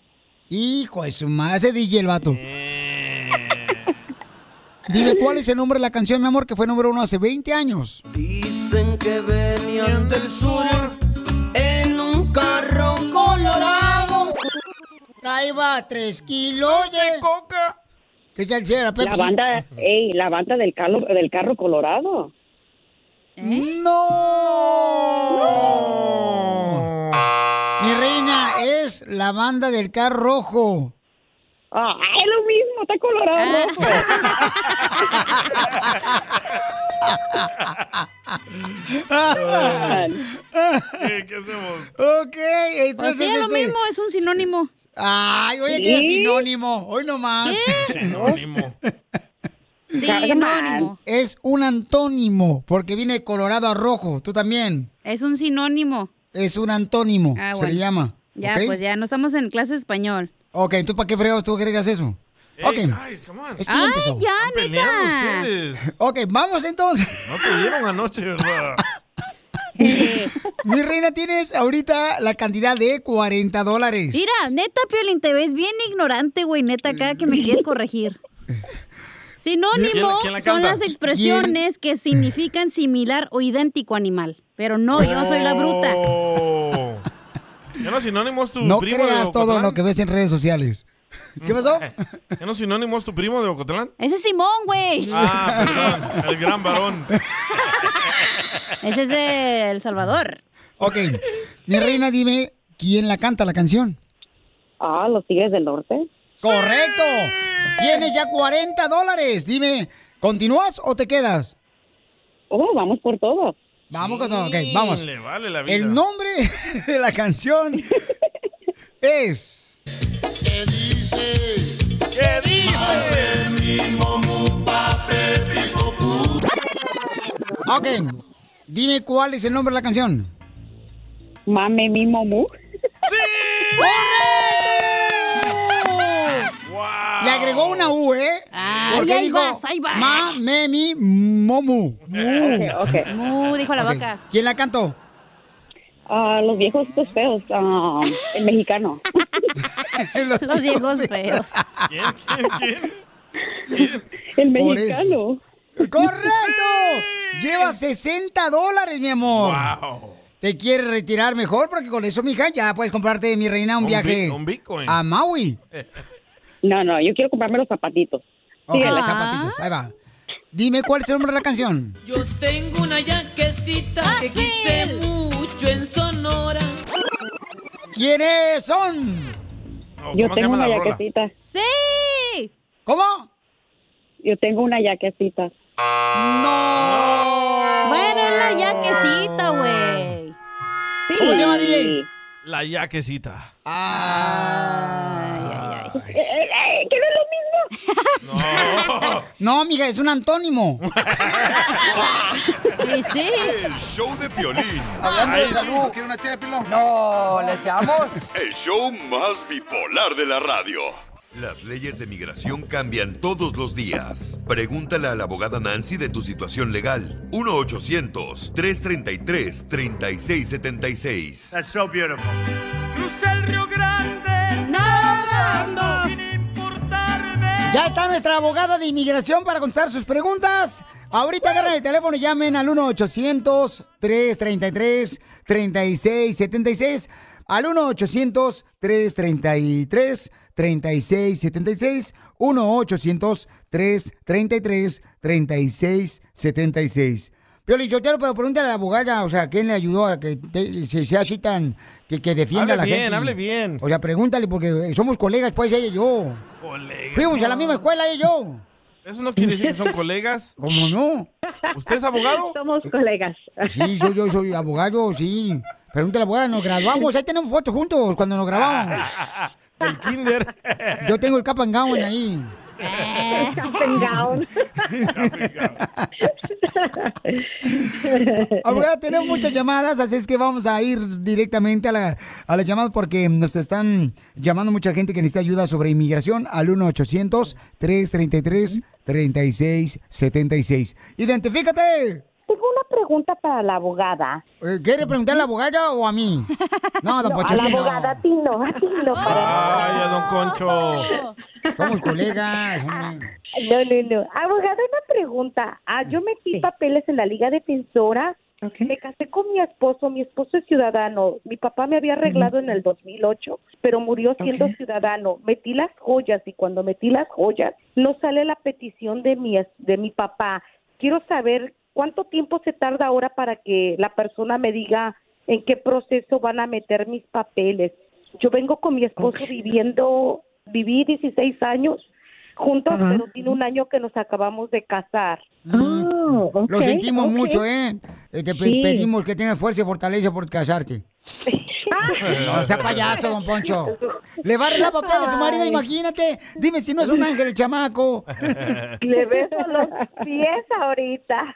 Speaker 1: Hijo de su madre, ese DJ el vato. Dime cuál es el nombre de la canción, mi amor, que fue número uno hace 20 años.
Speaker 14: Dicen que venían del sur en un carro colorado.
Speaker 1: Traiba tres kilos de
Speaker 2: coca.
Speaker 1: ¿Qué tal si era
Speaker 4: La
Speaker 1: Pepsi?
Speaker 4: banda, ey, la banda del carro, del carro colorado.
Speaker 1: ¡No! Mi reina, es la banda del carro rojo.
Speaker 4: Ah, es lo mismo, está colorado.
Speaker 14: ¿Qué, hacemos?
Speaker 1: Ok, entonces.
Speaker 3: Pues sí, es lo
Speaker 1: este-
Speaker 3: mismo, es un sinónimo.
Speaker 1: Ay, oye, que es sinónimo. Hoy nomás.
Speaker 2: Sinónimo.
Speaker 3: Sinónimo.
Speaker 1: Es un antónimo, porque viene de colorado a rojo. Tú también.
Speaker 3: Es un sinónimo.
Speaker 1: Es un antónimo,
Speaker 3: Ah,
Speaker 1: se
Speaker 3: bueno.
Speaker 1: le llama.
Speaker 3: Ya,
Speaker 1: ¿ok?
Speaker 3: pues ya, no estamos en clase de español.
Speaker 1: Ok, entonces, ¿para qué fregados tú agregas eso? ok. Es que ya
Speaker 3: Ay,
Speaker 1: empezó.
Speaker 3: ya,
Speaker 2: Peleando
Speaker 3: neta.
Speaker 2: ustedes.
Speaker 1: Ok, vamos entonces.
Speaker 2: No te dieron anoche, ¿verdad?
Speaker 1: Mi reina, tienes ahorita la cantidad de 40 dólares.
Speaker 3: Mira, neta, Piolín, te ves bien ignorante, güey, neta, acá que me quieres corregir. Sinónimo
Speaker 14: ¿Quién la- quién la
Speaker 3: son
Speaker 14: canta?
Speaker 3: las expresiones que significan similar o idéntico animal. Pero no, yo no soy
Speaker 14: Oh.
Speaker 3: la bruta.
Speaker 2: ¿Ya no sinónimos tu
Speaker 1: No
Speaker 2: primo
Speaker 1: creas
Speaker 2: de
Speaker 1: todo
Speaker 2: Ocotlán?
Speaker 1: lo que ves en redes sociales. ¿Qué pasó?
Speaker 2: ¿Ya no sinónimos tu primo de Ocotlán?
Speaker 3: Ese es Simón, güey.
Speaker 2: Ah, perdón, el gran varón.
Speaker 3: Ese es de El Salvador.
Speaker 1: Ok. Mi reina, dime quién la canta la canción.
Speaker 4: Ah, los Tigres del Norte.
Speaker 1: Correcto.
Speaker 2: Ah.
Speaker 1: Tienes ya 40 dólares. Dime, ¿continúas o te quedas?
Speaker 4: Oh, vamos por todo.
Speaker 1: Vamos con todo. Ok, vamos.
Speaker 2: Le vale la vida.
Speaker 1: El nombre de la canción es.
Speaker 14: ¿Qué dice? ¿Qué dice?
Speaker 1: Ok. Dime cuál es el nombre de la canción.
Speaker 4: Mame mi momu.
Speaker 1: Le agregó una U, ¿eh?
Speaker 3: Ah,
Speaker 1: Porque
Speaker 3: ahí
Speaker 1: dijo,
Speaker 3: vas, ahí vas.
Speaker 1: ma, me, mi, momu. Mu.
Speaker 4: Ok, ok.
Speaker 3: Mu, dijo la
Speaker 1: Ok.
Speaker 3: vaca.
Speaker 1: ¿Quién la cantó?
Speaker 4: Ah, los viejos estos feos. Ah, el mexicano.
Speaker 3: Los viejos feos.
Speaker 4: El
Speaker 1: Por
Speaker 4: mexicano.
Speaker 1: ¡Correcto! Lleva 60 dólares, mi amor.
Speaker 2: Wow.
Speaker 1: ¿Te quieres retirar mejor? Porque con eso, mija, ya puedes comprarte, mi reina, un,
Speaker 2: Un
Speaker 1: viaje
Speaker 2: bi- un Bitcoin.
Speaker 1: a Maui.
Speaker 4: No, no, yo quiero comprarme los zapatitos.
Speaker 1: Ok,
Speaker 4: Síguele.
Speaker 1: los zapatitos, ahí va. Dime cuál es el nombre de la canción.
Speaker 14: Yo tengo una yaquecita que quise mucho en Sonora.
Speaker 1: ¿Quiénes son?
Speaker 4: Yo tengo una yaquecita.
Speaker 3: ¡Sí!
Speaker 1: ¿Cómo?
Speaker 4: Yo tengo una yaquecita.
Speaker 3: Bueno, es la yaquecita, güey.
Speaker 1: ¿Cómo se llama, DJ?
Speaker 2: La yaquecita.
Speaker 4: Eh, ¿Qué no es lo mismo?
Speaker 1: No, mija, es un antónimo.
Speaker 3: Sí, sí.
Speaker 18: El show de Piolín.
Speaker 8: Hablando
Speaker 7: Ay,
Speaker 8: de
Speaker 7: sí.
Speaker 8: salud, ¿quiere una ché de pilón? No, ¿le echamos?
Speaker 7: El show más bipolar de la radio.
Speaker 18: Las leyes de migración cambian todos los días. Pregúntale a la abogada Nancy de tu situación legal. 1-800-333-3676. That's so beautiful.
Speaker 14: Crucé el Río Grande nadando sin importarme.
Speaker 1: Ya está nuestra abogada de inmigración para contestar sus preguntas. Ahorita agarren el teléfono y llamen al 1-800-333-3676. Al 1-800-333-3676. 1-800-333-3676. Piolín, yo te lo pero pregúntale a la abogada, o sea, ¿quién le ayudó a que te- se sea así tan, que, que
Speaker 2: Hable
Speaker 1: defienda a la
Speaker 2: bien,
Speaker 1: gente?
Speaker 2: hable bien.
Speaker 1: O sea, pregúntale porque somos colegas, pues ella y yo. Fuimos a la misma escuela ella y yo.
Speaker 2: ¿Eso no quiere decir que son colegas?
Speaker 1: ¿Cómo no?
Speaker 2: ¿Usted es abogado?
Speaker 1: Somos colegas. Sí, soy, yo soy abogado, sí. Pregúntale a la abogada, nos graduamos, ahí tenemos fotos juntos cuando nos grabamos.
Speaker 2: El kinder.
Speaker 1: Yo tengo el cap and gown ahí. Ahora tenemos muchas llamadas, así es que vamos a ir directamente a la, a la llamada porque nos están llamando mucha gente que necesita ayuda sobre inmigración al 1-800-333-3676. ¡Identifícate! Eh,
Speaker 6: Tengo una pregunta para la abogada.
Speaker 1: ¿Quiere preguntar a la abogada o a mí? No, don
Speaker 6: No,
Speaker 1: Pocho,
Speaker 6: a
Speaker 1: es
Speaker 6: la
Speaker 1: que no.
Speaker 6: abogada, a ti no, a ti no. para
Speaker 2: Ay, a don Concho.
Speaker 1: Somos colegas. hombre.
Speaker 6: No, no, no. Abogada, una pregunta. Ah, yo metí papeles en la Liga Defensora. Me casé con mi esposo. Mi esposo es ciudadano. Mi papá me había arreglado en el 2008, pero murió siendo ciudadano. Metí las joyas y cuando metí las joyas no sale la petición de mi, es- de mi papá. Quiero saber cuánto tiempo se tarda ahora para que la persona me diga en qué proceso van a meter mis papeles. Yo vengo con mi esposo viviendo, viví 16 años juntos,
Speaker 1: Ajá.
Speaker 6: pero tiene un año que nos acabamos de casar.
Speaker 1: Lo
Speaker 6: Ah, ok,
Speaker 1: sentimos
Speaker 6: ok.
Speaker 1: mucho, ¿eh? Eh, Te pe-
Speaker 6: Sí.
Speaker 1: pedimos que tengas fuerza y fortaleza por casarte. No sea payaso, don Poncho. Le va a arreglar papeles a su marido,
Speaker 6: Ay.
Speaker 1: imagínate. Dime si no es un ángel el chamaco.
Speaker 6: Le beso los pies ahorita.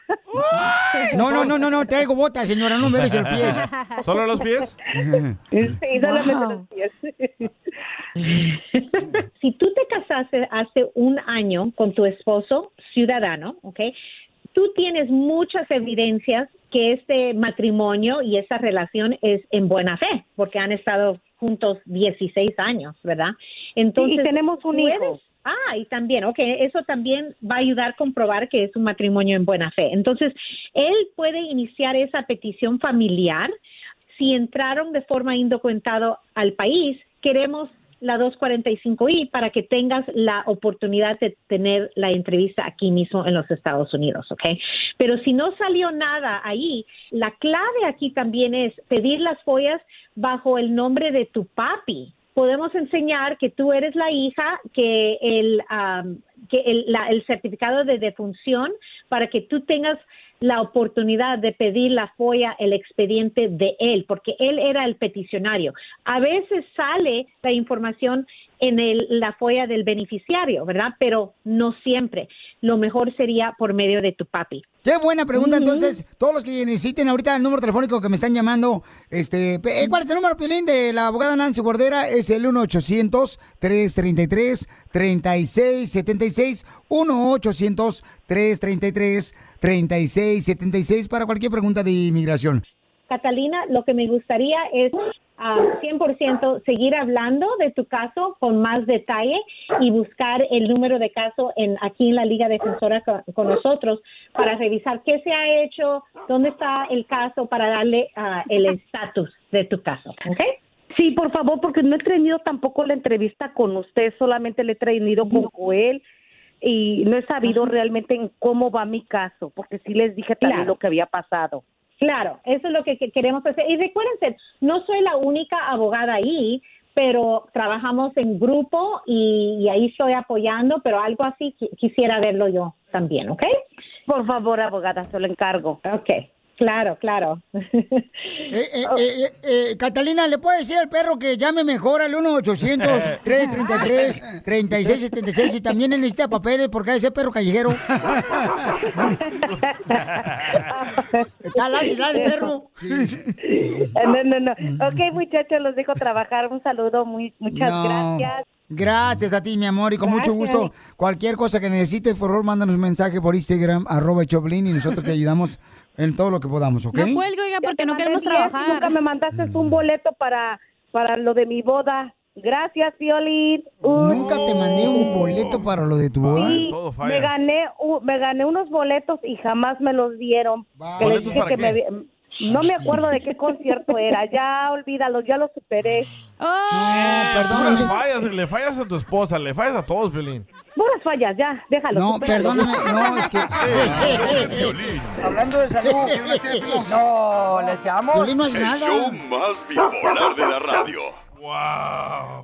Speaker 1: No, no, no, no, no, traigo botas, señora, no me beses los pies.
Speaker 2: ¿Solo los pies?
Speaker 6: Sí, solamente
Speaker 21: Wow.
Speaker 6: los pies.
Speaker 21: si tú te casaste hace un año con tu esposo ciudadano, ¿ok? Tú tienes muchas evidencias que este matrimonio y esa relación es en buena fe, porque han estado juntos 16 años, ¿verdad? Entonces,
Speaker 6: Sí, y tenemos un hijo.
Speaker 21: puedes- Ah, y también, ok, eso también va a ayudar a comprobar que es un matrimonio en buena fe. Entonces, él puede iniciar esa petición familiar si entraron de forma indocumentada al país, queremos la 245i para que tengas la oportunidad de tener la entrevista aquí mismo en los Estados Unidos, ¿ok? Pero si no salió nada ahí, la clave aquí también es pedir las follas bajo el nombre de tu papi. Podemos enseñar que tú eres la hija, que el, am, que el, la- el certificado de defunción para que tú tengas la oportunidad de pedir la FOIA, el expediente de él, porque él era el peticionario. A veces sale la información en el- la FOIA del beneficiario, ¿verdad? Pero no siempre. Lo mejor sería por medio de tu papi.
Speaker 1: Qué buena pregunta, entonces, todos los que necesiten ahorita el número telefónico que me están llamando, este, pe- eh, ¿cuál es el número, Pilín, de la abogada Nancy Guardera? Es el 1-800-333-3676, 1-800-333-3676, para cualquier pregunta de inmigración.
Speaker 21: Catalina, lo que me gustaría es ah, 100% seguir hablando de tu caso con más detalle y buscar el número de caso en, aquí en la Liga Defensora co- con, nosotros para revisar qué se ha hecho, dónde está el caso para darle ah, el estatus de tu caso. ¿ok?
Speaker 6: Sí, por favor, porque no he tenido tampoco la entrevista con usted, solamente le he traído con Joel y no he sabido realmente en cómo va mi caso, porque sí les dije también
Speaker 21: Claro.
Speaker 6: lo que había pasado.
Speaker 21: Claro, eso es lo que que queremos hacer. Y recuérdense, no soy la única abogada ahí, pero trabajamos en grupo y, y ahí estoy apoyando, pero algo así qui- quisiera verlo yo también, ¿ok?
Speaker 6: Por favor, abogada, se lo encargo.
Speaker 21: Ok, claro, claro.
Speaker 1: Eh, eh, eh, eh, eh, Catalina, ¿le puede decir al perro que llame mejor al 1-800-333-3676 y también él necesita papeles porque ese perro callejero? Está ladri, y ladri el perro.
Speaker 6: Eh, No, no, no. Ok, muchachos, los dejo trabajar. Un saludo, muy, muchas
Speaker 1: No.
Speaker 6: gracias.
Speaker 1: Gracias a ti, mi amor, y con mucho
Speaker 6: Gracias.
Speaker 1: gusto. Cualquier cosa que necesites, por favor, mándanos un mensaje por Instagram, arroba el Choplin, y nosotros te ayudamos en todo lo que podamos, ¿ok?
Speaker 6: cuelgue, oiga, porque no queremos trabajar. Nunca me mandaste un boleto para, para lo de mi boda. Gracias, Violín.
Speaker 1: Nunca te mandé un boleto para lo de tu boda.
Speaker 6: Sí, me gané, u- me gané unos boletos y jamás me los dieron. Que les
Speaker 1: ¿Boletos
Speaker 6: dije
Speaker 1: para
Speaker 6: que
Speaker 1: qué?
Speaker 6: me vi- no me acuerdo de qué concierto era. Ya olvídalo, ya lo superé.
Speaker 2: Puras fallas,
Speaker 1: eh.
Speaker 2: le fallas a tu esposa, le fallas a todos, Violín.
Speaker 6: Puras fallas, ya, déjalo.
Speaker 2: No,
Speaker 6: supéralo.
Speaker 2: perdóname, no, es que-
Speaker 8: Hablando de salud, ¿quiere una chela, Pilón? No, le echamos.
Speaker 7: El show más bipolar de la radio.